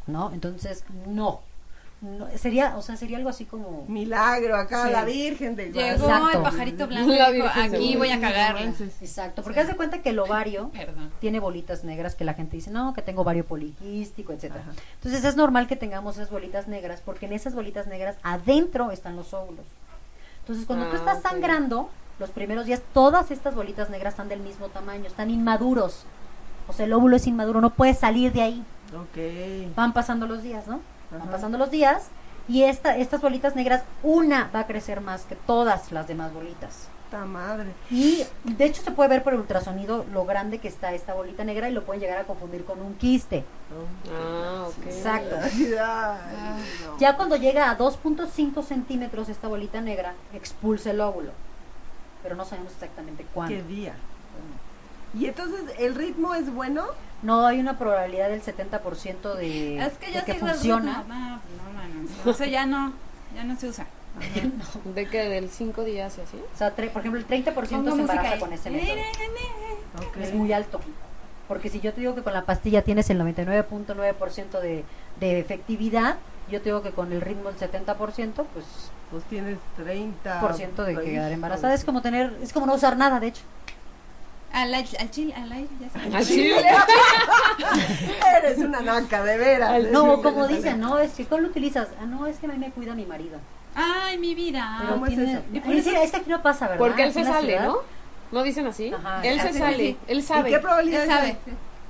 [SPEAKER 6] ¿no? Entonces, no. No, sería, o sea, sería algo así
[SPEAKER 4] Mm,
[SPEAKER 6] como
[SPEAKER 4] Milagro, acá
[SPEAKER 6] Sí.
[SPEAKER 4] la Virgen de
[SPEAKER 2] Llegó
[SPEAKER 6] Exacto.
[SPEAKER 2] el pajarito blanco y
[SPEAKER 5] La
[SPEAKER 2] dijo,
[SPEAKER 5] Virgen
[SPEAKER 2] aquí
[SPEAKER 5] seguro.
[SPEAKER 2] voy a cagarla.
[SPEAKER 4] Entonces,
[SPEAKER 6] Exacto, porque haz de cuenta que el ovario
[SPEAKER 2] Perdón.
[SPEAKER 6] tiene bolitas negras que la gente dice, no, que tengo ovario poliquístico, etcétera.
[SPEAKER 4] Ajá.
[SPEAKER 6] Entonces es normal que tengamos esas bolitas negras, porque en esas bolitas negras adentro están los óvulos. Entonces cuando tú
[SPEAKER 5] Ah,
[SPEAKER 6] estás
[SPEAKER 5] ok.
[SPEAKER 6] sangrando, los primeros días, todas estas bolitas negras están del mismo tamaño, están inmaduros. O sea, el óvulo es inmaduro, no puede salir de ahí.
[SPEAKER 4] Ok.
[SPEAKER 6] Van pasando los días, ¿no? Van
[SPEAKER 4] Ajá.
[SPEAKER 6] pasando los días y esta, estas bolitas negras, una va a crecer más que todas las demás bolitas.
[SPEAKER 4] Puta madre.
[SPEAKER 6] Y de hecho se puede ver por el ultrasonido lo grande que está esta bolita negra y lo pueden llegar a confundir con un quiste.
[SPEAKER 5] Ah, ok.
[SPEAKER 6] Exacto.
[SPEAKER 4] Ay,
[SPEAKER 6] Ah.
[SPEAKER 4] ay, no.
[SPEAKER 6] Ya cuando llega a 2.5 centímetros esta bolita negra, expulsa el óvulo. Pero no sabemos exactamente
[SPEAKER 4] Qué
[SPEAKER 6] cuándo.
[SPEAKER 4] día. Y entonces, ¿el ritmo es bueno?
[SPEAKER 6] No hay una probabilidad del 70% de,
[SPEAKER 2] Es que
[SPEAKER 6] de
[SPEAKER 2] ya
[SPEAKER 6] que
[SPEAKER 2] sí
[SPEAKER 6] funciona.
[SPEAKER 2] No, pues no, no, no, no. Eso ya no, ya no se usa.
[SPEAKER 5] De que del cinco días y así.
[SPEAKER 6] O sea, tre- por ejemplo, el 30%
[SPEAKER 2] Pongo
[SPEAKER 6] se
[SPEAKER 2] música
[SPEAKER 6] embaraza
[SPEAKER 2] ahí.
[SPEAKER 6] con ese
[SPEAKER 2] Mire,
[SPEAKER 6] método.
[SPEAKER 2] nene.
[SPEAKER 4] Ok.
[SPEAKER 6] Es muy alto. Porque si yo te digo que con la pastilla tienes el 99.9% de, de efectividad, yo te digo que con el ritmo del 70%, pues
[SPEAKER 4] Pues tienes 30
[SPEAKER 6] por ciento de
[SPEAKER 4] Ay,
[SPEAKER 6] quedar embarazada.
[SPEAKER 4] híjole.
[SPEAKER 6] Es como tener, es como no usar nada, de hecho.
[SPEAKER 2] Al, al, al chile, al aire, ya se
[SPEAKER 5] Al chile.
[SPEAKER 4] Eres una naca, de veras.
[SPEAKER 6] No, como dicen, no, es que ¿cómo lo utilizas? Ah, no, es que a mí me cuida mi marido.
[SPEAKER 2] Ay, mi vida.
[SPEAKER 6] Pero
[SPEAKER 4] ¿Cómo es
[SPEAKER 6] tiene-
[SPEAKER 4] eso?
[SPEAKER 6] Y por eso- es que aquí no pasa, ¿verdad?
[SPEAKER 5] Porque él
[SPEAKER 6] Es
[SPEAKER 5] se
[SPEAKER 6] una
[SPEAKER 5] sale,
[SPEAKER 6] Ah, ciudad-
[SPEAKER 5] ¿no? No dicen así.
[SPEAKER 6] Ajá,
[SPEAKER 5] él se
[SPEAKER 2] así,
[SPEAKER 5] sale,
[SPEAKER 2] así.
[SPEAKER 5] él
[SPEAKER 4] ¿Y
[SPEAKER 5] sabe.
[SPEAKER 4] qué
[SPEAKER 2] Él
[SPEAKER 4] probabilidades
[SPEAKER 2] sabe.
[SPEAKER 4] hay?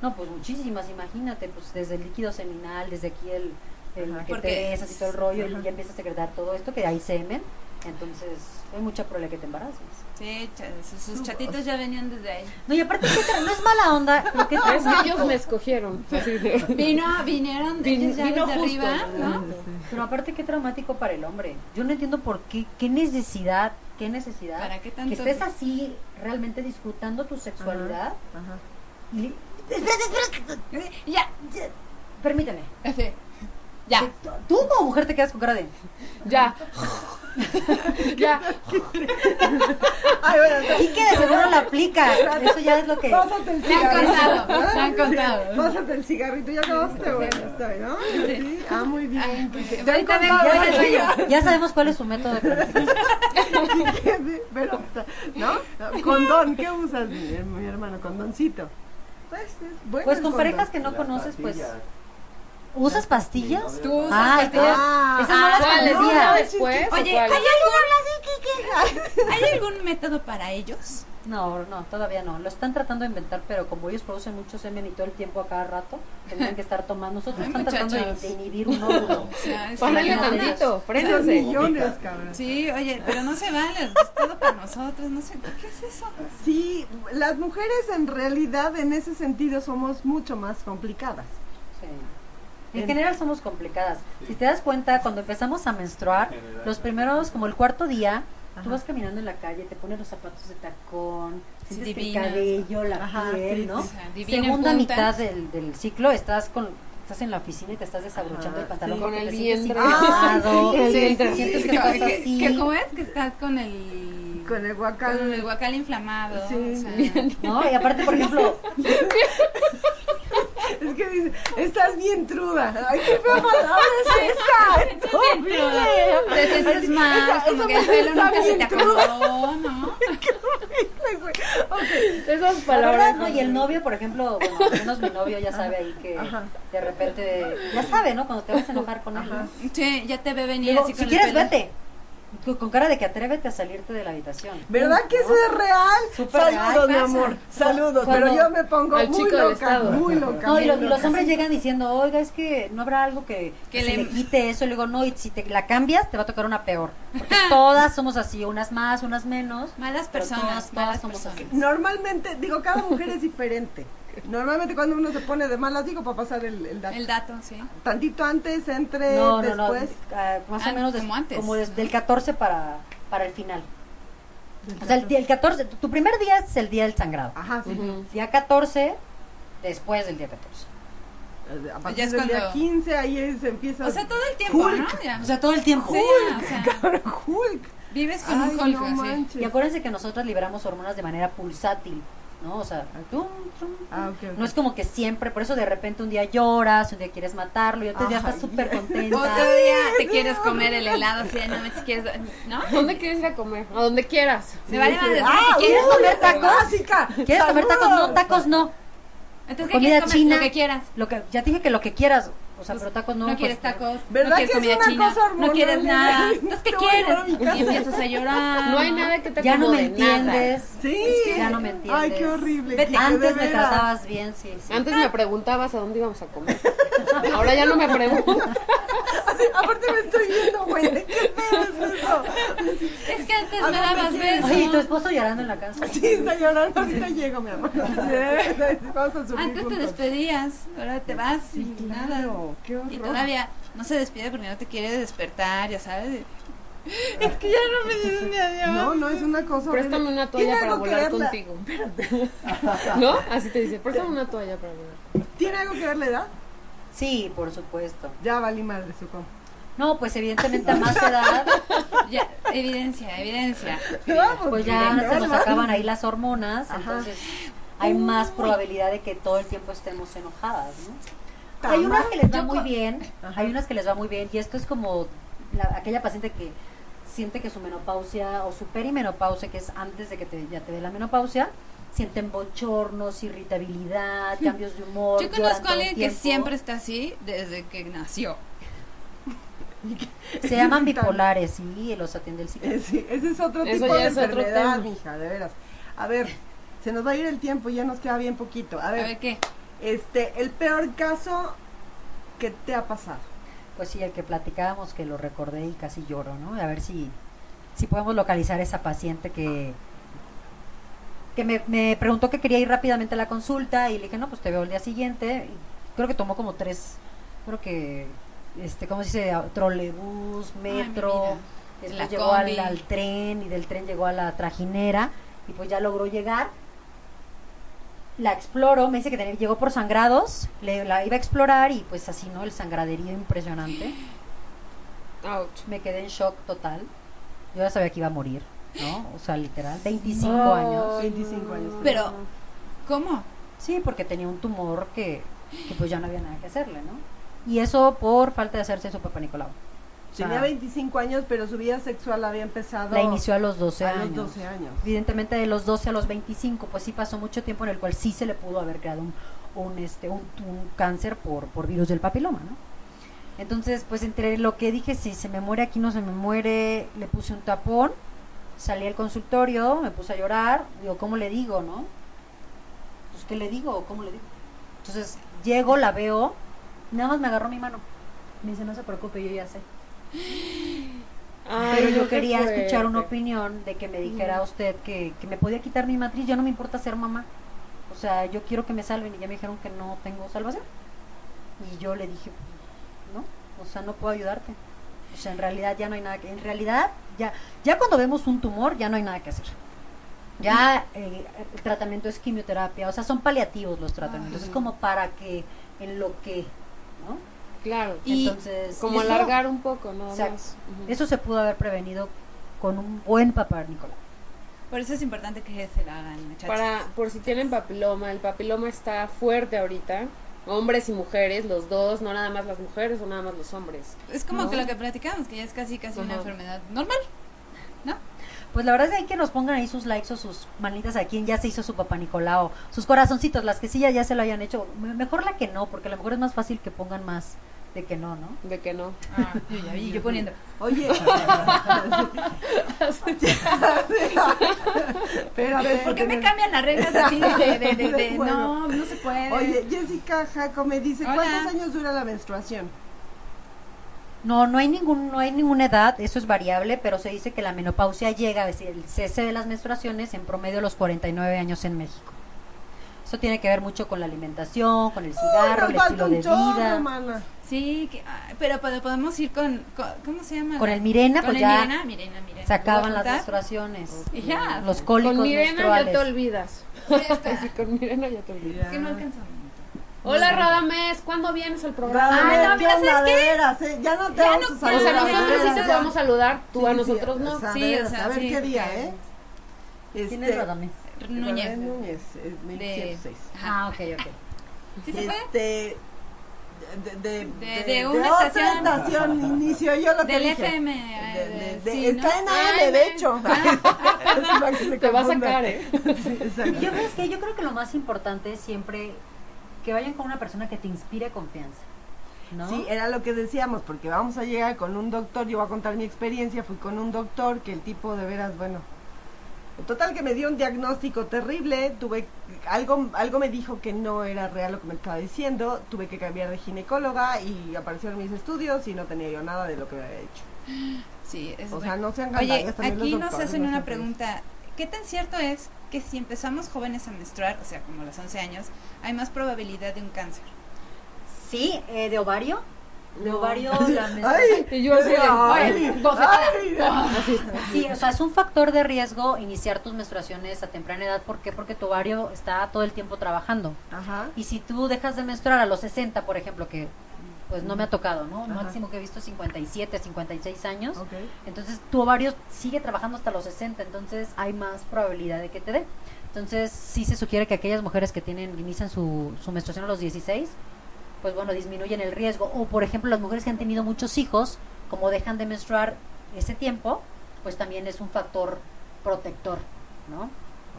[SPEAKER 6] No, pues muchísimas, imagínate, pues desde el líquido seminal, desde aquí el, el
[SPEAKER 4] Ajá.
[SPEAKER 6] que
[SPEAKER 2] Porque-
[SPEAKER 6] te besas y todo el rollo,
[SPEAKER 4] Ajá.
[SPEAKER 6] y ya empieza a secretar todo esto, que hay semen, entonces hay mucha probabilidad que te embaraces.
[SPEAKER 2] Sí, cha- sus, sus chatitos ya venían desde ahí.
[SPEAKER 6] No, y aparte, ¿qué tra- no es mala onda, pero que
[SPEAKER 5] Es que ellos me escogieron. Así de-
[SPEAKER 2] Vino, vinieron de,
[SPEAKER 5] Vin-
[SPEAKER 2] ellos ya
[SPEAKER 5] vino
[SPEAKER 2] desde
[SPEAKER 5] justo,
[SPEAKER 2] arriba, ¿no?
[SPEAKER 6] Pero aparte qué traumático para el hombre. Yo no entiendo por qué, qué necesidad, qué necesidad
[SPEAKER 2] ¿Para qué tanto?
[SPEAKER 6] que estés así realmente disfrutando tu sexualidad.
[SPEAKER 4] Ajá.
[SPEAKER 6] y- Espérate, espérate,
[SPEAKER 2] Ya,
[SPEAKER 6] eh, ya, permíteme.
[SPEAKER 2] así. ya.
[SPEAKER 6] Tú- Tú como mujer te quedas con cara de
[SPEAKER 5] ya. ya.
[SPEAKER 4] Ay, bueno,
[SPEAKER 6] y que de seguro la aplica. Eso ya es lo que
[SPEAKER 4] pásate el
[SPEAKER 2] Me han
[SPEAKER 4] cigarrito.
[SPEAKER 2] contado,
[SPEAKER 4] ¿Ah?
[SPEAKER 2] me han contado.
[SPEAKER 4] Pásate el cigarrito, ya acabaste, bueno, está bien, ¿no? Sí. Ah, muy bien.
[SPEAKER 2] Ay,
[SPEAKER 4] Te han
[SPEAKER 2] ahorita ven,
[SPEAKER 4] contado,
[SPEAKER 2] ya se
[SPEAKER 4] ¿eh?
[SPEAKER 2] vaya.
[SPEAKER 6] ya sabemos cuál es su método de planificación.
[SPEAKER 4] Pero, ¿no? Condón, ¿qué usas, mi, mi hermano? Condoncito. Pues, es bueno el
[SPEAKER 6] Pues con
[SPEAKER 4] condón.
[SPEAKER 6] parejas que no conoces, pues ¿usas pastillas?
[SPEAKER 2] Tú usas
[SPEAKER 6] Ah,
[SPEAKER 2] pastillas.
[SPEAKER 4] Ah,
[SPEAKER 6] Esas no las
[SPEAKER 5] ¿Cuál es una
[SPEAKER 6] conocía.
[SPEAKER 5] después? o
[SPEAKER 2] Oye, ¿hay
[SPEAKER 5] cuál?
[SPEAKER 2] algún, ¿hay algún método para ellos?
[SPEAKER 6] No, no, todavía no. Lo están tratando de inventar, pero como ellos producen mucho semen y todo el tiempo a cada rato, tendrían que estar tomando. Nosotros
[SPEAKER 2] Ay,
[SPEAKER 6] están tratando de,
[SPEAKER 2] muchachos.
[SPEAKER 6] de inhibir un óvulo.
[SPEAKER 2] O sea, es que
[SPEAKER 5] Párale
[SPEAKER 2] imagínate.
[SPEAKER 5] tantito,
[SPEAKER 4] Esos
[SPEAKER 5] préndanse.
[SPEAKER 4] millones, cabrón.
[SPEAKER 2] Sí, oye, pero no se vale, es todo para nosotros, no sé, ¿qué es eso?
[SPEAKER 4] Sí, las mujeres en realidad en ese sentido somos mucho más complicadas.
[SPEAKER 6] Sí. En general somos complicadas. Si te das cuenta, cuando empezamos a menstruar, los primeros, como el cuarto día,
[SPEAKER 4] Ajá.
[SPEAKER 6] tú vas caminando en la calle, te pones los zapatos de tacón,
[SPEAKER 2] Sí,
[SPEAKER 6] sientes el
[SPEAKER 2] divinas.
[SPEAKER 6] cabello, la
[SPEAKER 4] Ajá,
[SPEAKER 6] piel,
[SPEAKER 4] sí,
[SPEAKER 6] ¿no?
[SPEAKER 2] sí, sí. Divina
[SPEAKER 6] Segunda
[SPEAKER 2] punta.
[SPEAKER 6] mitad del, del ciclo, estás con estás en la oficina y te estás desabrochando
[SPEAKER 4] Ajá,
[SPEAKER 6] el pantalón
[SPEAKER 4] sí.
[SPEAKER 6] porque
[SPEAKER 5] Con el
[SPEAKER 6] te sientes
[SPEAKER 5] vientre.
[SPEAKER 6] hinchado,
[SPEAKER 5] Ay, sí,
[SPEAKER 6] sientes
[SPEAKER 5] sí,
[SPEAKER 6] que
[SPEAKER 5] sí,
[SPEAKER 6] estás
[SPEAKER 2] que- que-
[SPEAKER 6] así.
[SPEAKER 2] que ¿Cómo es? Que estás con el...
[SPEAKER 4] Con el guacal.
[SPEAKER 2] Con el guacal inflamado.
[SPEAKER 4] Sí.
[SPEAKER 2] o sea,
[SPEAKER 6] ¿no? Y aparte, por ejemplo,
[SPEAKER 4] Es que dice, estás bien truda. Ay, qué fea palabra es esa. Es horrible.
[SPEAKER 2] te sientes mal, como que el pelo
[SPEAKER 4] está
[SPEAKER 2] nunca se
[SPEAKER 4] bien
[SPEAKER 2] te acomodó, ¿no?
[SPEAKER 4] Ay, güey.
[SPEAKER 5] Esas
[SPEAKER 6] la verdad, ¿no?
[SPEAKER 5] palabras.
[SPEAKER 6] Y el novio, por ejemplo, bueno, al menos mi novio ya sabe ahí que
[SPEAKER 4] Ajá.
[SPEAKER 6] de repente, ya sabe, ¿no? Cuando te vas a enojar con él. ¿no?
[SPEAKER 2] Sí, ya te ve venir
[SPEAKER 6] Digo,
[SPEAKER 2] así con
[SPEAKER 6] si
[SPEAKER 2] el
[SPEAKER 6] quieres,
[SPEAKER 2] pelo.
[SPEAKER 6] vete. Con- Con cara de que atrévete a salirte de la habitación.
[SPEAKER 4] ¿Verdad que eso es real?
[SPEAKER 6] Súper
[SPEAKER 4] Saludos,
[SPEAKER 6] real,
[SPEAKER 4] mi
[SPEAKER 6] pasa.
[SPEAKER 4] amor. Saludos.
[SPEAKER 6] Cuando-
[SPEAKER 4] Pero yo me pongo
[SPEAKER 5] Al
[SPEAKER 4] muy
[SPEAKER 5] chico del
[SPEAKER 4] loca,
[SPEAKER 5] estado.
[SPEAKER 4] muy loca.
[SPEAKER 6] No,
[SPEAKER 4] muy
[SPEAKER 6] y, lo- y los
[SPEAKER 4] loca.
[SPEAKER 6] hombres llegan diciendo, oiga, es que no habrá algo que,
[SPEAKER 2] Que
[SPEAKER 6] que se
[SPEAKER 2] le-
[SPEAKER 6] le... quite eso. Y le digo, no, y si te la cambias, te va a tocar una peor. Porque todas somos así, unas más, unas menos.
[SPEAKER 2] Malas
[SPEAKER 6] pero
[SPEAKER 2] personas,
[SPEAKER 6] todas, todas
[SPEAKER 2] malas
[SPEAKER 6] somos así.
[SPEAKER 2] personas.
[SPEAKER 4] Normalmente, digo, cada mujer es diferente. Normalmente cuando uno se pone de malas, digo, para pasar el, el dato.
[SPEAKER 2] El dato, sí.
[SPEAKER 4] Tantito antes, entre,
[SPEAKER 6] No, no, no,
[SPEAKER 4] después.
[SPEAKER 6] ah, más
[SPEAKER 2] Ah,
[SPEAKER 6] o menos des-
[SPEAKER 2] como antes,
[SPEAKER 6] como des-
[SPEAKER 2] ¿no?
[SPEAKER 6] del 14 para, para el final. O sea, el, día- el 14, tu- tu primer día es el día del sangrado.
[SPEAKER 4] Ajá, sí.
[SPEAKER 5] Ujú.
[SPEAKER 6] Día 14, después del día 14.
[SPEAKER 4] Eh, A
[SPEAKER 2] ya
[SPEAKER 4] partir
[SPEAKER 2] es
[SPEAKER 4] del día
[SPEAKER 2] cuando-
[SPEAKER 4] 15, ahí es- empieza.
[SPEAKER 2] O sea, todo el tiempo, ¿no?
[SPEAKER 4] Hulk.
[SPEAKER 2] Ya.
[SPEAKER 6] O sea, todo el tiempo.
[SPEAKER 2] Sí, ya, o sea,
[SPEAKER 4] Cabrón, Hulk.
[SPEAKER 2] vives con
[SPEAKER 4] Ay,
[SPEAKER 2] un Hulk,
[SPEAKER 4] no
[SPEAKER 2] así.
[SPEAKER 4] manches.
[SPEAKER 6] Y acuérdense que nosotros liberamos hormonas de manera pulsátil, ¿no? O sea, tum, tum, tum.
[SPEAKER 4] Ah, ok, ok.
[SPEAKER 6] no es como que siempre, por eso de repente un día lloras, un día quieres matarlo y otro día
[SPEAKER 4] Ay.
[SPEAKER 6] estás súper
[SPEAKER 2] Otro
[SPEAKER 6] contenta.
[SPEAKER 2] día te quieres comer el helado, así de no me quieres, ¿no?
[SPEAKER 5] ¿Dónde quieres ir a comer? A donde quieras.
[SPEAKER 2] Me vale madre,
[SPEAKER 6] Ah,
[SPEAKER 2] ¿qué
[SPEAKER 6] ¿quieres
[SPEAKER 2] quieres?
[SPEAKER 6] comer tacos?
[SPEAKER 4] Básica.
[SPEAKER 6] ¿Quieres comer tacos? No, tacos no.
[SPEAKER 2] Entonces, ¿qué
[SPEAKER 6] Comida
[SPEAKER 2] quieres comer?
[SPEAKER 6] china.
[SPEAKER 2] Lo que quieras.
[SPEAKER 6] Lo que, ya te dije que lo que quieras. O sea, pero tacos no.
[SPEAKER 2] No, quieres
[SPEAKER 6] pues,
[SPEAKER 2] tacos,
[SPEAKER 4] ¿Verdad
[SPEAKER 2] no quieres
[SPEAKER 4] que es
[SPEAKER 2] comida
[SPEAKER 4] una
[SPEAKER 2] china,
[SPEAKER 4] cosa
[SPEAKER 2] no quieres
[SPEAKER 4] hormonal?
[SPEAKER 2] nada. Entonces, ¿qué
[SPEAKER 4] Te voy a llevar a mi
[SPEAKER 2] quieres?
[SPEAKER 4] casa.
[SPEAKER 2] Y empiezas a llorar.
[SPEAKER 5] No hay nada que te
[SPEAKER 6] Ya no me
[SPEAKER 5] acomode, nada.
[SPEAKER 6] entiendes.
[SPEAKER 4] Sí.
[SPEAKER 6] Es que ya no me entiendes.
[SPEAKER 4] Ay, qué horrible.
[SPEAKER 2] Vete.
[SPEAKER 4] Kike, de
[SPEAKER 6] Antes me
[SPEAKER 4] veras.
[SPEAKER 6] tratabas bien, sí. sí.
[SPEAKER 5] Antes me preguntabas a dónde íbamos a comer. Ahora ya no me preguntas.
[SPEAKER 4] Así, aparte me estoy viendo, güey. ¿de ¿Qué pedo es eso?
[SPEAKER 2] Es que antes
[SPEAKER 4] ¿A
[SPEAKER 2] me dabas
[SPEAKER 4] dónde quieres?
[SPEAKER 2] besos.
[SPEAKER 6] Oye, ¿y tu esposo llorando en la casa.
[SPEAKER 4] Sí, está llorando. Ahorita llego, mi amor. Vamos a subir
[SPEAKER 2] Antes te
[SPEAKER 4] juntos.
[SPEAKER 2] despedías, ahora te vas
[SPEAKER 4] Sí,
[SPEAKER 2] y nada.
[SPEAKER 4] claro. Qué horror.
[SPEAKER 2] Y todavía no se despide porque no te quiere despertar, ya sabes. Es que ya no me dices ni adiós.
[SPEAKER 4] No, no, es una cosa horrible.
[SPEAKER 5] Préstame una toalla
[SPEAKER 4] Tiene
[SPEAKER 5] para
[SPEAKER 4] algo que
[SPEAKER 5] volar
[SPEAKER 4] ver la-
[SPEAKER 5] contigo. ¿No? Así te dice, préstame una toalla para volar.
[SPEAKER 4] ¿Tiene algo que ver la edad?
[SPEAKER 6] Sí, por supuesto.
[SPEAKER 4] Ya valí madre su compa.
[SPEAKER 6] No, pues evidentemente a más edad,
[SPEAKER 2] Ya, evidencia, evidencia.
[SPEAKER 6] pues ya se nos acaban ahí las hormonas, entonces hay más probabilidad de que todo el tiempo estemos enojadas, ¿no? Hay unas que les va muy bien, hay unas que les va muy bien, y esto es como la- aquella paciente que siente que su menopausia o su perimenopausia, que es antes de que te- ya te dé la menopausia, sienten bochornos, irritabilidad, cambios de humor.
[SPEAKER 2] Yo
[SPEAKER 6] lloran
[SPEAKER 2] conozco a
[SPEAKER 6] todo el
[SPEAKER 2] alguien que
[SPEAKER 6] tiempo.
[SPEAKER 2] siempre está así desde que nació.
[SPEAKER 6] Se llaman bipolares, sí, los atiende el psiquiatra.
[SPEAKER 4] Ese, ese es otro
[SPEAKER 5] Eso
[SPEAKER 4] tipo
[SPEAKER 5] ya
[SPEAKER 4] de
[SPEAKER 5] es otro
[SPEAKER 4] enfermedad,
[SPEAKER 5] tema.
[SPEAKER 4] mija, de veras. A ver, se nos va a ir el tiempo, ya nos queda bien poquito. A
[SPEAKER 2] A
[SPEAKER 4] ver,
[SPEAKER 2] ver qué.
[SPEAKER 4] este, el peor caso que te ha pasado.
[SPEAKER 6] Pues sí, el que platicábamos que lo recordé y casi lloro, ¿no? A ver si, si podemos localizar esa paciente que, que me, me preguntó que quería ir rápidamente a la consulta y le dije, no, pues te veo el día siguiente. Y creo que tomó como tres, creo que, este, ¿cómo se dice? A- Trolebús,
[SPEAKER 2] mi
[SPEAKER 6] metro,
[SPEAKER 2] vida.
[SPEAKER 6] después
[SPEAKER 2] La
[SPEAKER 6] llegó al-
[SPEAKER 2] combi.
[SPEAKER 6] al tren y del tren llegó a la trajinera y pues ya logró llegar la exploro, me dice que tenía- llegó por sangrados, le, la iba a explorar y pues así, ¿no? El sangraderío impresionante.
[SPEAKER 5] Ouch.
[SPEAKER 6] Me quedé en shock total. Yo ya sabía que iba a morir, ¿no? O sea, literal, 25 años.
[SPEAKER 4] 25 años.
[SPEAKER 2] Pero, ¿cómo?
[SPEAKER 6] Sí, porque tenía un tumor que, que, pues ya no había nada que hacerle, ¿no? Y eso por falta de hacerse su papá Nicolau. O sea,
[SPEAKER 4] Tenía 25 años, pero su vida sexual había empezado
[SPEAKER 6] la inició a los 12
[SPEAKER 4] a
[SPEAKER 6] años.
[SPEAKER 4] los 12 años.
[SPEAKER 6] evidentemente de los 12 a los 25, pues sí pasó mucho tiempo en el cual sí se le pudo haber creado un, un, este, un, un cáncer por, por virus del papiloma, ¿no? Entonces, pues entre lo que dije, si se me muere aquí, no se me muere, le puse un tapón, salí al consultorio, me puse a llorar, digo, ¿cómo le digo, no? Pues, ¿qué le digo? ¿Cómo le digo? Entonces, llego, la veo, nada más me agarró mi mano. Me dice, no se preocupe, yo ya sé.
[SPEAKER 5] Ay,
[SPEAKER 6] Pero
[SPEAKER 5] no,
[SPEAKER 6] yo
[SPEAKER 5] qué
[SPEAKER 6] quería escuchar una
[SPEAKER 5] fuerte.
[SPEAKER 6] opinión de que me dijera usted que, que me podía quitar mi matriz, ya no me importa ser mamá. O sea, yo quiero que me salven y ya me dijeron que no tengo salvación. Y yo le dije, no, o sea, no puedo ayudarte. O sea, en realidad ya no hay nada que... En realidad, ya, ya cuando vemos un tumor, ya no hay nada que hacer. Ya eh, el tratamiento es quimioterapia, o sea, son paliativos los tratamientos. Es como para que en lo que, ¿no?
[SPEAKER 5] Claro.
[SPEAKER 2] Y
[SPEAKER 6] Entonces...
[SPEAKER 5] como
[SPEAKER 6] y eso-
[SPEAKER 5] alargar un poco, ¿no?
[SPEAKER 6] Exacto. eso se pudo haber prevenido con un buen papá Nicolás.
[SPEAKER 2] Por eso es importante que se la hagan, muchachos.
[SPEAKER 5] Para, por si tienen papiloma, el papiloma está fuerte ahorita. Hombres y mujeres, los dos, no nada más las mujeres o nada más los hombres.
[SPEAKER 2] Es como
[SPEAKER 5] ¿No?
[SPEAKER 2] que lo que platicamos, que ya es casi casi una
[SPEAKER 5] Ajá.
[SPEAKER 2] enfermedad normal.
[SPEAKER 6] Pues la verdad es que hay que nos pongan ahí sus likes o sus manitas a quien ya se hizo su papá Nicolau, sus corazoncitos, las que sí ya, ya se lo hayan hecho. Me- Mejor la que no, porque a lo mejor es más fácil que pongan más de que no, ¿no?
[SPEAKER 5] De que no.
[SPEAKER 4] Ah,
[SPEAKER 2] yo ya vi, yo poniendo.
[SPEAKER 4] Oye. Pero a ver,
[SPEAKER 2] ¿Por qué me
[SPEAKER 4] tener-
[SPEAKER 2] cambian las reglas así de, de, de, de- de-
[SPEAKER 4] Bueno.
[SPEAKER 2] no, no se puede?
[SPEAKER 4] Oye, Jessica Jacome dice,
[SPEAKER 2] Hola.
[SPEAKER 4] ¿cuántos años dura la menstruación?
[SPEAKER 6] No, no hay ningún, no hay ninguna edad, eso es variable, pero se dice que la menopausia llega, es decir, el cese de las menstruaciones en promedio a los 49 años en México. Eso tiene que ver mucho con la alimentación, con el cigarro, el
[SPEAKER 4] falta
[SPEAKER 6] estilo
[SPEAKER 4] un
[SPEAKER 6] de
[SPEAKER 4] chorro,
[SPEAKER 6] vida.
[SPEAKER 4] mana.
[SPEAKER 2] Sí, que- ah, pero pod- podemos ir con, con- ¿cómo se llama?
[SPEAKER 6] Con el Mirena,
[SPEAKER 2] Con
[SPEAKER 6] pues
[SPEAKER 2] el
[SPEAKER 6] ya
[SPEAKER 2] Mirena, Mirena, Mirena.
[SPEAKER 6] se acaban
[SPEAKER 2] Voy a
[SPEAKER 6] las
[SPEAKER 2] contar.
[SPEAKER 6] menstruaciones.
[SPEAKER 2] Ya. pues,
[SPEAKER 6] Los cólicos
[SPEAKER 5] Con Mirena ya
[SPEAKER 6] menstruales.
[SPEAKER 5] te olvidas. Sí, con Mirena ya te olvidas.
[SPEAKER 2] Es que no alcanzamos.
[SPEAKER 5] Hola Radamés, ¿cuándo vienes al programa?
[SPEAKER 4] Radamés,
[SPEAKER 2] Ay, no,
[SPEAKER 4] ¿qué
[SPEAKER 2] mira,
[SPEAKER 4] onda?
[SPEAKER 2] ¿sabes
[SPEAKER 4] De veras, ¿eh? Ya no te
[SPEAKER 2] Ya
[SPEAKER 4] vamos
[SPEAKER 2] no
[SPEAKER 4] a
[SPEAKER 5] O
[SPEAKER 4] saludar.
[SPEAKER 5] sea,
[SPEAKER 4] de
[SPEAKER 5] nosotros sí
[SPEAKER 4] veras,
[SPEAKER 5] te
[SPEAKER 4] ya.
[SPEAKER 5] podemos saludar, tú a
[SPEAKER 4] Sí, sí,
[SPEAKER 5] nosotros no.
[SPEAKER 4] a
[SPEAKER 2] Sí,
[SPEAKER 4] ver,
[SPEAKER 2] o sea,
[SPEAKER 4] a ver
[SPEAKER 2] sí,
[SPEAKER 4] qué día,
[SPEAKER 2] que-
[SPEAKER 4] ¿eh?
[SPEAKER 6] ¿Quién
[SPEAKER 4] Este,
[SPEAKER 6] es Radamés?
[SPEAKER 2] Núñez.
[SPEAKER 4] Radamés Núñez, eh,
[SPEAKER 2] De...
[SPEAKER 4] 1106.
[SPEAKER 2] Ajá.
[SPEAKER 6] Ah, ok, ok.
[SPEAKER 2] ¿Sí se puede?
[SPEAKER 4] Este. De, de,
[SPEAKER 2] De- de una
[SPEAKER 4] otra
[SPEAKER 2] estación.
[SPEAKER 4] estación inició, yo lo
[SPEAKER 2] Del
[SPEAKER 4] tenía.
[SPEAKER 2] FM.
[SPEAKER 4] De-
[SPEAKER 2] eh,
[SPEAKER 4] de-
[SPEAKER 2] de-
[SPEAKER 4] de-
[SPEAKER 2] sí,
[SPEAKER 4] está
[SPEAKER 2] ¿no?
[SPEAKER 4] en
[SPEAKER 5] Ah,
[SPEAKER 4] AM,
[SPEAKER 5] no.
[SPEAKER 4] de hecho. Es para que se
[SPEAKER 5] Te va a
[SPEAKER 4] confunda.
[SPEAKER 5] sacar, ¿eh?
[SPEAKER 4] Sí, exacto.
[SPEAKER 6] Yo, ¿sabes qué? yo creo que lo más importante es siempre que vayan con una persona que te inspire confianza. ¿no?
[SPEAKER 4] Sí, era lo que decíamos, porque vamos a llegar con un doctor, yo voy a contar mi experiencia, fui con un doctor que el tipo de veras, bueno, total que me dio un diagnóstico terrible, tuve algo algo me dijo que no era real lo que me estaba diciendo, tuve que cambiar de ginecóloga y aparecieron mis estudios y no tenía yo nada de lo que me había hecho.
[SPEAKER 2] Sí, es
[SPEAKER 4] O
[SPEAKER 2] bueno.
[SPEAKER 4] sea, no sean
[SPEAKER 2] Oye,
[SPEAKER 4] gandallas también
[SPEAKER 2] aquí
[SPEAKER 4] los
[SPEAKER 2] nos
[SPEAKER 4] doctores,
[SPEAKER 2] hacen
[SPEAKER 4] no
[SPEAKER 2] una
[SPEAKER 4] sean fríos.
[SPEAKER 2] pregunta. ¿Qué tan cierto es que si empezamos jóvenes a menstruar, o sea, como a los 11 años, hay más probabilidad de un cáncer?
[SPEAKER 6] Sí, eh, de ovario. De ovario, la menstruación.
[SPEAKER 4] Ay,
[SPEAKER 5] Y yo así de,
[SPEAKER 4] ay,
[SPEAKER 5] "Oye, bofetada".
[SPEAKER 4] ay,
[SPEAKER 5] Así.
[SPEAKER 6] Sí, o sea, es un factor de riesgo iniciar tus menstruaciones a temprana edad. ¿Por qué? Porque tu ovario está todo el tiempo trabajando.
[SPEAKER 4] Ajá.
[SPEAKER 6] Y si tú dejas de menstruar a los 60, por ejemplo, que pues no me ha tocado, ¿no?
[SPEAKER 4] Ajá.
[SPEAKER 6] Máximo que he visto 57, 56 años.
[SPEAKER 4] Ok.
[SPEAKER 6] Entonces tu ovario sigue trabajando hasta los 60, entonces hay más probabilidad de que te dé. Entonces sí se sugiere que aquellas mujeres que tienen inician su, su menstruación a los 16, pues bueno, disminuyen el riesgo. O por ejemplo, las mujeres que han tenido muchos hijos, como dejan de menstruar ese tiempo, pues también es un factor protector, ¿no?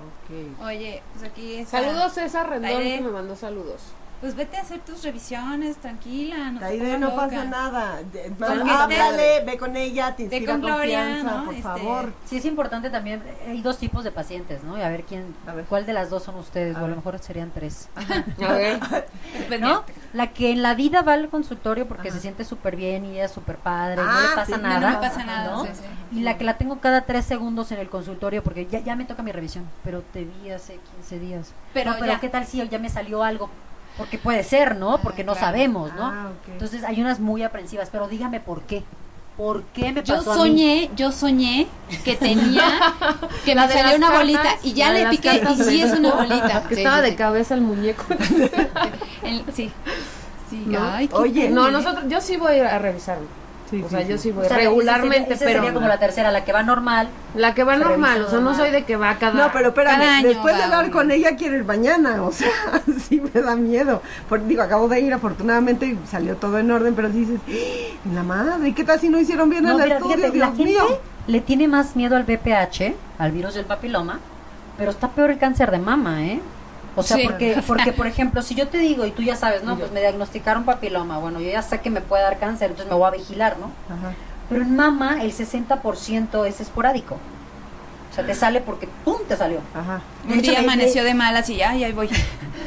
[SPEAKER 4] Ok.
[SPEAKER 2] Oye, pues aquí está.
[SPEAKER 5] Saludos César Rendón
[SPEAKER 2] Tairé.
[SPEAKER 5] que me mandó saludos.
[SPEAKER 2] Pues vete a hacer tus revisiones, tranquila. No, te
[SPEAKER 4] Taide,
[SPEAKER 2] pongas
[SPEAKER 4] no
[SPEAKER 2] loca.
[SPEAKER 4] pasa nada. De-
[SPEAKER 2] Con que
[SPEAKER 4] háblale, ve con ella, te
[SPEAKER 2] Ve
[SPEAKER 4] inspira
[SPEAKER 2] con Gloria,
[SPEAKER 4] confianza,
[SPEAKER 2] ¿no?
[SPEAKER 4] por
[SPEAKER 2] Este,
[SPEAKER 4] favor.
[SPEAKER 6] Sí es importante también, eh, hay dos tipos de pacientes, ¿no? Y a ver quién,
[SPEAKER 4] A ver.
[SPEAKER 6] cuál de las dos son ustedes,
[SPEAKER 4] A
[SPEAKER 6] o a lo
[SPEAKER 4] ver.
[SPEAKER 6] mejor serían tres.
[SPEAKER 5] A ver, Pues
[SPEAKER 6] ¿no? La que en la vida va al consultorio porque
[SPEAKER 4] Ajá.
[SPEAKER 6] se siente súper bien y es súper padre, no
[SPEAKER 4] Ah,
[SPEAKER 6] le pasa
[SPEAKER 4] sí, no
[SPEAKER 6] nada.
[SPEAKER 2] No, no pasa nada.
[SPEAKER 6] ¿no?
[SPEAKER 2] sí, sí.
[SPEAKER 6] Y la que la tengo cada tres segundos en el consultorio porque ya, ya me toca mi revisión, pero te vi hace 15 días.
[SPEAKER 2] Pero
[SPEAKER 6] No, pero
[SPEAKER 2] ya.
[SPEAKER 6] ¿qué tal si ya me salió algo? Porque puede ser, ¿no?
[SPEAKER 2] Ah,
[SPEAKER 6] Porque no
[SPEAKER 2] claro.
[SPEAKER 6] sabemos, ¿no?
[SPEAKER 4] Ah, ok.
[SPEAKER 6] Entonces hay unas muy aprensivas, pero dígame por qué. ¿Por qué me
[SPEAKER 2] Yo
[SPEAKER 6] pasó a mí?
[SPEAKER 2] soñé, yo soñé que tenía, que me
[SPEAKER 5] de las
[SPEAKER 2] salió una bolita
[SPEAKER 5] cartas,
[SPEAKER 2] y ya
[SPEAKER 5] la de
[SPEAKER 2] le
[SPEAKER 5] las
[SPEAKER 2] piqué y
[SPEAKER 5] cartas
[SPEAKER 2] sí
[SPEAKER 5] de-
[SPEAKER 2] es una bolita.
[SPEAKER 5] que
[SPEAKER 2] Sí,
[SPEAKER 5] estaba
[SPEAKER 2] sí,
[SPEAKER 5] de
[SPEAKER 2] sí.
[SPEAKER 5] cabeza el muñeco.
[SPEAKER 2] El- sí. Sí,
[SPEAKER 5] ¿no?
[SPEAKER 2] ay, qué-
[SPEAKER 6] Oh,
[SPEAKER 4] Oye,
[SPEAKER 5] No, nosotros, yo sí voy a ir a revisarlo.
[SPEAKER 4] Sí,
[SPEAKER 5] o sea,
[SPEAKER 4] sí,
[SPEAKER 5] yo
[SPEAKER 4] sí.
[SPEAKER 5] sí voy
[SPEAKER 6] O sea,
[SPEAKER 5] regularmente,
[SPEAKER 6] esa sería- esa
[SPEAKER 5] pero
[SPEAKER 6] sería como la tercera, la que va normal.
[SPEAKER 5] la que va
[SPEAKER 6] Revisa
[SPEAKER 5] normal, o sea, no
[SPEAKER 6] normal.
[SPEAKER 5] soy de que va cada
[SPEAKER 4] No, pero
[SPEAKER 2] Cada
[SPEAKER 4] espérame,
[SPEAKER 2] año
[SPEAKER 4] después de
[SPEAKER 2] va
[SPEAKER 4] hablar
[SPEAKER 2] uno.
[SPEAKER 4] con ella quiero ir mañana, o sea, sí me da miedo. Por- digo, acabo de ir afortunadamente y salió todo en orden, pero dices, ¡Ah! la madre, ¿qué tal si no hicieron bien
[SPEAKER 6] No,
[SPEAKER 4] el
[SPEAKER 6] mira,
[SPEAKER 4] estudio,
[SPEAKER 6] fíjate, la
[SPEAKER 4] Dios
[SPEAKER 6] gente
[SPEAKER 4] mío?
[SPEAKER 6] le tiene más miedo al VPH, al virus del papiloma, pero está peor el cáncer de mama, ¿eh? O sea,
[SPEAKER 2] Sí.
[SPEAKER 6] porque, porque, por ejemplo, si yo te digo y tú ya sabes, no, pues me diagnosticaron papiloma, bueno, yo ya sé que me puede dar cáncer, entonces me voy a vigilar, ¿no?
[SPEAKER 4] Ajá.
[SPEAKER 6] Pero en mama el 60% es esporádico. O sea, te sale porque ¡pum! te salió.
[SPEAKER 4] Ajá.
[SPEAKER 2] un
[SPEAKER 6] hecho,
[SPEAKER 2] día
[SPEAKER 6] me-
[SPEAKER 2] amaneció de malas y ya, y ahí voy.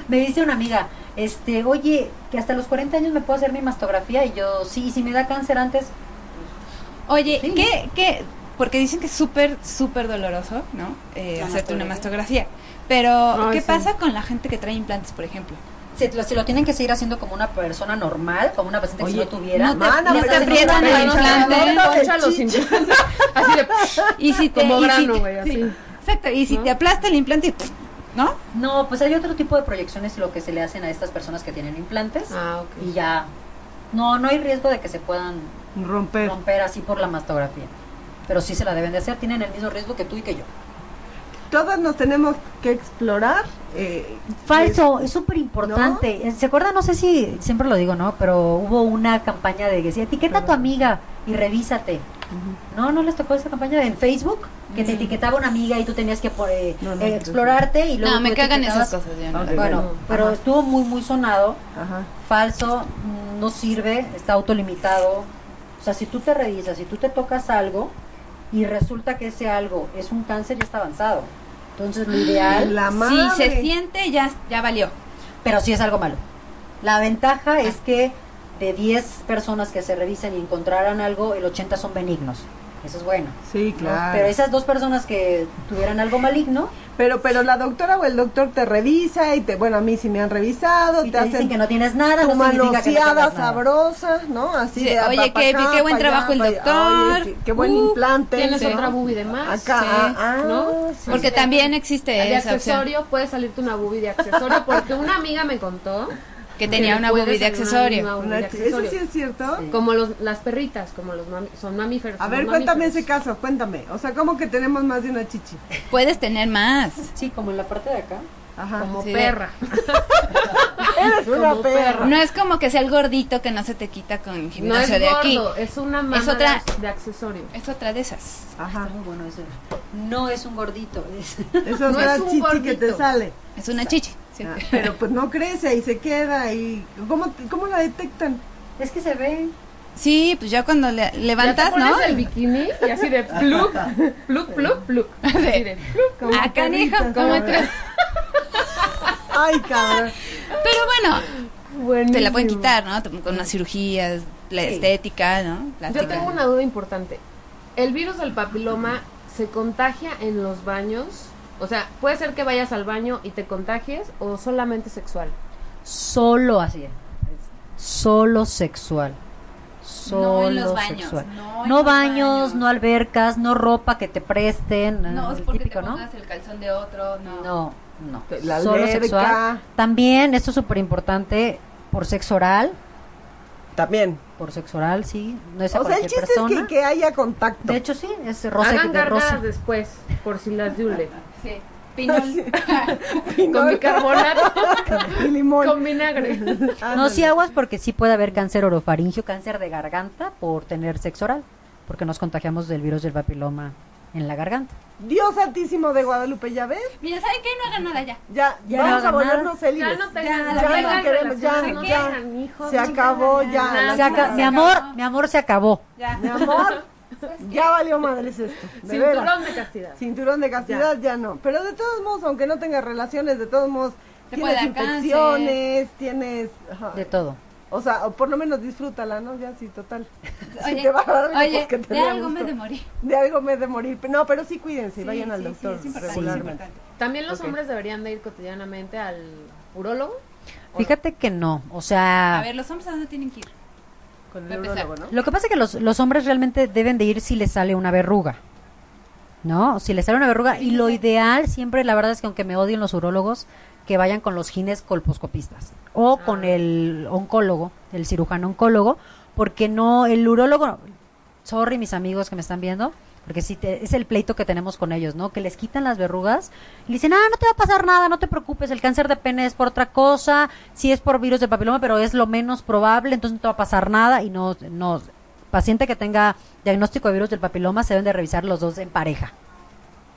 [SPEAKER 6] Me dice una amiga, este, oye, que hasta los 40 años me puedo hacer mi mastografía y yo, sí, y si me da cáncer antes,
[SPEAKER 2] Oye,
[SPEAKER 6] Sí.
[SPEAKER 2] ¿qué, qué? Porque dicen que es súper, súper doloroso, ¿no? Eh,
[SPEAKER 6] La
[SPEAKER 2] hacerte una
[SPEAKER 6] mastografía.
[SPEAKER 2] mastografía. Pero,
[SPEAKER 5] Ay,
[SPEAKER 2] ¿qué
[SPEAKER 5] sí.
[SPEAKER 2] pasa con la gente que trae implantes, por ejemplo?
[SPEAKER 6] se lo, se lo tienen que seguir haciendo como una persona normal, como una paciente
[SPEAKER 4] Oye,
[SPEAKER 6] que si no tuviera.
[SPEAKER 2] no te- no
[SPEAKER 6] te
[SPEAKER 4] pero
[SPEAKER 2] aprietan
[SPEAKER 4] no,
[SPEAKER 2] el
[SPEAKER 4] no, no,
[SPEAKER 2] implante.
[SPEAKER 4] no, no,
[SPEAKER 5] Concha
[SPEAKER 4] el
[SPEAKER 5] los
[SPEAKER 4] chichi.
[SPEAKER 5] implantes. Así de
[SPEAKER 2] Y si te,
[SPEAKER 5] Ah, Como
[SPEAKER 2] y si
[SPEAKER 5] grano,
[SPEAKER 2] te-
[SPEAKER 5] güey, así.
[SPEAKER 2] Exacto, y si
[SPEAKER 5] ¿No?
[SPEAKER 2] te aplasta el implante, y ¿no?
[SPEAKER 6] No, pues hay otro tipo de proyecciones lo que se le hacen a estas personas que tienen implantes
[SPEAKER 5] Ah, ok.
[SPEAKER 6] y ya no no hay riesgo de que se puedan
[SPEAKER 4] Romper.
[SPEAKER 6] romper así por la mastografía. Pero sí se la deben de hacer, tienen el mismo riesgo que tú y que yo.
[SPEAKER 4] Todas nos tenemos que explorar. eh,
[SPEAKER 6] Falso, es súper importante. Eh, ¿Se acuerdan? No sé si siempre lo digo, ¿no? Pero hubo una campaña de que decía, etiqueta a tu amiga y revísate. No, no les tocó esa campaña en Facebook, que te etiquetaba una amiga y tú tenías que por, eh,
[SPEAKER 4] No, no,
[SPEAKER 6] eh,
[SPEAKER 4] no.
[SPEAKER 6] explorarte y luego...
[SPEAKER 2] No, me
[SPEAKER 6] tú
[SPEAKER 2] cagan esas
[SPEAKER 6] etiquetabas-
[SPEAKER 2] cosas. ya no.
[SPEAKER 4] Ok.
[SPEAKER 6] Bueno, pero
[SPEAKER 4] Ajá.
[SPEAKER 6] estuvo muy, muy sonado.
[SPEAKER 4] Ajá.
[SPEAKER 6] falso, mm, no sirve, está autolimitado. O sea, si tú te revisas, si tú te tocas algo y resulta que ese algo es un cáncer, ya está avanzado. Entonces, lo ideal,
[SPEAKER 4] La madre.
[SPEAKER 2] Si se siente, ya, ya valió.
[SPEAKER 6] pero sí es algo malo. La ventaja
[SPEAKER 4] Ah.
[SPEAKER 6] es que de 10 personas que se revisan y encontraran algo, el 80 son benignos. Eso es bueno.
[SPEAKER 4] Sí,
[SPEAKER 6] ¿no?
[SPEAKER 4] claro.
[SPEAKER 6] Pero esas dos personas que tuvieran algo maligno,
[SPEAKER 4] Pero, pero la doctora o el doctor te revisa y te, bueno, a mí sí me han revisado,
[SPEAKER 6] Y
[SPEAKER 4] te,
[SPEAKER 6] te dicen
[SPEAKER 4] hacen
[SPEAKER 6] que no tienes nada,
[SPEAKER 4] tu
[SPEAKER 6] no significa que no
[SPEAKER 4] manoseada
[SPEAKER 6] tengas nada.
[SPEAKER 4] sabrosa, ¿no? Así
[SPEAKER 2] Sí,
[SPEAKER 4] de,
[SPEAKER 2] oye,
[SPEAKER 4] pa- pa'
[SPEAKER 2] qué-
[SPEAKER 4] acá,
[SPEAKER 2] qué buen
[SPEAKER 4] pa'
[SPEAKER 2] trabajo el
[SPEAKER 4] pa' allá. Oye,
[SPEAKER 2] doctor.
[SPEAKER 4] qué, qué buen
[SPEAKER 5] Uh,
[SPEAKER 4] implante.
[SPEAKER 5] Tienes
[SPEAKER 4] ¿no?
[SPEAKER 5] otra boobie de más.
[SPEAKER 4] Acá,
[SPEAKER 2] Sí.
[SPEAKER 4] ah, ah,
[SPEAKER 5] ¿No?
[SPEAKER 4] sí.
[SPEAKER 2] Porque también existe
[SPEAKER 5] De
[SPEAKER 2] esa opción.
[SPEAKER 5] accesorio puede salirte una boobie de accesorio porque una amiga me contó
[SPEAKER 2] Que tenía una
[SPEAKER 5] puede
[SPEAKER 2] boobie
[SPEAKER 5] salir
[SPEAKER 2] de
[SPEAKER 5] una misma
[SPEAKER 2] accesorio.
[SPEAKER 5] boobie de
[SPEAKER 4] Una-
[SPEAKER 5] accesorio.
[SPEAKER 4] Eso sí es cierto.
[SPEAKER 5] Como los, las perritas, como los mami- son mamíferos.
[SPEAKER 4] A
[SPEAKER 5] son
[SPEAKER 4] ver, cuéntame
[SPEAKER 5] mamíferos.
[SPEAKER 4] ese caso, cuéntame. O sea, ¿cómo que tenemos más de una chichi?
[SPEAKER 2] Puedes tener más.
[SPEAKER 6] Sí, como en la parte de acá.
[SPEAKER 4] Ajá.
[SPEAKER 5] Como
[SPEAKER 2] Sí.
[SPEAKER 5] perra.
[SPEAKER 4] Eres una
[SPEAKER 5] como
[SPEAKER 4] perra.
[SPEAKER 2] No es como que sea el gordito que no se te quita con
[SPEAKER 5] No es
[SPEAKER 2] gimnasio de aquí.
[SPEAKER 5] gordo, es una mama
[SPEAKER 2] Es otra-
[SPEAKER 5] de- de accesorio.
[SPEAKER 2] Es otra de esas.
[SPEAKER 4] Ajá.
[SPEAKER 6] Está muy bueno ese. No es un gordito. es-
[SPEAKER 4] Esa es
[SPEAKER 5] No
[SPEAKER 4] la
[SPEAKER 5] es un
[SPEAKER 4] chichi que
[SPEAKER 5] gordito.
[SPEAKER 4] te sale.
[SPEAKER 2] Es una chichi. sí.
[SPEAKER 4] Ah, Pero pues no crece y se queda y ¿cómo, cómo la detectan?
[SPEAKER 6] Es que se ve.
[SPEAKER 2] Sí, pues ya cuando le- levantas,
[SPEAKER 5] ya te
[SPEAKER 2] ¿no?
[SPEAKER 5] pones el bikini y así de pluk, pluk, pluk, pluk. Así de pluk.
[SPEAKER 4] Como
[SPEAKER 2] Ah, canijo,
[SPEAKER 4] perritas,
[SPEAKER 2] ¿cómo
[SPEAKER 4] a
[SPEAKER 2] entras?
[SPEAKER 4] ver. Ay, cabrón.
[SPEAKER 2] Pero bueno, te la pueden quitar, ¿no? Te- Con unas cirugías, la
[SPEAKER 6] Sí.
[SPEAKER 2] estética, ¿no?
[SPEAKER 4] Ah,
[SPEAKER 2] Plástica.
[SPEAKER 5] Yo tengo una duda importante. ¿El virus del papiloma se contagia en los baños? O sea, ¿puede ser que vayas al baño y te contagies o solamente sexual?
[SPEAKER 6] Solo así. Solo sexual. Solo
[SPEAKER 2] No en los baños,
[SPEAKER 6] sexual.
[SPEAKER 2] no
[SPEAKER 6] No,
[SPEAKER 2] en los
[SPEAKER 6] baños,
[SPEAKER 2] baños.
[SPEAKER 6] no albercas, no ropa que te presten.
[SPEAKER 2] No,
[SPEAKER 6] eh,
[SPEAKER 2] es
[SPEAKER 6] el
[SPEAKER 2] porque
[SPEAKER 6] típico,
[SPEAKER 2] te
[SPEAKER 6] ¿no?
[SPEAKER 2] pongas el calzón de otro, no.
[SPEAKER 6] No, no.
[SPEAKER 4] La
[SPEAKER 6] Solo
[SPEAKER 4] alberca.
[SPEAKER 6] sexual. También, esto es súper importante, por sexo oral.
[SPEAKER 4] También.
[SPEAKER 6] Por sexo oral, sí. No es a
[SPEAKER 4] O sea, el
[SPEAKER 6] cualquier
[SPEAKER 4] chiste
[SPEAKER 6] persona.
[SPEAKER 4] es que, que haya contacto.
[SPEAKER 6] De hecho, sí, es rosa
[SPEAKER 5] Hagan
[SPEAKER 6] de rosa.
[SPEAKER 5] gárgaras después, por si las yule.
[SPEAKER 2] Sí. Pinol.
[SPEAKER 5] Con bicarbonato,
[SPEAKER 4] y limón.
[SPEAKER 5] con vinagre.
[SPEAKER 6] No,
[SPEAKER 4] Ándale.
[SPEAKER 6] sí aguas porque sí puede haber cáncer orofaringio, cáncer de garganta por tener sexo oral, porque nos contagiamos del virus del papiloma en la garganta.
[SPEAKER 4] Dios santísimo de Guadalupe, ¿ya ves?
[SPEAKER 2] Mira, ¿saben qué? No hagan nada ya.
[SPEAKER 4] Ya,
[SPEAKER 6] Ya no
[SPEAKER 4] vamos
[SPEAKER 6] hagan
[SPEAKER 4] a volvernos
[SPEAKER 6] nada.
[SPEAKER 4] felices.
[SPEAKER 5] Ya no tengan,
[SPEAKER 4] ya no
[SPEAKER 5] tengan
[SPEAKER 4] queremos, ya,
[SPEAKER 5] relaciones,
[SPEAKER 4] ya.
[SPEAKER 5] no tengan hijos,
[SPEAKER 4] Se
[SPEAKER 5] no
[SPEAKER 4] acabó
[SPEAKER 5] tengan
[SPEAKER 4] ya.
[SPEAKER 5] nada.
[SPEAKER 4] la
[SPEAKER 6] Se aca-
[SPEAKER 4] chingada.
[SPEAKER 6] mi amor, mi amor se acabó.
[SPEAKER 2] Ya.
[SPEAKER 4] Mi amor, ya valió madres esto. De veras.
[SPEAKER 5] Cinturón de castidad.
[SPEAKER 4] Cinturón de castidad ya. no. Pero de todos modos, aunque no tengas relaciones, de todos modos,
[SPEAKER 2] Te puede
[SPEAKER 4] tienes
[SPEAKER 2] dar
[SPEAKER 4] infecciones, tienes. ajá.
[SPEAKER 6] De todo.
[SPEAKER 4] O sea, o por lo menos disfrútala, ¿no? Ya sí, total.
[SPEAKER 2] Oye,
[SPEAKER 4] si te va a dar algo,
[SPEAKER 2] oye
[SPEAKER 4] pues que te
[SPEAKER 2] de
[SPEAKER 4] dé
[SPEAKER 2] algo
[SPEAKER 4] gusto.
[SPEAKER 2] me de morir.
[SPEAKER 4] De algo me he de morir. No, pero sí cuídense, y vayan al
[SPEAKER 2] sí,
[SPEAKER 4] doctor
[SPEAKER 2] Sí, es importante, es
[SPEAKER 4] regularmente.
[SPEAKER 2] importante.
[SPEAKER 5] También los
[SPEAKER 4] Ok.
[SPEAKER 5] hombres deberían de ir cotidianamente al urólogo. ¿o no?
[SPEAKER 6] Fíjate que no, o
[SPEAKER 2] A
[SPEAKER 6] sea,
[SPEAKER 2] ver, los hombres a dónde tienen que ir.
[SPEAKER 4] Con
[SPEAKER 2] Para
[SPEAKER 4] el urólogo,
[SPEAKER 2] empezar.
[SPEAKER 4] ¿no?
[SPEAKER 6] lo que pasa es que los, los hombres realmente deben de ir si les sale una verruga. ¿No? Si les sale una verruga y lo ideal siempre la verdad es que aunque me odien los urólogos, que vayan con los gines colposcopistas o con el oncólogo, el cirujano oncólogo, porque no el urólogo sorry mis amigos que me están viendo, porque sí te- es el pleito que tenemos con ellos, ¿no? Que les quitan las verrugas y le dicen, ah, no te va a pasar nada, no te preocupes, el cáncer de pene es por otra cosa, sí es por virus del papiloma, pero es lo menos probable, entonces no te va a pasar nada y no, no, paciente que tenga diagnóstico de virus del papiloma se deben de revisar los dos en pareja.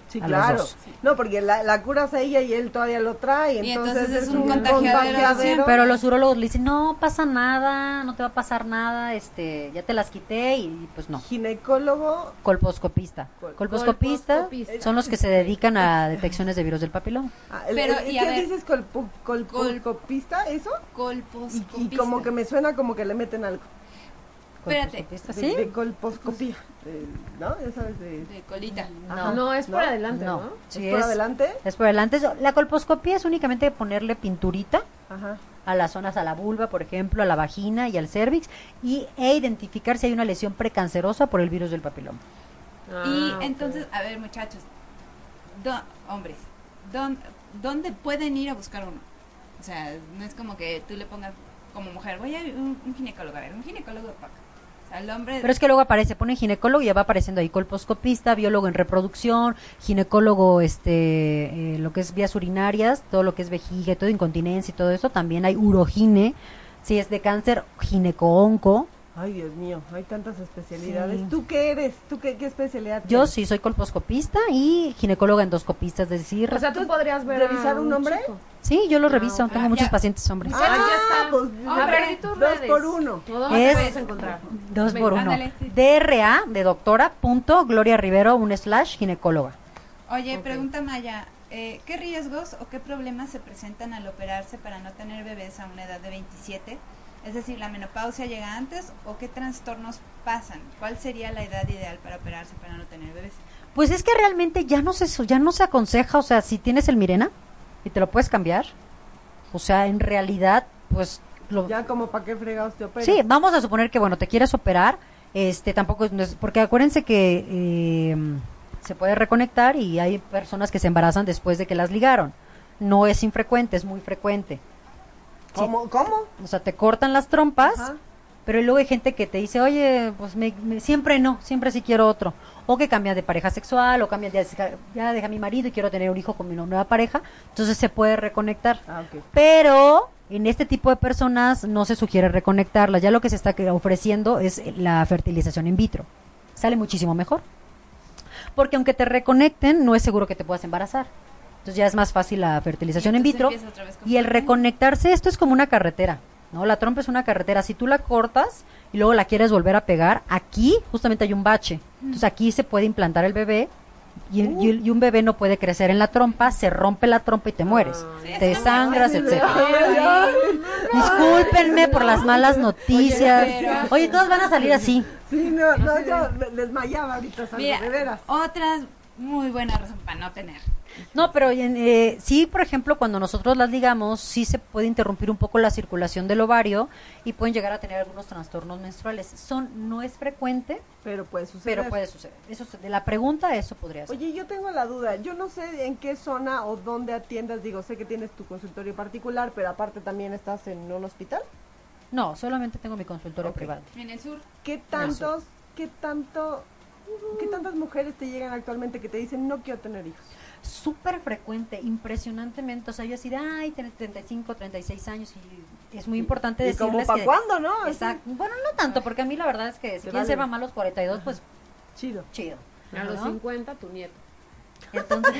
[SPEAKER 4] Sí,
[SPEAKER 6] A los
[SPEAKER 4] claro.
[SPEAKER 6] dos.
[SPEAKER 4] No, porque la, la curas a ella y él todavía lo trae.
[SPEAKER 2] Y
[SPEAKER 4] entonces,
[SPEAKER 2] entonces es un contagiadero.
[SPEAKER 4] contagiadero.
[SPEAKER 6] Pero los urólogos le dicen, no pasa nada, no te va a pasar nada, este, ya te las quité y pues no.
[SPEAKER 4] Ginecólogo.
[SPEAKER 6] Colposcopista.
[SPEAKER 4] Col-
[SPEAKER 6] Colposcopista
[SPEAKER 5] colposcopista.
[SPEAKER 6] son los que se dedican a detecciones de virus del papiloma.
[SPEAKER 4] ah, el-
[SPEAKER 2] Pero,
[SPEAKER 4] el-
[SPEAKER 2] y a
[SPEAKER 4] ¿Qué
[SPEAKER 2] ver.
[SPEAKER 4] dices? Colpo- ¿Colpocopista? ¿Eso?
[SPEAKER 2] Colpos.
[SPEAKER 4] Y, y como que me suena como que le meten algo.
[SPEAKER 2] Espérate.
[SPEAKER 6] Colposcopista,
[SPEAKER 4] De,
[SPEAKER 6] ¿sí?
[SPEAKER 4] de colposcopía. eh, ¿No? Ya sabes, de.
[SPEAKER 2] De colita.
[SPEAKER 5] No, es por
[SPEAKER 4] No,
[SPEAKER 5] adelante, ¿no?
[SPEAKER 6] No, sí
[SPEAKER 4] ¿es por
[SPEAKER 6] es,
[SPEAKER 4] adelante?
[SPEAKER 6] es por adelante. Eso- La colposcopía es únicamente ponerle pinturita
[SPEAKER 4] Ajá.
[SPEAKER 6] a las zonas, a la vulva, por ejemplo, a la vagina y al cervix, y, e identificar si hay una lesión precancerosa por el virus del papiloma.
[SPEAKER 2] Y
[SPEAKER 5] Ah, ok.
[SPEAKER 2] entonces, a ver, muchachos, do- hombres, don- ¿dónde pueden ir a buscar uno? O sea, no es como que tú le pongas como mujer, voy a un, un ginecólogo, a ver, un ginecólogo de paca. O sea, el hombre.
[SPEAKER 6] Pero es que luego aparece, pone ginecólogo y ya va apareciendo ahí colposcopista, biólogo en reproducción, ginecólogo, este, eh, lo que es vías urinarias, todo lo que es vejiga, y todo incontinencia y todo eso. También hay urogine, si es de cáncer, ginecoonco.
[SPEAKER 4] Ay, Dios mío, hay tantas especialidades.
[SPEAKER 6] Sí.
[SPEAKER 4] ¿Tú qué eres? ¿Tú qué, qué especialidad
[SPEAKER 6] Yo
[SPEAKER 4] tienes?
[SPEAKER 6] sí soy colposcopista y ginecóloga endoscopista, es decir,
[SPEAKER 5] O sea, tú podrías ver. a
[SPEAKER 4] ¿Revisar un hombre?
[SPEAKER 5] chico.
[SPEAKER 6] sí, yo lo
[SPEAKER 5] Ah,
[SPEAKER 6] reviso,
[SPEAKER 5] ok.
[SPEAKER 6] tengo
[SPEAKER 2] Ah,
[SPEAKER 6] muchos
[SPEAKER 2] ya.
[SPEAKER 6] pacientes hombres.
[SPEAKER 4] Ah,
[SPEAKER 5] Ah, ya está.
[SPEAKER 4] pues,
[SPEAKER 5] a ver, di tus
[SPEAKER 4] dos
[SPEAKER 5] redes.
[SPEAKER 4] por uno.
[SPEAKER 5] ¿O dónde
[SPEAKER 6] Es-
[SPEAKER 5] te puedes encontrar?
[SPEAKER 6] Dos
[SPEAKER 5] Ven,
[SPEAKER 6] por uno.
[SPEAKER 2] ándale, sí.
[SPEAKER 6] DRA de doctora punto Gloria Rivero un slash ginecóloga.
[SPEAKER 2] Oye,
[SPEAKER 5] Ok.
[SPEAKER 2] pregunta Maya, eh, ¿qué riesgos o qué problemas se presentan al operarse para no tener bebés a una edad de 27? Es decir, ¿la menopausia llega antes o qué trastornos pasan? ¿Cuál sería la edad ideal para operarse para no tener bebés?
[SPEAKER 6] Pues es que realmente ya no se su- ya no se aconseja, o sea, si tienes el Mirena y te lo puedes cambiar, o sea, en realidad, pues lo,
[SPEAKER 4] Ya como para qué fregados te operas.
[SPEAKER 6] Sí, vamos a suponer que, bueno, te quieras operar, este, tampoco, es- no es- porque acuérdense que eh, se puede reconectar y hay personas que se embarazan después de que las ligaron. No es infrecuente, es muy frecuente.
[SPEAKER 4] ¿Cómo? ¿Cómo?
[SPEAKER 6] O sea, te cortan las trompas,
[SPEAKER 4] Ajá.
[SPEAKER 6] pero luego hay gente que te dice, oye, pues me- me- siempre no, siempre sí quiero otro. O que cambia de pareja sexual, o cambia de, ya deja a mi marido y quiero tener un hijo con mi nueva pareja. Entonces se puede reconectar.
[SPEAKER 4] Ah, ok.
[SPEAKER 6] Pero en este tipo de personas no se sugiere reconectarlas. Ya lo que se está que- ofreciendo es la fertilización in vitro. Sale muchísimo mejor. Porque aunque te reconecten, no es seguro que te puedas embarazar. Entonces ya es más fácil la fertilización
[SPEAKER 2] Y
[SPEAKER 6] in
[SPEAKER 2] entonces
[SPEAKER 6] vitro.
[SPEAKER 2] empieza otra vez con
[SPEAKER 6] Y el
[SPEAKER 2] tu problema.
[SPEAKER 6] reconectarse, esto es como una carretera. ¿no? La trompa es una carretera. Si tú la cortas y luego la quieres volver a pegar, aquí justamente hay un bache. Entonces aquí se puede implantar el bebé. Y, el- y el- y un bebé no puede crecer en la trompa, se rompe la trompa y te mueres.
[SPEAKER 2] Ah. Sí,
[SPEAKER 6] te
[SPEAKER 2] es una
[SPEAKER 6] sangras,
[SPEAKER 2] mamada.
[SPEAKER 6] etcétera.
[SPEAKER 4] Ay,
[SPEAKER 6] Discúlpenme por las malas noticias.
[SPEAKER 2] Oye, pero-
[SPEAKER 6] Oye, todos van a salir así.
[SPEAKER 4] Sí, no, no, yo me desmayaba ahorita, Sandra, de veras.
[SPEAKER 2] otras muy buena razón para no tener.
[SPEAKER 6] No, pero en, eh, sí, por ejemplo, cuando nosotros las ligamos, sí se puede interrumpir un poco la circulación del ovario y pueden llegar a tener algunos trastornos menstruales. Son no es frecuente,
[SPEAKER 4] Pero puede suceder.
[SPEAKER 6] pero puede suceder. Eso es- de la pregunta eso podría ser.
[SPEAKER 4] Oye, yo tengo la duda. Yo no sé en qué zona o dónde atiendas. Digo, sé que tienes tu consultorio particular, pero aparte también estás en un hospital.
[SPEAKER 6] No, solamente tengo mi consultorio
[SPEAKER 4] Ok.
[SPEAKER 6] privado.
[SPEAKER 2] En el sur. eh,
[SPEAKER 4] ¿Qué tantos, qué tanto, qué tantas mujeres te llegan actualmente que te dicen no quiero tener hijos?
[SPEAKER 6] Súper frecuente, impresionantemente. O sea, yo así de, ay, tiene 35, 36 años y es muy importante
[SPEAKER 4] ¿Y como
[SPEAKER 6] decirles
[SPEAKER 4] para
[SPEAKER 6] que-
[SPEAKER 4] cuándo, no?
[SPEAKER 6] Exacto. Bueno, no tanto, porque a mí la verdad es que si
[SPEAKER 4] Te
[SPEAKER 6] quieres
[SPEAKER 4] vale.
[SPEAKER 6] ser mamá a los 42, pues
[SPEAKER 4] Así, Chido.
[SPEAKER 6] chido.
[SPEAKER 5] A los
[SPEAKER 6] ¿no?
[SPEAKER 5] 50, tu nieto.
[SPEAKER 6] Entonces,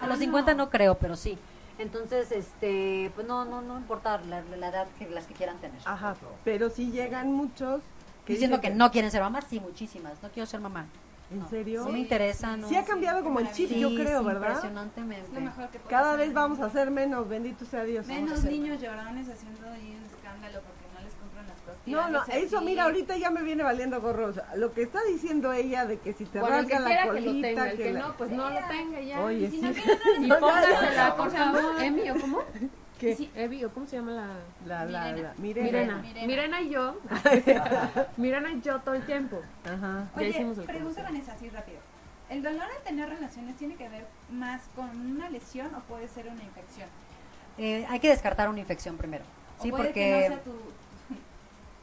[SPEAKER 6] a los 50 no creo, pero sí. Entonces, este, pues no, no, no importa la, la edad que las que quieran tener.
[SPEAKER 2] Ah,
[SPEAKER 4] Ajá. Pero sí llegan muchos
[SPEAKER 6] Diciendo que
[SPEAKER 4] dicen
[SPEAKER 6] no quieren ser mamás, sí, muchísimas. No quiero ser mamá.
[SPEAKER 4] ¿En
[SPEAKER 6] No,
[SPEAKER 4] serio?
[SPEAKER 6] No me interesa, no.
[SPEAKER 4] Sí ha cambiado como el chip,
[SPEAKER 6] Sí,
[SPEAKER 4] yo creo,
[SPEAKER 6] sí,
[SPEAKER 4] ¿verdad?
[SPEAKER 2] Es lo
[SPEAKER 6] Impresionantemente.
[SPEAKER 2] mejor que puede
[SPEAKER 4] Cada
[SPEAKER 2] ser.
[SPEAKER 4] vez vamos a hacer menos, bendito sea Dios.
[SPEAKER 2] Menos niños llorones haciendo ahí un escándalo porque no les compran las cosas.
[SPEAKER 4] No, no, eso mira, ahorita ya me viene valiendo gorro. O sea, lo que está diciendo ella de que si te
[SPEAKER 5] Bueno, el que
[SPEAKER 4] rasga la
[SPEAKER 5] quiera que
[SPEAKER 4] colita,
[SPEAKER 5] lo tenga, el que
[SPEAKER 4] la-
[SPEAKER 5] no, pues no lo tenga ya.
[SPEAKER 4] Oye,
[SPEAKER 5] Y
[SPEAKER 4] sí.
[SPEAKER 5] si- y póngasela, por favor. Emi, ¿o cómo?
[SPEAKER 4] ¿Qué?
[SPEAKER 5] Sí, Evi, ¿o cómo se llama la...?
[SPEAKER 4] La, la, la, Mirena.
[SPEAKER 5] Mirena.
[SPEAKER 2] Mirena.
[SPEAKER 5] Mirena y yo. Mirena y yo todo el tiempo.
[SPEAKER 4] Ajá.
[SPEAKER 5] Ya hicimos el
[SPEAKER 2] Oye,
[SPEAKER 5] comercial.
[SPEAKER 2] pregunta Vanessa así rápido. ¿El dolor al tener relaciones tiene que ver más con una lesión o puede ser una infección?
[SPEAKER 6] Eh, hay que descartar una infección primero.
[SPEAKER 2] O
[SPEAKER 6] Sí,
[SPEAKER 2] puede
[SPEAKER 6] porque.
[SPEAKER 2] que no sea tu...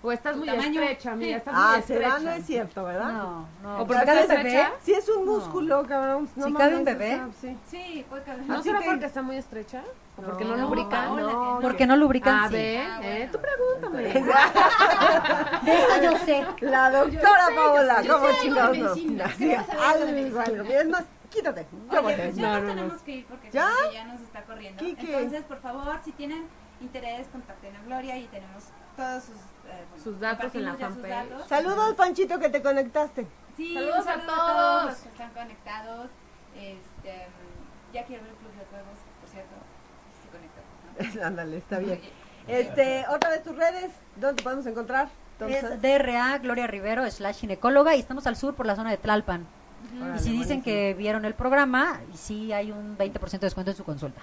[SPEAKER 5] O estás
[SPEAKER 2] Tu
[SPEAKER 5] muy
[SPEAKER 2] tamaño.
[SPEAKER 5] estrecha, amiga. Estás muy
[SPEAKER 4] Ah,
[SPEAKER 5] estrecha.
[SPEAKER 4] será, no es cierto, ¿verdad?
[SPEAKER 6] No, no.
[SPEAKER 5] O
[SPEAKER 6] Si
[SPEAKER 5] porque
[SPEAKER 6] cabe
[SPEAKER 5] estás
[SPEAKER 6] un bebé,
[SPEAKER 5] estrecha.
[SPEAKER 4] Si es un
[SPEAKER 6] No.
[SPEAKER 4] músculo, cabrón. No
[SPEAKER 6] Si
[SPEAKER 4] mames,
[SPEAKER 6] cabe un
[SPEAKER 4] o
[SPEAKER 6] bebé.
[SPEAKER 4] sea, sí.
[SPEAKER 2] Sí, puede que...
[SPEAKER 5] ¿No
[SPEAKER 4] Así
[SPEAKER 5] será
[SPEAKER 4] que-
[SPEAKER 5] porque está muy estrecha? ¿O porque no,
[SPEAKER 4] No,
[SPEAKER 5] lubrica?
[SPEAKER 2] Paola.
[SPEAKER 4] No,
[SPEAKER 6] Porque no lubrican.
[SPEAKER 5] A
[SPEAKER 6] sí.
[SPEAKER 5] ver,
[SPEAKER 2] Ah,
[SPEAKER 5] eh,
[SPEAKER 2] bueno.
[SPEAKER 5] tú pregúntame.
[SPEAKER 6] De eso yo sé.
[SPEAKER 4] La doctora Paola,
[SPEAKER 5] yo
[SPEAKER 4] ¿cómo
[SPEAKER 5] sé algo
[SPEAKER 4] chingados
[SPEAKER 5] de
[SPEAKER 4] no?
[SPEAKER 5] medicina,
[SPEAKER 4] Así, algo, algo. Es más, quítate.
[SPEAKER 2] Oye,
[SPEAKER 4] yo voté.
[SPEAKER 2] pues ya
[SPEAKER 5] No,
[SPEAKER 2] nos
[SPEAKER 5] no, no.
[SPEAKER 2] tenemos que ir porque
[SPEAKER 4] ¿Ya?
[SPEAKER 2] creo que ya nos está corriendo.
[SPEAKER 4] Quique.
[SPEAKER 2] Entonces, por favor, si tienen interés, contacten a Gloria y tenemos todos sus, eh, bueno,
[SPEAKER 5] Sus datos en la
[SPEAKER 2] compartimos ya sus
[SPEAKER 5] fanpage.
[SPEAKER 2] datos.
[SPEAKER 4] Saludos, Panchito, que te conectaste.
[SPEAKER 2] Sí,
[SPEAKER 5] Saludos
[SPEAKER 2] un
[SPEAKER 5] a
[SPEAKER 2] saludo todos
[SPEAKER 5] todos.
[SPEAKER 2] los que están conectados. Este, mm, ya quiero ver el club de juegos, por cierto. Se conectó. ¿no?
[SPEAKER 4] Ándale, está bien.
[SPEAKER 2] Oye,
[SPEAKER 4] Este, otra vez tus redes, ¿dónde te podemos encontrar? Entonces,
[SPEAKER 6] Es DRA Gloria Rivero slash ginecóloga y estamos al sur por la zona de Tlalpan.
[SPEAKER 4] órale,
[SPEAKER 6] y mm, si dicen
[SPEAKER 4] buenísimo.
[SPEAKER 6] que vieron el programa, y sí hay un 20% de descuento en su consulta.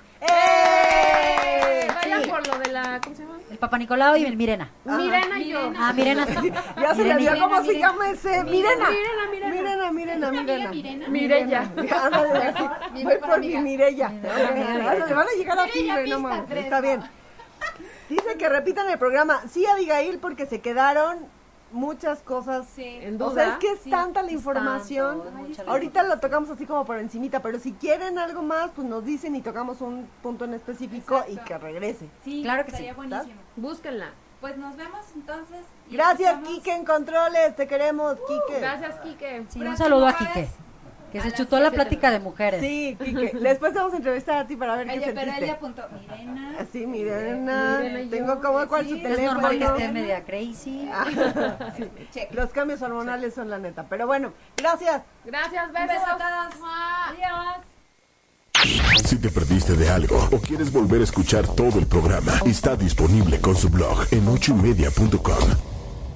[SPEAKER 4] ¡Eh!
[SPEAKER 5] Vayan por lo de la... ¿Cómo se llama?
[SPEAKER 6] El Papa Nicolau y el Mirena.
[SPEAKER 4] Ajá.
[SPEAKER 5] Mirena y yo.
[SPEAKER 6] Ah, Mirena.
[SPEAKER 4] Ya se le
[SPEAKER 6] Mirena.
[SPEAKER 4] vio cómo se llama ese.
[SPEAKER 5] Mirena,
[SPEAKER 4] Mirena.
[SPEAKER 5] Mirena.
[SPEAKER 4] Mirena, Mirena, Mirena.
[SPEAKER 2] Mirena.
[SPEAKER 5] Mirella.
[SPEAKER 4] Ándale, así. Voy por mi Mirella. Le van a llegar a ti,
[SPEAKER 2] Mirella
[SPEAKER 4] güey, no
[SPEAKER 2] pista
[SPEAKER 4] mames.
[SPEAKER 2] tres,
[SPEAKER 4] Está
[SPEAKER 2] ¿no?
[SPEAKER 4] bien. Dice que repitan el programa. Sí, Abigail, porque se quedaron muchas cosas.
[SPEAKER 2] Sí.
[SPEAKER 5] En
[SPEAKER 4] O sea, es
[SPEAKER 5] duda.
[SPEAKER 4] que es
[SPEAKER 2] Sí,
[SPEAKER 4] tanta la
[SPEAKER 6] es
[SPEAKER 4] información.
[SPEAKER 6] tanto, es mucha la
[SPEAKER 4] Ahorita lo tocamos así como por encimita, pero si quieren algo más, pues nos dicen y tocamos un punto en específico y
[SPEAKER 2] Exacto.
[SPEAKER 4] que regrese.
[SPEAKER 2] Sí,
[SPEAKER 6] Claro que sí.
[SPEAKER 2] estaría buenísimo.
[SPEAKER 5] Búsquenla.
[SPEAKER 2] Pues nos vemos entonces. y
[SPEAKER 4] Gracias,
[SPEAKER 2] escuchamos
[SPEAKER 4] Kike en controles. Te queremos, Kike.
[SPEAKER 5] Uh, Gracias, Quique.
[SPEAKER 6] Sí,
[SPEAKER 2] Próximo
[SPEAKER 6] un saludo a
[SPEAKER 2] jueves,
[SPEAKER 6] Quique, que
[SPEAKER 2] a
[SPEAKER 6] se
[SPEAKER 2] las
[SPEAKER 6] chutó la
[SPEAKER 5] siete de la
[SPEAKER 6] plática de mujeres.
[SPEAKER 4] Sí, Quique. Después te vamos a entrevistar a ti para ver qué
[SPEAKER 2] Ella, pero
[SPEAKER 4] sentiste. Ah,
[SPEAKER 2] ella apuntó. Mirena.
[SPEAKER 4] Así, Mirena,
[SPEAKER 5] Mirena y
[SPEAKER 4] tengo
[SPEAKER 5] yo.
[SPEAKER 4] como cuál su
[SPEAKER 2] Sí,
[SPEAKER 6] Es
[SPEAKER 4] teléfono. Ah,
[SPEAKER 6] normal que esté media crazy.
[SPEAKER 2] Check.
[SPEAKER 4] Los cambios hormonales son la neta. Pero bueno, gracias.
[SPEAKER 5] Gracias,
[SPEAKER 2] Un
[SPEAKER 5] besos.
[SPEAKER 2] beso a todos.
[SPEAKER 5] Mua.
[SPEAKER 2] Adiós.
[SPEAKER 1] Si te perdiste de algo o quieres volver a escuchar todo el programa, está disponible con su blog en ochoymedia.com